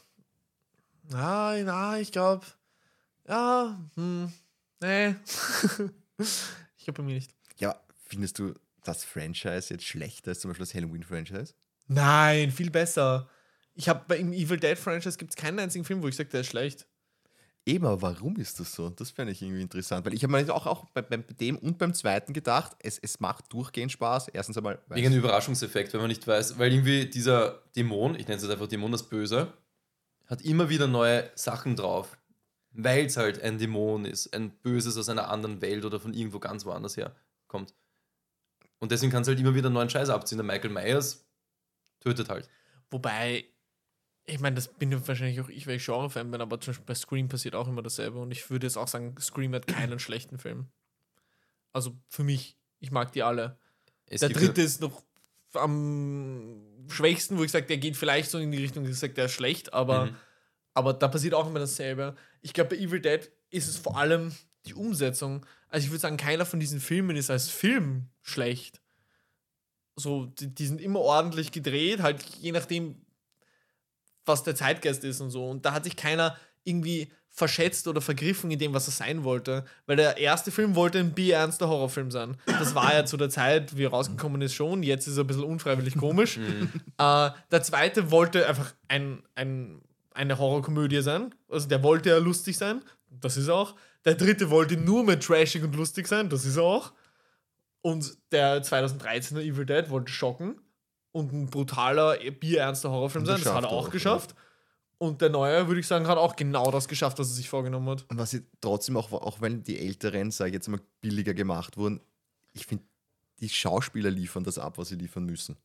[SPEAKER 2] Ja, na, ich glaube. Ja, hm, nee. (laughs) ich glaube bei mir nicht.
[SPEAKER 3] ja, findest du das Franchise jetzt schlechter als zum Beispiel das Halloween-Franchise?
[SPEAKER 2] Nein, viel besser. Ich habe bei im Evil Dead Franchise gibt es keinen einzigen Film, wo ich sage, der ist schlecht.
[SPEAKER 3] Eben, aber warum ist das so? Das fände ich irgendwie interessant, weil ich habe mir auch, auch bei, bei dem und beim zweiten gedacht, es, es macht durchgehend Spaß. Erstens einmal, weil
[SPEAKER 1] Wegen einem Überraschungseffekt, wenn man nicht weiß, weil irgendwie dieser Dämon, ich nenne es jetzt einfach Dämon das Böse, hat immer wieder neue Sachen drauf. Weil es halt ein Dämon ist, ein Böses aus einer anderen Welt oder von irgendwo ganz woanders her kommt. Und deswegen kann es halt immer wieder neuen Scheiß abziehen. Der Michael Myers tötet halt.
[SPEAKER 2] Wobei, ich meine, das bin ja wahrscheinlich auch ich, weil ich Genre-Fan bin, aber zum Beispiel bei Scream passiert auch immer dasselbe. Und ich würde jetzt auch sagen, Scream hat keinen schlechten Film. Also für mich, ich mag die alle.
[SPEAKER 1] Es
[SPEAKER 2] der
[SPEAKER 1] gibt-
[SPEAKER 2] dritte ist noch am schwächsten, wo ich sage, der geht vielleicht so in die Richtung, dass ich sage, der ist schlecht, aber,
[SPEAKER 1] Mhm.
[SPEAKER 2] aber da passiert auch immer dasselbe. Ich glaube, bei Evil Dead ist es vor allem die Umsetzung. Also ich würde sagen, keiner von diesen Filmen ist als Film schlecht. So, die, die sind immer ordentlich gedreht, halt je nachdem, was der Zeitgeist ist und so. Und da hat sich keiner irgendwie verschätzt oder vergriffen in dem, was er sein wollte. Weil der erste Film wollte ein bierernster Horrorfilm sein. Das war ja zu der Zeit, wie er rausgekommen ist, schon. Jetzt ist er ein bisschen unfreiwillig komisch. äh, der zweite wollte einfach ein, ein, eine Horrorkomödie sein. Also der wollte ja lustig sein. Das ist er auch. Der dritte wollte nur mehr trashig und lustig sein. Das ist er auch. Und der 2013er Evil Dead wollte schocken und ein brutaler, bierernster Horrorfilm
[SPEAKER 3] Und
[SPEAKER 2] sein.
[SPEAKER 3] das
[SPEAKER 2] Das hat
[SPEAKER 3] schafft
[SPEAKER 2] er
[SPEAKER 3] er
[SPEAKER 2] auch
[SPEAKER 3] auch,
[SPEAKER 2] geschafft. Und der neue, würde ich sagen, hat auch genau das geschafft, was er sich vorgenommen hat.
[SPEAKER 3] Und was sie trotzdem, auch, auch wenn die älteren, sage ich jetzt mal, billiger gemacht wurden, ich finde, die Schauspieler liefern das ab, was sie liefern müssen.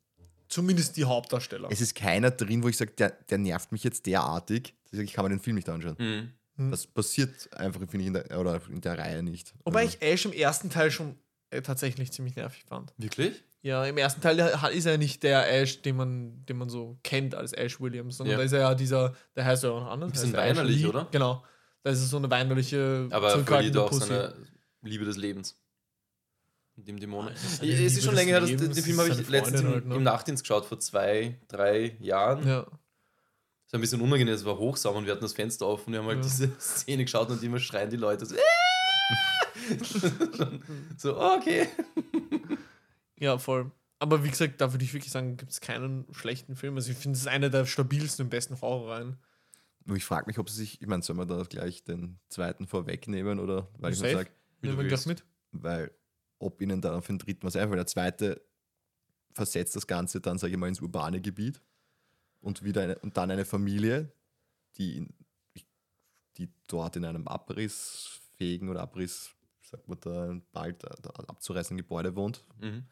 [SPEAKER 2] Zumindest die Hauptdarsteller.
[SPEAKER 3] Es ist keiner drin, wo ich sage, der, der nervt mich jetzt derartig, dass ich, sag, ich kann mir den Film nicht anschauen.
[SPEAKER 1] Mhm.
[SPEAKER 2] Mhm.
[SPEAKER 3] Das passiert einfach, finde ich, in der, oder in der Reihe nicht.
[SPEAKER 2] Wobei
[SPEAKER 3] Also,
[SPEAKER 2] ich Ash im ersten Teil schon äh, tatsächlich ziemlich nervig fand.
[SPEAKER 1] Wirklich?
[SPEAKER 2] Ja, im ersten Teil ha- ist er nicht der Ash, den man, den man so kennt als Ash Williams, sondern
[SPEAKER 1] Ja.
[SPEAKER 2] da ist er ja dieser, der heißt ja auch noch anders.
[SPEAKER 1] Ein bisschen
[SPEAKER 2] der heißt ja Ash
[SPEAKER 1] weinerlich,
[SPEAKER 2] Lee.
[SPEAKER 1] oder?
[SPEAKER 2] Genau. Da ist es so eine weinerliche,
[SPEAKER 1] Aber er verliert
[SPEAKER 2] zurückhaltende
[SPEAKER 1] auch
[SPEAKER 2] Pussy.
[SPEAKER 1] seine Liebe des Lebens. Mit Dem Dämonen.
[SPEAKER 2] Das ist
[SPEAKER 1] Es
[SPEAKER 2] eine
[SPEAKER 1] ist
[SPEAKER 2] Liebe
[SPEAKER 1] schon
[SPEAKER 2] des
[SPEAKER 1] länger her, dass- den
[SPEAKER 2] Lebens,
[SPEAKER 1] den Film
[SPEAKER 2] das
[SPEAKER 1] habe
[SPEAKER 2] ist
[SPEAKER 1] ich
[SPEAKER 2] seine
[SPEAKER 1] letztens im,
[SPEAKER 2] Freundin halt, ne?
[SPEAKER 1] im Nachtdienst geschaut, vor zwei, drei Jahren.
[SPEAKER 2] Ja.
[SPEAKER 1] ist ein bisschen unangenehm, es war hochsauber und wir hatten das Fenster offen. Wir haben halt
[SPEAKER 2] Ja.
[SPEAKER 1] diese (laughs) Szene geschaut und immer schreien die Leute so, "Äh!" (laughs) so okay.
[SPEAKER 2] ja, voll. Aber wie gesagt, da würde ich wirklich sagen, gibt es keinen schlechten Film. Also ich finde, es ist einer der stabilsten und besten Horrorreihen.
[SPEAKER 3] Nur ich frage mich, ob sie sich, ich meine, soll man da gleich den zweiten vorwegnehmen oder, weil ich mir
[SPEAKER 2] Safe.
[SPEAKER 3] sage,
[SPEAKER 1] Wie du
[SPEAKER 2] Nehmen wir gleich
[SPEAKER 1] willst.
[SPEAKER 2] mit.
[SPEAKER 3] weil ob ihnen dann auf den dritten was einfällt. Der zweite versetzt das Ganze dann, sage ich mal, ins urbane Gebiet und wieder eine, und dann eine Familie, die, in, die dort in einem abrissfähigen oder abriss, sagt man da, bald äh, da abzureißenden Gebäude wohnt.
[SPEAKER 1] Mhm.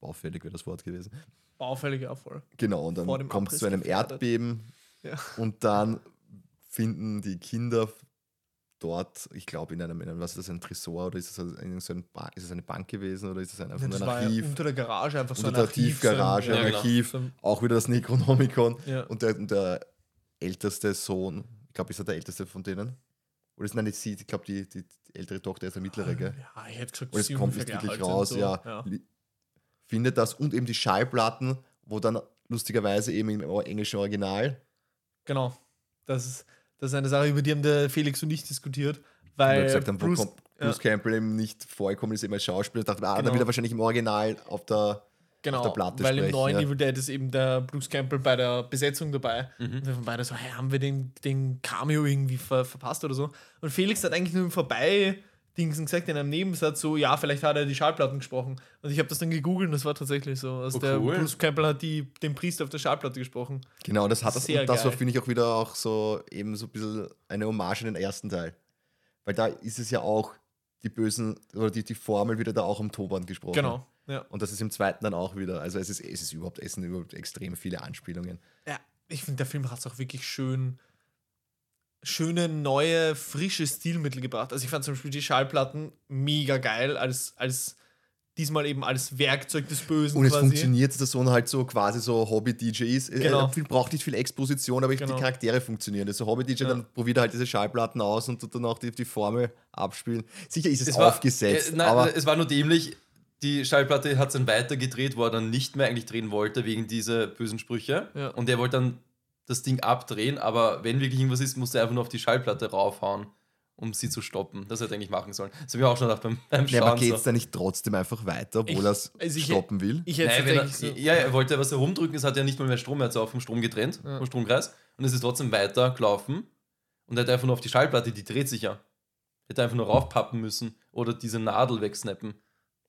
[SPEAKER 3] Baufällig wäre das Wort gewesen.
[SPEAKER 2] Baufällig, ja, voll.
[SPEAKER 3] Genau, und
[SPEAKER 2] Vor dem
[SPEAKER 3] dann kommt es zu
[SPEAKER 2] Abriss
[SPEAKER 3] einem
[SPEAKER 2] gefährdet.
[SPEAKER 3] Erdbeben
[SPEAKER 2] Ja.
[SPEAKER 3] und dann finden die Kinder dort, ich glaube, in einem, in einem, was ist das, ein Tresor oder ist es ein, so ein ba ist es eine Bank gewesen oder ist es ein, einfach
[SPEAKER 2] Ja,
[SPEAKER 3] nur
[SPEAKER 2] das
[SPEAKER 3] ein
[SPEAKER 2] war ja
[SPEAKER 3] Archiv?
[SPEAKER 2] unter der Garage einfach so
[SPEAKER 3] unter der
[SPEAKER 2] Archiv,
[SPEAKER 3] Tiefgarage,
[SPEAKER 2] so ein-
[SPEAKER 1] Ja,
[SPEAKER 3] ein
[SPEAKER 1] genau.
[SPEAKER 3] Archiv,
[SPEAKER 2] So ein-
[SPEAKER 3] auch wieder das Necronomicon.
[SPEAKER 2] Ja.
[SPEAKER 3] Und der, und der älteste Sohn, ich glaube, ist er der älteste von denen? Oder ist nein, nicht sie, ich glaube, die, die, die ältere Tochter ist der
[SPEAKER 2] Ah,
[SPEAKER 3] mittlere, gell?
[SPEAKER 2] Ja, ich hätte gesagt,
[SPEAKER 3] Und es
[SPEAKER 2] sie
[SPEAKER 3] kommt
[SPEAKER 2] ungefähr
[SPEAKER 3] nicht wirklich
[SPEAKER 2] gleich alt
[SPEAKER 3] raus,
[SPEAKER 2] sind, so.
[SPEAKER 3] ja. Li- Findet das und eben die Schallplatten, wo dann lustigerweise eben im englischen Original,
[SPEAKER 2] Genau. Das ist, das ist eine Sache, über die haben der Felix und ich diskutiert.
[SPEAKER 3] weil
[SPEAKER 2] Weil
[SPEAKER 3] gesagt haben, wo
[SPEAKER 2] Bruce,
[SPEAKER 3] kommt Bruce Campbell eben nicht vorgekommen ist, eben als Schauspieler, dachte, ah,
[SPEAKER 2] Genau.
[SPEAKER 3] dann wird er wahrscheinlich im Original auf der
[SPEAKER 2] Genau,
[SPEAKER 3] der Platte
[SPEAKER 2] weil im
[SPEAKER 3] sprechen,
[SPEAKER 2] neuen
[SPEAKER 3] ja.
[SPEAKER 2] Evil Dead ist eben der Bruce Campbell bei der Besetzung dabei.
[SPEAKER 3] Mhm.
[SPEAKER 2] Und wir waren beide so, hey, haben wir den, den Cameo irgendwie ver verpasst oder so? Und Felix hat eigentlich nur im Vorbei Dingsen gesagt in einem Nebensatz so, ja, vielleicht hat er die Schallplatten gesprochen. Und ich habe das dann gegoogelt und das war tatsächlich so. Also
[SPEAKER 1] Oh,
[SPEAKER 2] der
[SPEAKER 1] cool.
[SPEAKER 2] Bruce Campbell hat die, den Priester auf der Schallplatte gesprochen.
[SPEAKER 3] Genau, das hat das,
[SPEAKER 2] Sehr
[SPEAKER 3] und das war,
[SPEAKER 2] geil.
[SPEAKER 3] finde ich, auch wieder auch so eben so ein bisschen eine Hommage in den ersten Teil. Weil da ist es ja auch die bösen, oder die, die Formel wieder da auch am Toband gesprochen.
[SPEAKER 2] Genau. Ja.
[SPEAKER 3] Und das ist im zweiten dann auch wieder. Also es ist, es ist überhaupt, es sind überhaupt extrem viele Anspielungen.
[SPEAKER 2] ja, ich finde, der Film hat es auch wirklich schön, schöne, neue, frische Stilmittel gebracht. Also ich fand zum Beispiel die Schallplatten mega geil, als, als diesmal eben als Werkzeug des Bösen
[SPEAKER 3] Und es funktioniert, dass so ein halt so quasi so Hobby-DJ ist.
[SPEAKER 2] Genau.
[SPEAKER 3] Genau. Viel, braucht nicht viel Exposition, aber
[SPEAKER 2] Genau.
[SPEAKER 3] die Charaktere funktionieren. Also Hobby-DJ,
[SPEAKER 2] Ja.
[SPEAKER 3] dann probiert er halt diese Schallplatten aus und tut dann auch die, die Formel abspielen. Sicher ist es,
[SPEAKER 1] war-
[SPEAKER 3] aufgesetzt,
[SPEAKER 1] äh, nein,
[SPEAKER 3] aber
[SPEAKER 1] es war nur dämlich. Die Schallplatte hat es dann weitergedreht, wo er dann nicht mehr eigentlich drehen wollte, wegen dieser bösen Sprüche.
[SPEAKER 2] Ja.
[SPEAKER 1] Und er wollte dann das Ding abdrehen, aber wenn wirklich irgendwas ist, musste er einfach nur auf die Schallplatte raufhauen, um sie zu stoppen. Das hätte er eigentlich machen sollen. Das habe ich auch schon gedacht beim, beim
[SPEAKER 3] ja, aber
[SPEAKER 1] Schauen.
[SPEAKER 3] geht es
[SPEAKER 1] so.
[SPEAKER 3] da nicht trotzdem einfach weiter, obwohl
[SPEAKER 2] Ich-
[SPEAKER 3] er es
[SPEAKER 2] also ich-
[SPEAKER 3] stoppen will?
[SPEAKER 2] Ich hätte
[SPEAKER 1] Nein, wenn er,
[SPEAKER 2] tatsächlich so,
[SPEAKER 1] ja, er wollte was herumdrücken, es hat ja nicht mal mehr Strom, er hat es auch vom Strom getrennt,
[SPEAKER 2] Ja.
[SPEAKER 1] vom Stromkreis. Und es ist trotzdem weiter gelaufen. Und er hat einfach nur auf die Schallplatte, die dreht sich ja. Hätte einfach nur raufpappen müssen oder diese Nadel wegsnappen.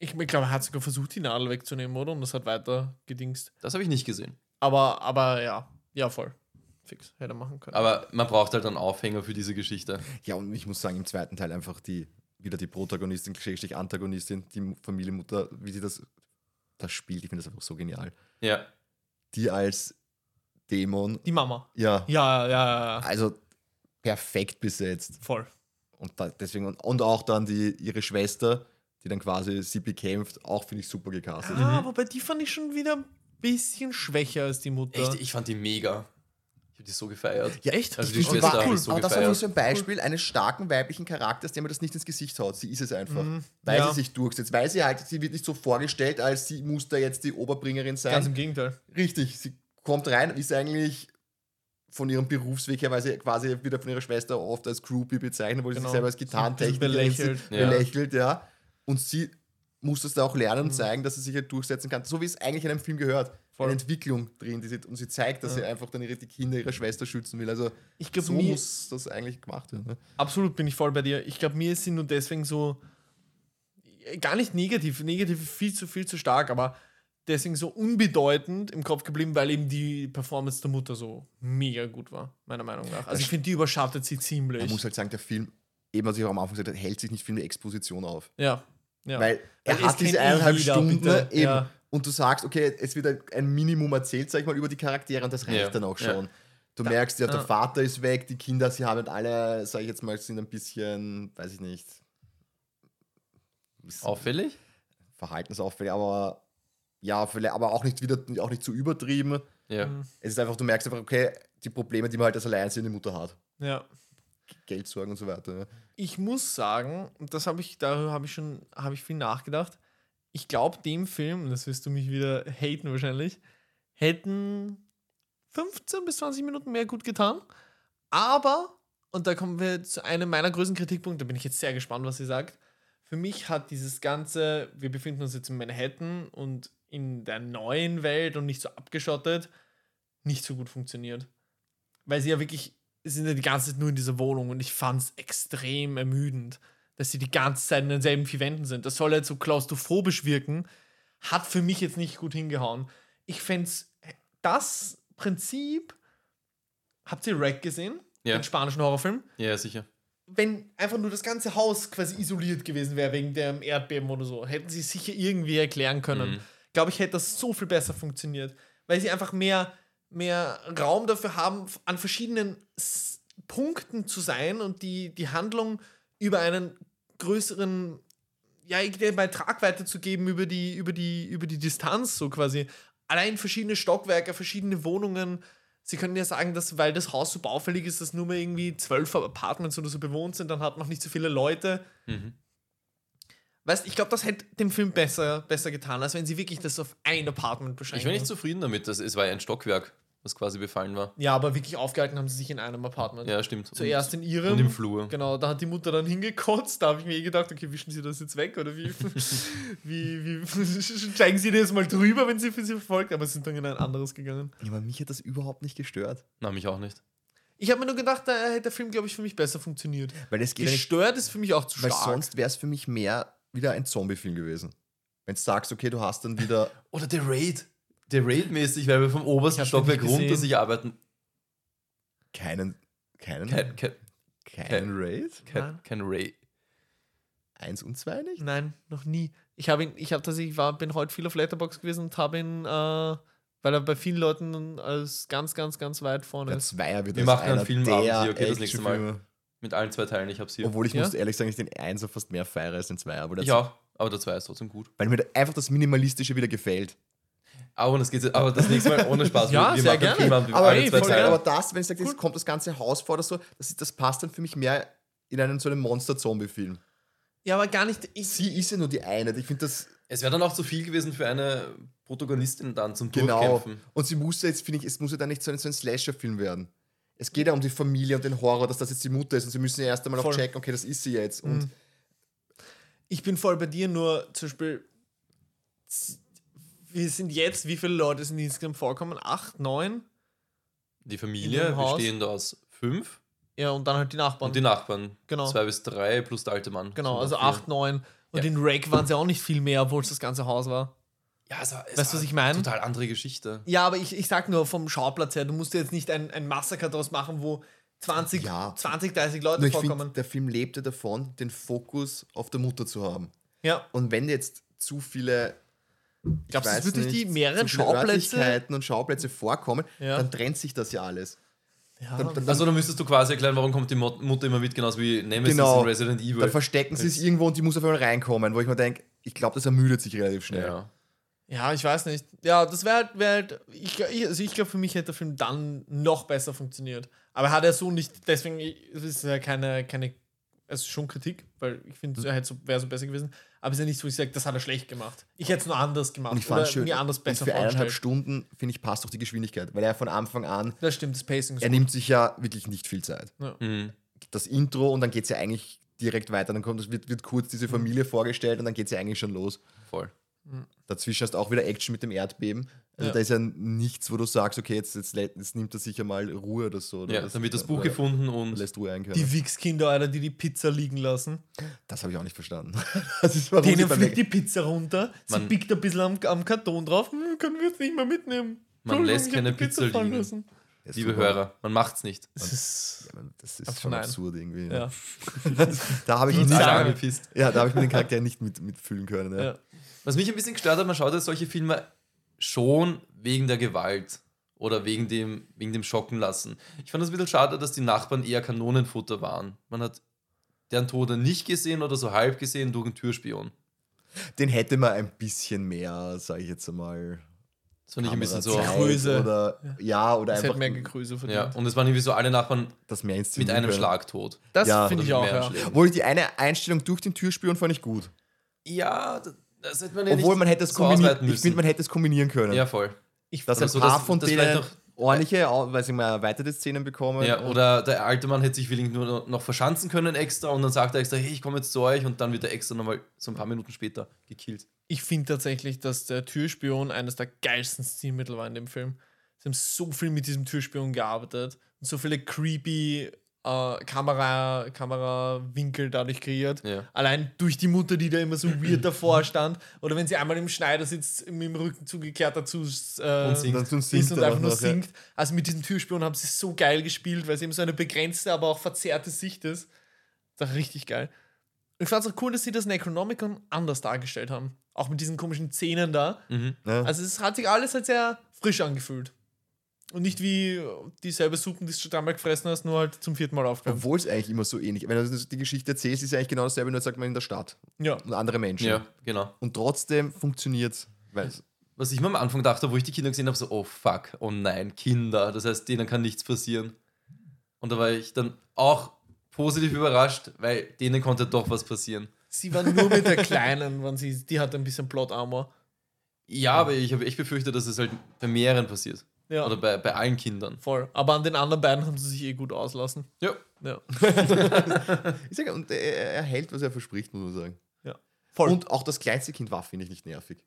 [SPEAKER 2] ich glaube, er hat sogar versucht, die Nadel wegzunehmen, oder? Und das hat weiter gedingst.
[SPEAKER 1] Das habe ich nicht gesehen.
[SPEAKER 2] Aber, aber ja, ja, voll. Fix, hätte er machen können.
[SPEAKER 1] Aber man braucht halt einen Aufhänger für diese Geschichte.
[SPEAKER 3] Ja, und ich muss sagen, im zweiten Teil einfach die, wieder die Protagonistin, Schrägstrich Antagonistin, die Mu- Familienmutter, wie sie das, das spielt, ich finde das einfach so genial.
[SPEAKER 1] Ja.
[SPEAKER 3] Die als Dämon,
[SPEAKER 2] die Mama.
[SPEAKER 3] ja,
[SPEAKER 2] Ja, ja, ja, ja,
[SPEAKER 3] also perfekt besetzt.
[SPEAKER 2] voll.
[SPEAKER 3] Und da, deswegen, und, und auch dann die, ihre Schwester, die dann quasi sie bekämpft, auch finde ich super gecastet.
[SPEAKER 2] Ah, wobei die fand ich schon wieder ein bisschen schwächer als die Mutter.
[SPEAKER 1] Echt, ich fand die mega. Ich habe die so gefeiert.
[SPEAKER 3] Ja,
[SPEAKER 2] echt?
[SPEAKER 1] Also die
[SPEAKER 2] Ich
[SPEAKER 3] Und
[SPEAKER 2] fand-
[SPEAKER 1] Schwester
[SPEAKER 3] war,
[SPEAKER 1] hab
[SPEAKER 3] cool.
[SPEAKER 1] ich so
[SPEAKER 3] aber das war
[SPEAKER 1] gefeiert.
[SPEAKER 3] so ein Beispiel eines starken weiblichen Charakters, der mir das nicht ins Gesicht haut. Sie ist es einfach.
[SPEAKER 2] Mhm,
[SPEAKER 3] Weil
[SPEAKER 2] ja.
[SPEAKER 3] sie sich durchsetzt. Weil sie halt, sie wird nicht so vorgestellt, als sie muss da jetzt die Oberbringerin sein.
[SPEAKER 2] Ganz im Gegenteil.
[SPEAKER 3] Richtig, sie kommt rein, ist eigentlich von ihrem Berufsweg her, weil sie quasi wieder von ihrer Schwester oft als Groupie bezeichnet, wo sie
[SPEAKER 2] Genau.
[SPEAKER 3] sich selber als Gitarrentechnikerin
[SPEAKER 2] bisschen belächelt.
[SPEAKER 3] sieht,
[SPEAKER 1] Ja.
[SPEAKER 3] belächelt, ja. Und sie muss das da auch lernen und zeigen, dass sie sich halt durchsetzen kann. So wie es eigentlich in einem Film gehört.
[SPEAKER 2] Mhm. Voll.
[SPEAKER 3] Eine Entwicklung drin, die sie, und sie zeigt, dass
[SPEAKER 2] Ja.
[SPEAKER 3] sie einfach dann ihre, die Kinder ihrer Schwester schützen will. Also
[SPEAKER 2] Ich glaube,
[SPEAKER 3] so
[SPEAKER 2] mir,
[SPEAKER 3] muss das eigentlich gemacht werden. Ne?
[SPEAKER 2] absolut bin ich voll bei dir. Ich glaube, mir sind nur deswegen so äh, gar nicht negativ, negativ ist viel zu viel zu stark, aber deswegen so unbedeutend im Kopf geblieben, weil eben die Performance der Mutter so mega gut war, meiner Meinung nach. Also ich finde, die überschattet sie ziemlich.
[SPEAKER 3] Man muss halt sagen, der Film, eben was ich auch am Anfang gesagt habe, hält sich nicht viel in der Exposition auf.
[SPEAKER 2] ja, ja.
[SPEAKER 3] Weil er
[SPEAKER 2] Weil es
[SPEAKER 3] hat diese
[SPEAKER 2] kennt eh
[SPEAKER 3] eineinhalb
[SPEAKER 2] jeder,
[SPEAKER 3] Stunden
[SPEAKER 2] bitte.
[SPEAKER 3] eben.
[SPEAKER 2] Ja.
[SPEAKER 3] Und du sagst, okay, es wird ein Minimum erzählt, sag ich mal, über die Charaktere und das reicht
[SPEAKER 1] Ja.
[SPEAKER 3] dann auch
[SPEAKER 1] Ja.
[SPEAKER 3] schon. Du merkst ja, der
[SPEAKER 2] ja.
[SPEAKER 3] Vater ist weg, die Kinder, sie haben alle, sag ich jetzt mal, sind ein bisschen, weiß ich nicht, ist
[SPEAKER 1] Auffällig?
[SPEAKER 3] verhaltensauffällig, aber ja, vielleicht, aber auch nicht wieder, auch nicht zu übertrieben.
[SPEAKER 1] Ja.
[SPEAKER 2] Mhm.
[SPEAKER 3] Es ist einfach, du merkst einfach, okay, die Probleme, die man halt als alleinstehende Mutter hat.
[SPEAKER 2] ja.
[SPEAKER 3] Geldsorgen und so weiter. ne?
[SPEAKER 2] Ich muss sagen, und das habe ich, darüber habe ich schon, habe ich viel nachgedacht. Ich glaube, dem Film, und das wirst du mich wieder haten wahrscheinlich, hätten 15 bis 20 Minuten mehr gut getan. Aber, und da kommen wir zu einem meiner größten Kritikpunkte, da bin ich jetzt sehr gespannt, was ihr sagt. Für mich hat dieses Ganze, wir befinden uns jetzt in Manhattan und in der neuen Welt und nicht so abgeschottet, nicht so gut funktioniert. Weil sie ja wirklich, sie sind ja die ganze Zeit nur in dieser Wohnung und ich fand es extrem ermüdend, dass sie die ganze Zeit in denselben vier Wänden sind. Das soll jetzt so klaustrophobisch wirken, hat für mich jetzt nicht gut hingehauen. Ich fände das Prinzip, habt ihr Rack gesehen?
[SPEAKER 1] Ja.
[SPEAKER 2] Den spanischen Horrorfilm?
[SPEAKER 1] Ja, sicher.
[SPEAKER 2] wenn einfach nur das ganze Haus quasi isoliert gewesen wäre wegen dem Erdbeben oder so, hätten sie sicher irgendwie erklären können.
[SPEAKER 1] Mhm.
[SPEAKER 2] Glaube ich, hätte das so viel besser funktioniert, weil sie einfach mehr, mehr Raum dafür haben, f- an verschiedenen S Punkten zu sein und die, die Handlung über einen größeren, ja, irgendwie bei Tragweite zu geben, über die, über die, über die Distanz so quasi. Allein verschiedene Stockwerke, verschiedene Wohnungen, Sie können ja sagen, dass, weil das Haus so baufällig ist, dass nur mehr irgendwie zwölf Apartments oder so bewohnt sind, dann hat noch nicht so viele Leute.
[SPEAKER 1] Mhm.
[SPEAKER 2] Weißt ich glaube, das hätte dem Film besser, besser getan, als wenn sie wirklich das auf ein Apartment
[SPEAKER 1] Ich
[SPEAKER 2] beschränken.
[SPEAKER 1] bin nicht zufrieden damit. Das, es war ja ein Stockwerk. was quasi befallen war.
[SPEAKER 2] Ja, aber wirklich aufgehalten haben sie sich in einem Apartment.
[SPEAKER 1] Ja, stimmt.
[SPEAKER 2] Zuerst in
[SPEAKER 1] und,
[SPEAKER 2] ihrem.
[SPEAKER 1] und im Flur.
[SPEAKER 2] Genau, da hat die Mutter dann hingekotzt. Da habe ich mir eh gedacht, okay, wischen sie das jetzt weg oder wie, (laughs) wie, (laughs) wie steigen sie das mal drüber, wenn sie für sie verfolgt? Aber sie sind dann in ein anderes gegangen.
[SPEAKER 3] Ja, aber mich hat das überhaupt nicht gestört.
[SPEAKER 1] Na, mich auch nicht.
[SPEAKER 2] Ich habe mir nur gedacht, da hätte der Film, glaube ich, für mich besser funktioniert.
[SPEAKER 3] Weil es geht ja nicht
[SPEAKER 2] Gestört ist für mich auch zu
[SPEAKER 3] Weil
[SPEAKER 2] stark.
[SPEAKER 3] sonst wäre es für mich mehr wieder ein Zombie-Film gewesen. Wenn du sagst, okay, du hast dann
[SPEAKER 1] (laughs)
[SPEAKER 3] wieder.
[SPEAKER 1] Oder der Raid. Der Raid-mäßig, weil wir vom obersten
[SPEAKER 2] Ich hab den
[SPEAKER 1] Stockwerk
[SPEAKER 2] nicht
[SPEAKER 1] runter
[SPEAKER 2] gesehen.
[SPEAKER 1] sich arbeiten.
[SPEAKER 3] keinen, keinen,
[SPEAKER 1] Kein, kein,
[SPEAKER 3] keinen Raid?
[SPEAKER 1] kein,
[SPEAKER 2] Nein.
[SPEAKER 1] kein Raid.
[SPEAKER 3] Eins und zwei nicht?
[SPEAKER 2] Nein, noch nie. Ich habe ihn, ich habe tatsächlich, war, bin heute viel auf Letterbox gewesen und habe ihn, äh, weil er bei vielen Leuten als ganz, ganz, ganz weit vorne
[SPEAKER 3] Der
[SPEAKER 2] ist.
[SPEAKER 3] Zweier wird
[SPEAKER 1] Wir
[SPEAKER 3] als
[SPEAKER 1] machen einen
[SPEAKER 3] einer
[SPEAKER 1] Filmabend
[SPEAKER 3] der
[SPEAKER 1] hier, okay, das nächste Mal.
[SPEAKER 3] Actionfilme.
[SPEAKER 1] Mit allen zwei Teilen, ich hab's hier.
[SPEAKER 3] Obwohl ich
[SPEAKER 2] Ja?
[SPEAKER 3] muss ehrlich sagen, ich den Einser fast mehr feiere als den Zweier. Aber der
[SPEAKER 1] ich auch. Aber der 2 ist trotzdem gut.
[SPEAKER 3] Weil mir da einfach das Minimalistische wieder gefällt.
[SPEAKER 1] Aber das, geht's, aber das nächste Mal ohne
[SPEAKER 2] (laughs)
[SPEAKER 1] Spaß.
[SPEAKER 2] Ja, sehr
[SPEAKER 1] einen
[SPEAKER 2] gerne.
[SPEAKER 1] Filmabend mit
[SPEAKER 3] Aber,
[SPEAKER 1] allen
[SPEAKER 2] ey,
[SPEAKER 1] zwei
[SPEAKER 2] voll
[SPEAKER 1] Teilen.
[SPEAKER 2] gerne.
[SPEAKER 3] aber das, wenn ich sage,
[SPEAKER 2] Cool.
[SPEAKER 3] jetzt kommt das ganze Haus vor oder so, das, das passt dann für mich mehr in einen so einen Monster-Zombie-Film.
[SPEAKER 2] Ja, aber gar nicht. Ich,
[SPEAKER 3] Sie ist ja nur die eine. Ich finde das.
[SPEAKER 1] Es wäre dann auch zu viel gewesen für eine Protagonistin dann zum
[SPEAKER 3] Genau.
[SPEAKER 1] Durchkämpfen.
[SPEAKER 3] Und sie muss ja jetzt, finde ich, es muss ja dann nicht so ein, so ein Slasher-Film werden. Es geht ja um die Familie und den Horror, dass das jetzt die Mutter ist und sie müssen ja erst einmal auch
[SPEAKER 2] Voll.
[SPEAKER 3] checken, okay, das ist sie jetzt. Und
[SPEAKER 2] Mhm. ich bin voll bei dir, nur zum Beispiel, z- wir sind jetzt, wie viele Leute sind insgesamt vorkommen? Acht, neun?
[SPEAKER 1] Die
[SPEAKER 2] In
[SPEAKER 1] Familie
[SPEAKER 2] dem Haus.
[SPEAKER 1] bestehend aus fünf
[SPEAKER 2] Ja, und dann halt die Nachbarn.
[SPEAKER 1] und die Nachbarn.
[SPEAKER 2] Genau.
[SPEAKER 1] Zwei bis drei plus der alte Mann.
[SPEAKER 2] genau,
[SPEAKER 1] Sind
[SPEAKER 2] also
[SPEAKER 1] noch vier.
[SPEAKER 2] acht, neun. Und
[SPEAKER 1] Ja.
[SPEAKER 2] in Rake waren es ja auch nicht viel mehr, obwohl es das ganze Haus war.
[SPEAKER 1] Ja, also, es war, es
[SPEAKER 2] Weißt du,
[SPEAKER 1] war
[SPEAKER 2] was ich meine?
[SPEAKER 1] Total andere Geschichte.
[SPEAKER 2] Ja, aber ich, ich sag nur vom Schauplatz her, du musst dir jetzt nicht ein, ein Massaker draus machen, wo 20,
[SPEAKER 3] Ja.
[SPEAKER 2] 20 30 Leute
[SPEAKER 3] nur ich finde,
[SPEAKER 2] vorkommen.
[SPEAKER 3] der Film lebte davon, den Fokus auf der Mutter zu haben.
[SPEAKER 2] Ja.
[SPEAKER 3] Und wenn jetzt zu viele. ich
[SPEAKER 2] Glaubst du, es
[SPEAKER 3] weiß
[SPEAKER 2] wird durch die mehreren
[SPEAKER 3] zu viele
[SPEAKER 2] Schauplätze-
[SPEAKER 3] Örtlichkeiten und Schauplätze vorkommen,
[SPEAKER 2] Ja.
[SPEAKER 3] dann trennt sich das ja alles.
[SPEAKER 2] ja.
[SPEAKER 3] Dann, dann, dann,
[SPEAKER 1] Also, dann müsstest du quasi erklären, warum kommt die Mut- Mutter immer mit, genauso wie Nemesis
[SPEAKER 3] Genau.
[SPEAKER 1] in Resident Evil.
[SPEAKER 3] dann verstecken sie es irgendwo und die muss auf einmal reinkommen, wo ich mir denke, ich glaube, das ermüdet sich relativ schnell.
[SPEAKER 1] ja.
[SPEAKER 2] ja, ich weiß nicht. Ja, das wäre halt, wär halt ich, glaub- ich- also ich glaube, für mich hätte der Film dann noch besser funktioniert. Aber hat er so nicht, deswegen ist es ja keine, keine es ist schon Kritik, weil ich
[SPEAKER 3] Mhm.
[SPEAKER 2] finde, er hätte so, wäre so besser gewesen. Aber es ist ja nicht so, ich sage, das hat er schlecht gemacht. Ich hätte es nur anders gemacht
[SPEAKER 3] Und ich fand
[SPEAKER 2] oder
[SPEAKER 3] es schön.
[SPEAKER 2] mir anders
[SPEAKER 3] und
[SPEAKER 2] besser
[SPEAKER 3] für eineinhalb
[SPEAKER 2] vorgestellt.
[SPEAKER 3] Stunden, finde ich, passt auch die Geschwindigkeit, weil er von Anfang an,
[SPEAKER 2] Das stimmt, das Pacing ist
[SPEAKER 3] er
[SPEAKER 1] Also-
[SPEAKER 2] gut.
[SPEAKER 3] nimmt sich ja wirklich nicht viel Zeit.
[SPEAKER 1] Mhm.
[SPEAKER 3] Das Intro und dann geht es ja eigentlich direkt weiter. Dann kommt, es wird, wird kurz
[SPEAKER 1] Mhm.
[SPEAKER 3] diese Familie vorgestellt und dann geht es ja eigentlich schon los.
[SPEAKER 1] Voll.
[SPEAKER 3] Dazwischen hast du auch wieder Action mit dem Erdbeben. Also
[SPEAKER 2] Ja.
[SPEAKER 3] da ist ja nichts, wo du sagst, okay, jetzt, jetzt, lä- jetzt nimmt er sicher mal Ruhe oder so. Oder
[SPEAKER 1] Ja,
[SPEAKER 3] das-
[SPEAKER 1] dann wird das Buch
[SPEAKER 3] oder
[SPEAKER 1] gefunden und
[SPEAKER 3] Lässt Ruhe einkehren.
[SPEAKER 2] Die Wichskinder, Alter, die die Pizza liegen lassen.
[SPEAKER 3] Das habe ich auch nicht verstanden. (laughs) Das ist, warum sie
[SPEAKER 2] Denen
[SPEAKER 3] beim
[SPEAKER 2] fliegt
[SPEAKER 3] Weg-
[SPEAKER 2] die Pizza runter, sie
[SPEAKER 1] Man-
[SPEAKER 2] biegt ein bisschen am, am Karton drauf, hm, können wir jetzt nicht mehr mitnehmen.
[SPEAKER 1] Man
[SPEAKER 2] Entschuldigung,
[SPEAKER 1] lässt
[SPEAKER 2] ich hab
[SPEAKER 1] keine
[SPEAKER 2] die
[SPEAKER 1] Pizza liegen.
[SPEAKER 3] Das ist
[SPEAKER 1] liebe
[SPEAKER 3] vorbei.
[SPEAKER 1] Hörer, man macht's nicht.
[SPEAKER 2] Das ist,
[SPEAKER 3] Ja, Das ist
[SPEAKER 2] Einfach
[SPEAKER 3] schon
[SPEAKER 2] nein.
[SPEAKER 3] absurd irgendwie.
[SPEAKER 2] ja.
[SPEAKER 3] Ja. (laughs) Da habe ich, nicht-
[SPEAKER 2] Sozusagen.
[SPEAKER 1] Alle
[SPEAKER 2] Sagen-
[SPEAKER 1] angepisst.
[SPEAKER 3] ja, da hab ich mit den Charakter nicht mit, mitfühlen können. ne? Ja.
[SPEAKER 2] Ja.
[SPEAKER 1] Was mich ein bisschen gestört hat, man schaut ja solche Filme schon wegen der Gewalt oder wegen dem, wegen dem Schocken lassen. Ich fand es ein bisschen schade, dass die Nachbarn eher Kanonenfutter waren. Man hat deren Tode nicht gesehen oder so halb gesehen durch einen Türspion.
[SPEAKER 3] Den hätte man ein bisschen mehr, sage ich jetzt einmal.
[SPEAKER 1] Das fand ich ein bisschen so.
[SPEAKER 3] Kamerazeit
[SPEAKER 2] Größe.
[SPEAKER 3] Oder, ja, oder
[SPEAKER 2] Das hätte
[SPEAKER 3] einfach
[SPEAKER 2] mehr Gegrüße
[SPEAKER 1] Ja,
[SPEAKER 2] verdient.
[SPEAKER 1] und es waren irgendwie so alle Nachbarn
[SPEAKER 3] das mehr
[SPEAKER 1] mit
[SPEAKER 3] inszenieren
[SPEAKER 1] einem
[SPEAKER 3] können.
[SPEAKER 1] Schlag tot.
[SPEAKER 2] Das
[SPEAKER 3] Ja.
[SPEAKER 1] Oder
[SPEAKER 2] finde ich
[SPEAKER 1] mit
[SPEAKER 2] auch,
[SPEAKER 1] mehreren
[SPEAKER 2] ja.
[SPEAKER 1] Schlägen.
[SPEAKER 3] Obwohl die eine Einstellung durch den Türspion fand ich gut.
[SPEAKER 1] Ja, das- das hätte man ja
[SPEAKER 3] Obwohl
[SPEAKER 1] nicht
[SPEAKER 3] man hätte es
[SPEAKER 1] so
[SPEAKER 3] kombinieren
[SPEAKER 1] ausweiten
[SPEAKER 3] Ich finde,
[SPEAKER 1] müssen.
[SPEAKER 3] man hätte es kombinieren können.
[SPEAKER 1] ja, voll.
[SPEAKER 2] Ich,
[SPEAKER 3] Dass
[SPEAKER 1] Oder
[SPEAKER 3] ein
[SPEAKER 1] so,
[SPEAKER 3] paar
[SPEAKER 1] dass-
[SPEAKER 3] von
[SPEAKER 1] dass vielleicht
[SPEAKER 3] denen
[SPEAKER 1] noch-
[SPEAKER 3] ordentliche, au- weiß ich mal, erweiterte Szenen bekommen.
[SPEAKER 1] Ja,
[SPEAKER 3] und-
[SPEAKER 1] oder der alte Mann hätte sich willig nur noch verschanzen können extra und dann sagt er extra, hey, ich komme jetzt zu euch und dann wird er extra nochmal so ein paar Minuten später gekillt.
[SPEAKER 2] ich finde tatsächlich, dass der Türspion eines der geilsten Stilmittel war in dem Film. Sie haben so viel mit diesem Türspion gearbeitet und so viele creepy äh, Kamera, Kamerawinkel dadurch kreiert.
[SPEAKER 1] Ja.
[SPEAKER 2] Allein durch die Mutter, die da immer so weird davor stand. Oder wenn sie einmal im Schneider sitzt, im, im Rücken zugekehrt dazu äh,
[SPEAKER 1] Und singt.
[SPEAKER 3] Und dann
[SPEAKER 2] ist
[SPEAKER 3] singt
[SPEAKER 2] und
[SPEAKER 3] er
[SPEAKER 2] einfach
[SPEAKER 3] auch
[SPEAKER 2] nur
[SPEAKER 3] noch, ja.
[SPEAKER 2] singt. Also mit diesem Türspion haben sie so geil gespielt, weil es eben so eine begrenzte, aber auch verzerrte Sicht ist. Das ist richtig geil. Und ich fand es auch cool, dass sie das Necronomicon anders dargestellt haben. Auch mit diesen komischen Zähnen da.
[SPEAKER 1] Mhm.
[SPEAKER 3] Ja.
[SPEAKER 2] Also es hat sich alles halt sehr frisch angefühlt. Und nicht wie dieselbe Suppen, die du schon dreimal gefressen hast, nur halt zum vierten Mal aufgehört.
[SPEAKER 3] Obwohl es eigentlich immer so ähnlich Wenn du das- die Geschichte erzählst, ist ja eigentlich genau dasselbe, nur sagt man in der Stadt
[SPEAKER 2] Ja.
[SPEAKER 3] und andere Menschen.
[SPEAKER 1] Ja, genau.
[SPEAKER 3] Und trotzdem funktioniert es.
[SPEAKER 1] Was ich mir am Anfang dachte, wo ich die Kinder gesehen habe, so, oh fuck, oh nein, Kinder. Das heißt, denen kann nichts passieren. Und da war ich dann auch positiv überrascht, weil denen konnte doch was passieren.
[SPEAKER 2] Sie waren nur mit der Kleinen, (laughs) wann sie, die hatte ein bisschen Plot Armor.
[SPEAKER 1] Ja, aber ich habe echt befürchtet, dass es halt bei mehreren passiert.
[SPEAKER 2] Ja.
[SPEAKER 1] Oder bei, bei allen Kindern.
[SPEAKER 2] Voll. Aber an den anderen beiden haben sie sich eh gut auslassen.
[SPEAKER 1] Ja.
[SPEAKER 2] Ja.
[SPEAKER 3] Ich sag, und er, er hält, was er verspricht, muss man sagen.
[SPEAKER 2] Voll.
[SPEAKER 3] Und auch das kleinste Kind war, finde ich, nicht nervig.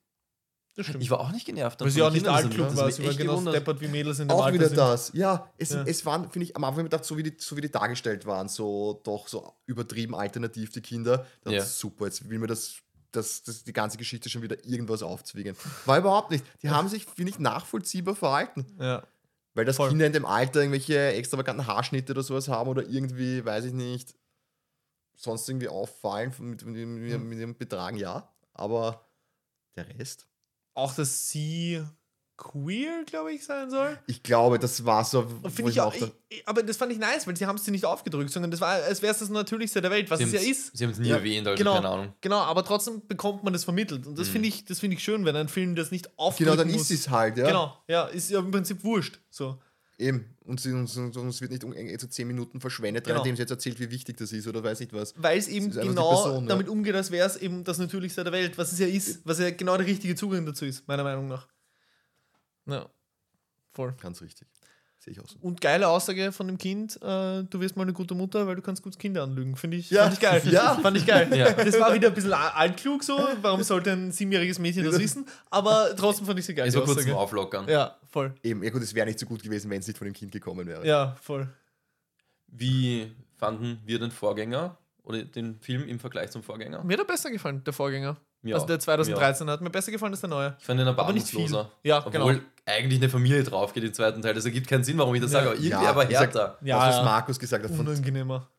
[SPEAKER 2] das stimmt.
[SPEAKER 1] Ich war auch nicht genervt.
[SPEAKER 2] Weil sie auch nicht
[SPEAKER 3] ne?
[SPEAKER 2] alt
[SPEAKER 1] klug
[SPEAKER 2] klug war. genau Sie war genauso deppert wie Mädels in dem
[SPEAKER 3] Auch
[SPEAKER 2] Alter
[SPEAKER 3] wieder
[SPEAKER 2] sind.
[SPEAKER 3] das. Ja, es,
[SPEAKER 2] Ja.
[SPEAKER 3] es waren, finde ich, am Anfang gedacht, so wie, die, so wie die dargestellt waren, so doch so übertrieben alternativ die Kinder. Das
[SPEAKER 1] Ja.
[SPEAKER 3] ist super, jetzt will mir das, das, das, die ganze Geschichte schon wieder irgendwas aufzwingen. War überhaupt nicht. Die haben sich, finde ich, nachvollziehbar verhalten.
[SPEAKER 2] Ja.
[SPEAKER 3] Weil das
[SPEAKER 2] Voll.
[SPEAKER 3] Kinder in dem Alter irgendwelche extravaganten Haarschnitte oder sowas haben oder irgendwie, weiß ich nicht, sonst irgendwie auffallen mit, mit, mit, mit dem Betragen, ja. Aber der Rest.
[SPEAKER 2] Auch, dass sie queer, glaube ich, sein soll.
[SPEAKER 3] Ich glaube, das war so. wo
[SPEAKER 2] Finde ich
[SPEAKER 3] mir
[SPEAKER 2] auch.
[SPEAKER 3] dachte-
[SPEAKER 2] Ich, ich- aber das fand ich nice, weil sie haben es dir nicht aufgedrückt, sondern das war, als wäre es das Natürlichste der Welt, was es ja ist.
[SPEAKER 1] Sie haben es nie
[SPEAKER 3] Ja,
[SPEAKER 1] erwähnt, also
[SPEAKER 2] genau.
[SPEAKER 1] keine Ahnung.
[SPEAKER 2] Genau, aber trotzdem bekommt man das vermittelt. Und das finde ich, das finde ich schön, wenn ein Film das nicht aufdrückt.
[SPEAKER 3] Mhm. Genau, dann
[SPEAKER 2] muss.
[SPEAKER 3] ist es halt, ja.
[SPEAKER 2] Genau, ja, ist ja im Prinzip wurscht. So.
[SPEAKER 3] Eben. Und sie, uns, uns uns wird nicht um zu zehn Minuten verschwendet,
[SPEAKER 2] Genau.
[SPEAKER 3] indem sie jetzt erzählt, wie wichtig das ist oder weiß nicht was.
[SPEAKER 2] Weil es eben
[SPEAKER 3] ist einfach die
[SPEAKER 2] genau
[SPEAKER 3] Person, ja.
[SPEAKER 2] damit umgeht, als wäre es eben das Natürlichste der Welt, was es ja ist, was ja genau der richtige Zugang dazu ist, meiner Meinung nach. Ja, voll.
[SPEAKER 3] Ganz richtig. Sehe ich auch so.
[SPEAKER 2] Und geile Aussage von dem Kind, äh, du wirst mal eine gute Mutter, weil du kannst gut Kinder anlügen. Finde ich,
[SPEAKER 3] Ja.
[SPEAKER 2] fand ich geil.
[SPEAKER 3] Ja.
[SPEAKER 2] Fand ich geil.
[SPEAKER 1] Ja.
[SPEAKER 2] Das war wieder ein bisschen a- altklug so. Warum sollte ein siebenjähriges Mädchen das wissen? Aber trotzdem fand ich sie geil.
[SPEAKER 1] Es
[SPEAKER 2] die
[SPEAKER 1] war Also kurz zum
[SPEAKER 2] Aussage.
[SPEAKER 1] Auflockern.
[SPEAKER 2] Ja, voll.
[SPEAKER 3] Eben, ja gut, es wäre nicht so gut gewesen, wenn es nicht von dem Kind gekommen wäre.
[SPEAKER 2] Ja, voll.
[SPEAKER 1] Wie fanden wir den Vorgänger oder den Film im Vergleich zum Vorgänger?
[SPEAKER 2] Mir hat er besser gefallen, der Vorgänger.
[SPEAKER 1] Ja.
[SPEAKER 2] Also der 2013 hat mir besser gefallen als der neue.
[SPEAKER 1] Ich fand den
[SPEAKER 2] Aber nicht viel.
[SPEAKER 1] erbarmungsloser.
[SPEAKER 2] Ja,
[SPEAKER 1] Obwohl
[SPEAKER 2] genau.
[SPEAKER 1] eigentlich eine Familie drauf geht im zweiten Teil. Das ergibt keinen Sinn, warum ich das
[SPEAKER 2] Ja.
[SPEAKER 1] sage, aber irgendwie
[SPEAKER 3] Ja,
[SPEAKER 1] aber
[SPEAKER 3] ich sag-
[SPEAKER 1] härter.
[SPEAKER 2] Ja,
[SPEAKER 3] das, Also, was
[SPEAKER 2] ja.
[SPEAKER 3] Markus gesagt hat, von,
[SPEAKER 2] Unangenehmer.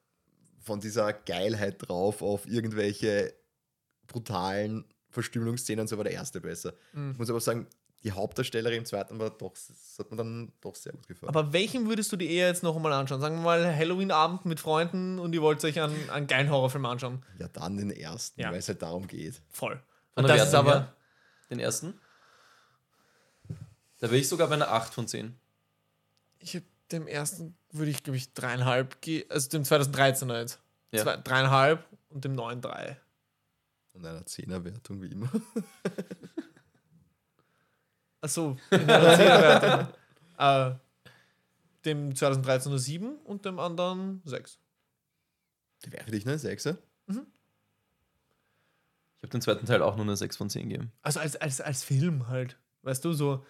[SPEAKER 3] von dieser Geilheit drauf auf irgendwelche brutalen Verstümmelungsszenen und so war der erste besser.
[SPEAKER 2] Mhm.
[SPEAKER 3] Ich muss aber sagen, die Hauptdarstellerin im zweiten war doch, das hat mir dann doch sehr gut gefallen.
[SPEAKER 2] Aber welchen würdest du dir eher jetzt noch einmal anschauen? Sagen wir mal Halloween-Abend mit Freunden und ihr wollt euch einen, einen geilen Horrorfilm anschauen.
[SPEAKER 3] ja, dann den ersten,
[SPEAKER 2] Ja.
[SPEAKER 3] weil es halt darum geht.
[SPEAKER 2] Voll.
[SPEAKER 1] Von
[SPEAKER 2] Und
[SPEAKER 1] der
[SPEAKER 2] das ist
[SPEAKER 1] Wertung
[SPEAKER 2] aber.
[SPEAKER 1] her, Den ersten. Da wäre ich sogar bei einer 8 von 10.
[SPEAKER 2] Ich hab dem ersten würde ich, glaube ich, dreieinhalb ge- Also dem 2013er jetzt.
[SPEAKER 1] Ja.
[SPEAKER 2] Zwei, dreieinhalb und dem neuen drei.
[SPEAKER 3] Und einer Zehnerwertung wie immer. (laughs)
[SPEAKER 1] (laughs)
[SPEAKER 2] Achso, in einer Zehnerwertung. äh, dem 2013er 7 und dem anderen 6.
[SPEAKER 3] Der wäre für dich ne Sechser?
[SPEAKER 1] Ich habe den zweiten Teil auch nur eine 6 von 10 gegeben.
[SPEAKER 2] Also als, als, als Film halt. Weißt du, so.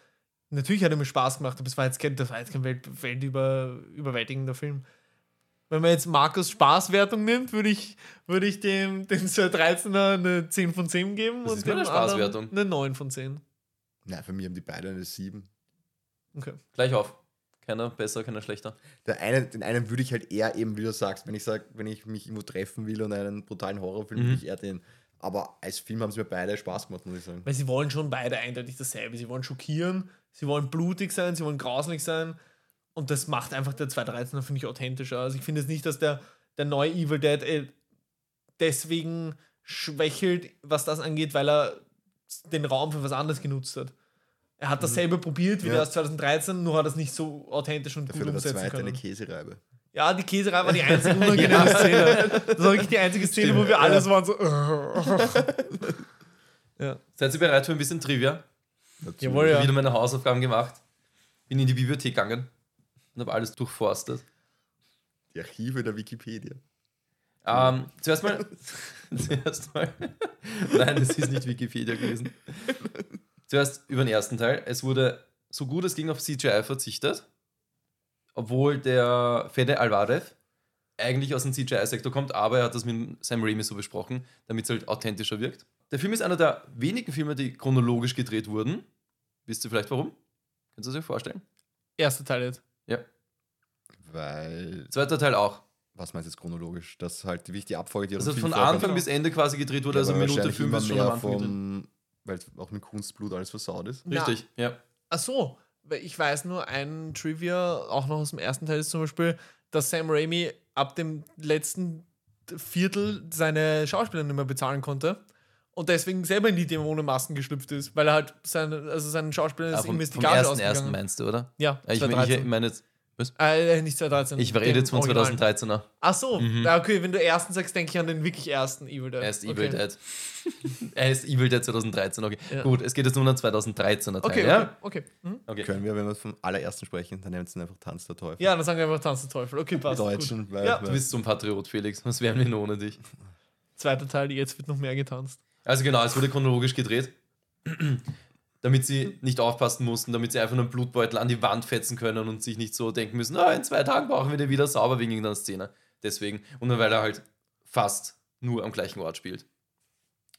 [SPEAKER 2] Natürlich hat er mir Spaß gemacht, aber es war jetzt kein, das war jetzt kein Welt, weltüber, überwältigender Film. Wenn man jetzt Markus Spaßwertung nimmt, würde ich, würde ich dem, dem 2013er eine 10 von 10 geben
[SPEAKER 1] Das
[SPEAKER 2] und
[SPEAKER 1] ist meine
[SPEAKER 2] dem anderen
[SPEAKER 1] Spaßwertung.
[SPEAKER 2] eine 9 von 10.
[SPEAKER 3] Nein, für mich haben die beide eine Sieben.
[SPEAKER 2] Okay.
[SPEAKER 1] Gleich auf. Keiner besser, keiner schlechter.
[SPEAKER 3] Der eine, den einen würde ich halt eher eben, wie du sagst, wenn ich sag, wenn ich mich irgendwo treffen will und einen brutalen Horrorfilm,
[SPEAKER 1] Mhm.
[SPEAKER 3] würde ich eher den. Aber als Film haben sie mir beide Spaß gemacht, muss ich sagen.
[SPEAKER 2] Weil sie wollen schon beide eindeutig dasselbe. Sie wollen schockieren, sie wollen blutig sein, sie wollen grauslich sein. Und das macht einfach der 213er, finde ich, authentischer. Also ich finde es nicht, dass der, der neue Evil Dead äh, deswegen schwächelt, was das angeht, weil er den Raum für was anderes genutzt hat. Er hat dasselbe probiert wie
[SPEAKER 3] Mhm. Ja.
[SPEAKER 2] der aus 2013, nur hat er es nicht so authentisch und
[SPEAKER 3] Dafür hat
[SPEAKER 2] gut
[SPEAKER 3] der
[SPEAKER 2] umsetzen
[SPEAKER 3] zweite eine
[SPEAKER 2] können.
[SPEAKER 3] Käsereibe.
[SPEAKER 2] Ja, die
[SPEAKER 3] (laughs)
[SPEAKER 2] Käserei war die einzige unangenehme Szene. Das war wirklich die einzige Szene, wo wir alle so (laughs) waren so... ja.
[SPEAKER 1] Seid ihr bereit für ein bisschen Trivia?
[SPEAKER 2] Jawohl, ja.
[SPEAKER 1] Wieder meine Hausaufgaben gemacht. Bin in die Bibliothek gegangen und habe alles durchforstet.
[SPEAKER 3] Die Archive der Wikipedia.
[SPEAKER 1] Ähm,
[SPEAKER 3] (laughs)
[SPEAKER 1] zuerst mal. zuerst mal. (laughs) Nein, es ist nicht Wikipedia gewesen. Zuerst über den ersten Teil. Es wurde so gut es ging auf CGI verzichtet, obwohl der Fede Alvarez eigentlich aus dem CGI-Sektor kommt, aber er hat das mit Sam Raimi so besprochen, damit es halt authentischer wirkt. Der Film ist einer der wenigen Filme, die chronologisch gedreht wurden. Wisst ihr vielleicht warum? Könnt ihr es euch vorstellen?
[SPEAKER 2] Erster Teil jetzt.
[SPEAKER 3] Weil,
[SPEAKER 1] Zweiter Teil auch.
[SPEAKER 3] was meinst du jetzt chronologisch? Das ist halt die wichtige Abfolge, die
[SPEAKER 1] Also
[SPEAKER 3] dem
[SPEAKER 1] von
[SPEAKER 3] Film vorkommt.
[SPEAKER 1] Anfang bis Ende quasi gedreht wurde,
[SPEAKER 3] Ja,
[SPEAKER 1] also
[SPEAKER 3] aber
[SPEAKER 1] Minute
[SPEAKER 3] wahrscheinlich
[SPEAKER 1] 5
[SPEAKER 3] immer
[SPEAKER 1] ist schon am
[SPEAKER 3] mehr
[SPEAKER 1] Anfang gedreht.
[SPEAKER 3] vom, Weil auch mit Kunstblut alles versaut ist.
[SPEAKER 2] Na,
[SPEAKER 1] Richtig, ja.
[SPEAKER 2] Ach so, weil ich weiß nur ein Trivia, auch noch aus dem ersten Teil ist zum Beispiel, dass Sam Raimi ab dem letzten Viertel seine Schauspieler nicht mehr bezahlen konnte und deswegen selber in die Dämonenmasken geschlüpft ist, weil er halt seine, also seinen Schauspielern
[SPEAKER 1] Ah,
[SPEAKER 2] ist
[SPEAKER 1] vom,
[SPEAKER 2] ihm ist die
[SPEAKER 1] vom
[SPEAKER 2] Gage
[SPEAKER 1] ersten, ersten
[SPEAKER 2] ausgegangen.
[SPEAKER 1] meinst du, oder?
[SPEAKER 2] Ja,
[SPEAKER 1] Ja, Ich, mein-
[SPEAKER 2] 2013.
[SPEAKER 1] ich meine jetzt Was?
[SPEAKER 2] Äh, nicht 2013.
[SPEAKER 1] Ich rede
[SPEAKER 2] den
[SPEAKER 1] jetzt von ne?
[SPEAKER 2] Originalen.
[SPEAKER 1] 2013er.
[SPEAKER 2] Ach so, ja, okay, wenn du ersten sagst, denke ich an den wirklich ersten Evil Dead.
[SPEAKER 1] Er ist
[SPEAKER 2] okay.
[SPEAKER 1] Evil Dead. (laughs) er ist Evil Dead 2013, okay.
[SPEAKER 2] Ja.
[SPEAKER 1] Gut, es geht jetzt nur um den 2013er Teil,
[SPEAKER 2] Okay, okay,
[SPEAKER 1] ja?
[SPEAKER 2] okay. Mhm.
[SPEAKER 1] Okay.
[SPEAKER 3] Können wir, wenn wir vom allerersten sprechen, dann nennen sie einfach Tanz der Teufel.
[SPEAKER 2] Ja, dann sagen wir einfach Tanz der Teufel. Okay,
[SPEAKER 3] die
[SPEAKER 2] passt. Gut.
[SPEAKER 3] Deutschen. Weil,
[SPEAKER 2] Ja,
[SPEAKER 1] Du bist so ein Patriot, Felix. Was wären wir denn ohne dich?
[SPEAKER 2] Zweiter Teil, jetzt wird noch mehr getanzt.
[SPEAKER 1] Also genau, es wurde chronologisch gedreht, damit sie nicht aufpassen mussten, damit sie einfach einen Blutbeutel an die Wand fetzen können und sich nicht so denken müssen, ah, in zwei Tagen brauchen wir den wieder sauber wegen irgendeiner Szene. Deswegen. Und dann, weil er halt fast nur am gleichen Ort spielt.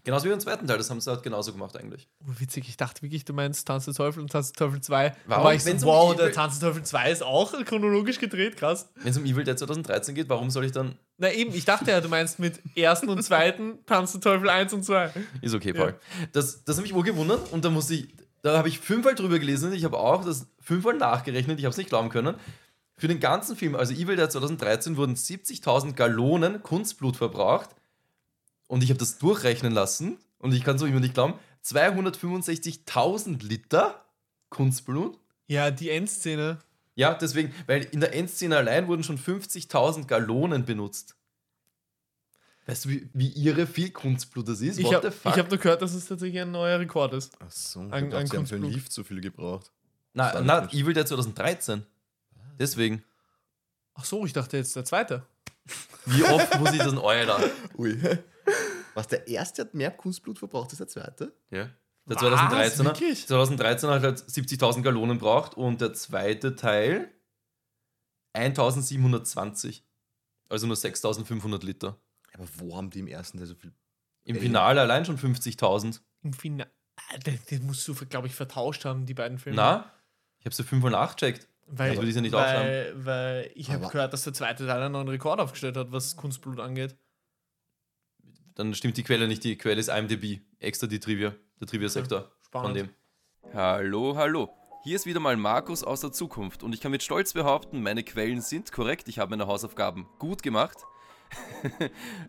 [SPEAKER 1] Genauso wie im zweiten Teil, das haben sie halt genauso gemacht eigentlich.
[SPEAKER 2] Oh, witzig, ich dachte wirklich, du meinst Tanz der Teufel und Tanz der Teufel 2. Da
[SPEAKER 1] Warum?
[SPEAKER 2] War ich so,
[SPEAKER 1] Wenn's um
[SPEAKER 2] wow,
[SPEAKER 1] Evil-
[SPEAKER 2] der Tanz der Teufel 2 ist auch chronologisch gedreht, krass.
[SPEAKER 1] Wenn es um Evil Dead 2013 geht, warum soll ich dann.
[SPEAKER 2] Na eben, ich dachte ja, du meinst mit ersten und zweiten Tanz der Teufel 1 und 2.
[SPEAKER 1] Ist okay, Paul. Das, das hat mich wohl gewundert und da musste ich. Da habe ich fünfmal drüber gelesen. Ich habe auch das fünfmal nachgerechnet. Ich habe es nicht glauben können. Für den ganzen Film, also Evil Dead 2013, wurden 70.000 Gallonen Kunstblut verbraucht. Und ich habe das durchrechnen lassen. Und ich kann es auch immer nicht glauben. 265.000 Liter Kunstblut.
[SPEAKER 2] Ja, die Endszene.
[SPEAKER 1] Ja, deswegen, weil in der Endszene allein wurden schon 50.000 Gallonen benutzt. Weißt du, wie, wie irre viel Kunstblut das ist?
[SPEAKER 2] Ich habe hab nur gehört, dass es tatsächlich ein neuer Rekord ist.
[SPEAKER 3] Ach so,
[SPEAKER 2] Ein-
[SPEAKER 3] ein,
[SPEAKER 2] ein
[SPEAKER 3] ein sie haben für ein
[SPEAKER 2] Kunstblut.
[SPEAKER 3] Leaf zu viel gebraucht.
[SPEAKER 1] Na,
[SPEAKER 3] Sag
[SPEAKER 1] na
[SPEAKER 3] nicht.
[SPEAKER 1] Evil Dead 2013. Deswegen.
[SPEAKER 2] Ach so, ich dachte jetzt der zweite.
[SPEAKER 1] Wie oft muss ich das in Euler?
[SPEAKER 3] Ui. (laughs) Was, der erste hat mehr Kunstblut verbraucht als der zweite?
[SPEAKER 1] Ja. Der
[SPEAKER 2] Was?
[SPEAKER 1] 2013er,
[SPEAKER 2] Wirklich?
[SPEAKER 1] 2013er hat halt 70.000 Gallonen braucht und der zweite Teil 1.720. Also nur 6.500 Liter.
[SPEAKER 3] Aber wo haben die im ersten Teil so viel?
[SPEAKER 1] Im
[SPEAKER 3] Ey.
[SPEAKER 1] Finale allein schon 50.000.
[SPEAKER 2] Im Finale. Das, das musst du, glaube ich, vertauscht haben, die beiden Filme.
[SPEAKER 1] Na? Also Ich hab's ja 5 mal nachgecheckt.
[SPEAKER 2] Weil,
[SPEAKER 1] Das würde ich ja nicht
[SPEAKER 2] weil, weil ich habe
[SPEAKER 3] Aber-
[SPEAKER 2] gehört, dass der zweite Teil einen neuen Rekord aufgestellt hat, was Kunstblut angeht.
[SPEAKER 1] Dann stimmt die Quelle nicht. Die Quelle ist IMDb. Extra die Trivia. Der Trivia-Sektor.
[SPEAKER 2] Spannend.
[SPEAKER 1] Von dem. Hallo, hallo. Hier ist wieder mal Markus aus der Zukunft und ich kann mit Stolz behaupten, meine Quellen sind korrekt. Ich habe meine Hausaufgaben gut gemacht. (laughs)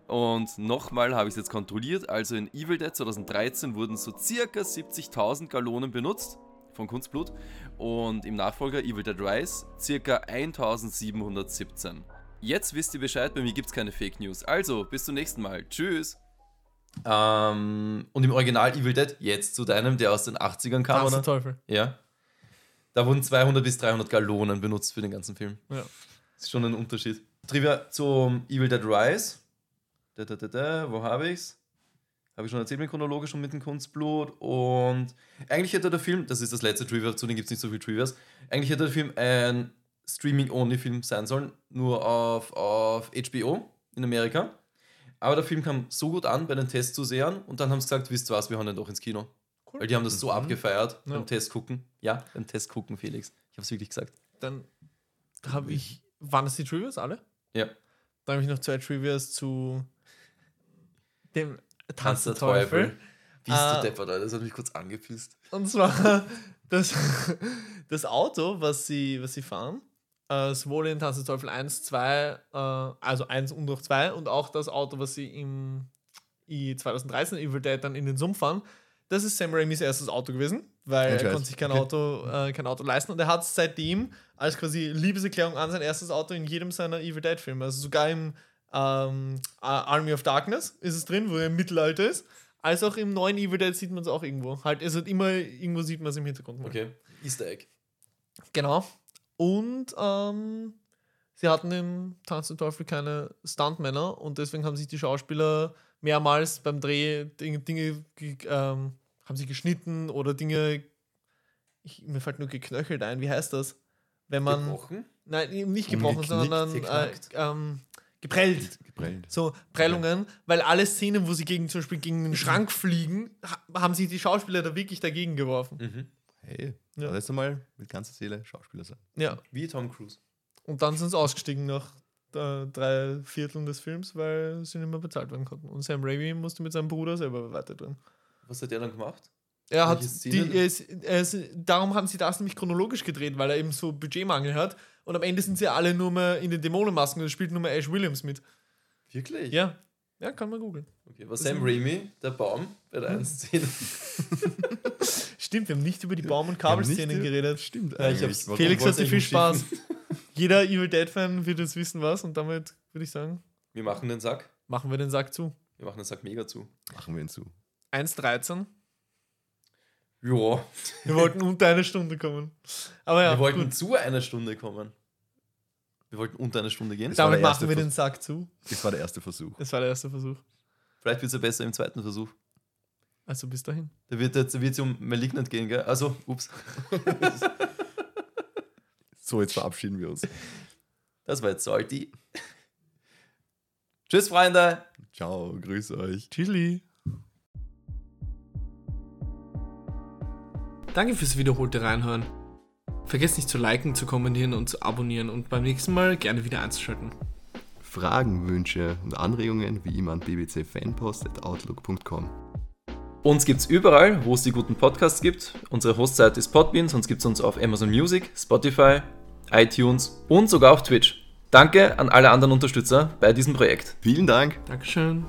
[SPEAKER 1] und nochmal habe ich es jetzt kontrolliert. Also in Evil Dead 2013 wurden so circa 70.000 Gallonen benutzt von Kunstblut und im Nachfolger Evil Dead Rise circa 1717. Jetzt wisst ihr Bescheid, bei mir gibt es keine Fake News. Also, bis zum nächsten Mal. Tschüss. Ähm, und im Original Evil Dead, jetzt zu deinem, der aus den 80ern kam,
[SPEAKER 2] Tanz der
[SPEAKER 1] oder?
[SPEAKER 2] Teufel.
[SPEAKER 1] Ja. Da wurden 200 bis 300 Gallonen benutzt für den ganzen Film.
[SPEAKER 2] Ja.
[SPEAKER 1] Ist schon ein Unterschied. Trivia zum Evil Dead Rise. Da, da, da, da, wo habe ich's? Habe ich schon erzählt mit chronologisch und mit dem Kunstblut. Und eigentlich hätte der Film, das ist das letzte Trivia, zu dem gibt es nicht so viel Trivias. Eigentlich hätte der Film ein Streaming-Only-Film sein sollen, nur auf, auf HBO in Amerika. Aber der Film kam so gut an bei den Testzusehern und dann haben sie gesagt, wisst ihr was, wir hauen den doch ins Kino.
[SPEAKER 2] Cool.
[SPEAKER 1] Weil die haben das so abgefeiert
[SPEAKER 2] Ja.
[SPEAKER 1] beim Test gucken. Ja, beim Test gucken, Felix. Ich habe es wirklich gesagt.
[SPEAKER 2] Dann habe ich. Waren das die Trivias alle?
[SPEAKER 1] Ja.
[SPEAKER 2] Dann habe ich noch zwei Trivias zu dem Tanz der Teufel.
[SPEAKER 1] Wie ist
[SPEAKER 2] Ah.
[SPEAKER 1] du deppert, Alter? Das hat mich kurz angepisst.
[SPEAKER 2] Und zwar (laughs) das, das Auto, was sie, was sie fahren, äh, sowohl in Tanz des Teufel 1, 2, äh, also 1 und auch 2 und auch das Auto, was sie im I 2013 Evil Dead dann in den Sumpf fahren, das ist Sam Raimis erstes Auto gewesen, weil
[SPEAKER 3] Kein
[SPEAKER 2] er
[SPEAKER 3] Scheiß.
[SPEAKER 2] konnte sich kein Auto, äh, kein Auto leisten und er hat seitdem als quasi Liebeserklärung an sein erstes Auto in jedem seiner Evil Dead Filme, also sogar im ähm, Ar- Army of Darkness ist es drin, wo er im Mittelalter ist. Als auch im neuen Evil Dead sieht man es auch irgendwo. Halt, es hat immer, irgendwo sieht man es im Hintergrund. mal.
[SPEAKER 1] Okay. Easter Egg.
[SPEAKER 2] Genau. Und ähm, sie hatten im Tanz der Teufel keine Stuntmänner und deswegen haben sich die Schauspieler mehrmals beim Dreh Dinge, Dinge ge- ähm, haben sie geschnitten oder Dinge, ich, mir fällt nur geknöchelt ein, wie heißt das? Wenn man,
[SPEAKER 1] Gebrochen?
[SPEAKER 2] nein, eben nicht gebrochen,
[SPEAKER 3] Umgeknickt,
[SPEAKER 2] sondern äh,
[SPEAKER 1] geknackt.
[SPEAKER 2] ähm, geprellt.
[SPEAKER 3] Geprellt.
[SPEAKER 2] So Prellungen, weil alle Szenen, wo sie gegen zum Beispiel gegen den Schrank fliegen, ha haben sich die Schauspieler da wirklich dagegen geworfen.
[SPEAKER 1] Mhm.
[SPEAKER 3] Hey,
[SPEAKER 2] Ja.
[SPEAKER 3] das ist mal mit ganzer Seele Schauspieler sein.
[SPEAKER 2] Ja.
[SPEAKER 1] Wie Tom Cruise.
[SPEAKER 2] Und dann sind sie ausgestiegen nach äh, drei Vierteln des Films, weil sie nicht mehr bezahlt werden konnten. Und Sam Raimi musste mit seinem Bruder selber weiter tun.
[SPEAKER 1] Was hat der dann gemacht?
[SPEAKER 2] Er hat
[SPEAKER 1] Welche Szenen?
[SPEAKER 2] die, er ist, er ist, darum haben sie das nämlich chronologisch gedreht, weil er eben so Budgetmangel hat. Und am Ende sind sie alle nur mehr in den Dämonenmasken und es spielt nur mehr Ash Williams mit.
[SPEAKER 1] Wirklich? Ja.
[SPEAKER 2] Ja, ja, kann man googeln.
[SPEAKER 1] Okay, war Sam Raimi, der Baum, bei der einen Szene. (laughs)
[SPEAKER 2] Stimmt, wir haben nicht über die Baum- und
[SPEAKER 3] haben nicht
[SPEAKER 2] Kabelszenen
[SPEAKER 3] über-
[SPEAKER 2] geredet.
[SPEAKER 3] Stimmt,
[SPEAKER 1] Ja, ich
[SPEAKER 3] eigentlich.
[SPEAKER 1] hab's-
[SPEAKER 3] Warum
[SPEAKER 2] Felix
[SPEAKER 1] wollte
[SPEAKER 2] hatte
[SPEAKER 1] ich
[SPEAKER 2] viel
[SPEAKER 1] nicht
[SPEAKER 2] Spaß. (laughs) Jeder Evil Dead-Fan wird jetzt wissen, was. Und damit würde ich sagen,
[SPEAKER 1] Wir machen den Sack.
[SPEAKER 2] machen wir den Sack zu.
[SPEAKER 1] Wir machen den Sack mega zu.
[SPEAKER 3] Machen wir ihn zu.
[SPEAKER 2] 1,13.
[SPEAKER 1] Joa.
[SPEAKER 2] Wir wollten unter eine Stunde kommen. Aber ja,
[SPEAKER 1] wir wollten
[SPEAKER 2] gut.
[SPEAKER 1] zu einer Stunde kommen. Wir wollten unter eine Stunde gehen.
[SPEAKER 3] Das war
[SPEAKER 2] Damit
[SPEAKER 3] der erste
[SPEAKER 2] machen wir
[SPEAKER 3] Vers-
[SPEAKER 2] den Sack zu.
[SPEAKER 3] Das war der erste Versuch.
[SPEAKER 2] Das war der erste Versuch.
[SPEAKER 1] Vielleicht wird es ja besser im zweiten Versuch.
[SPEAKER 2] Also bis dahin.
[SPEAKER 1] Da wird es wird's um Malignant gehen, gell? Also, ups.
[SPEAKER 3] So, jetzt verabschieden wir (laughs) uns.
[SPEAKER 1] Das war jetzt Salty. (laughs) Tschüss, Freunde.
[SPEAKER 3] Ciao, grüß euch.
[SPEAKER 2] Chili. Danke fürs wiederholte Reinhören. Vergesst nicht zu liken, zu kommentieren und zu abonnieren und beim nächsten Mal gerne wieder einzuschalten.
[SPEAKER 3] Fragen, Wünsche und Anregungen wie immer an bbcfanpost.outlook.com.
[SPEAKER 1] Uns gibt's überall, wo es die guten Podcasts gibt. Unsere Hostseite ist Podbean, sonst gibt's uns auf Amazon Music, Spotify, iTunes und sogar auf Twitch. Danke an alle anderen Unterstützer bei diesem Projekt.
[SPEAKER 3] Vielen Dank.
[SPEAKER 2] Dankeschön.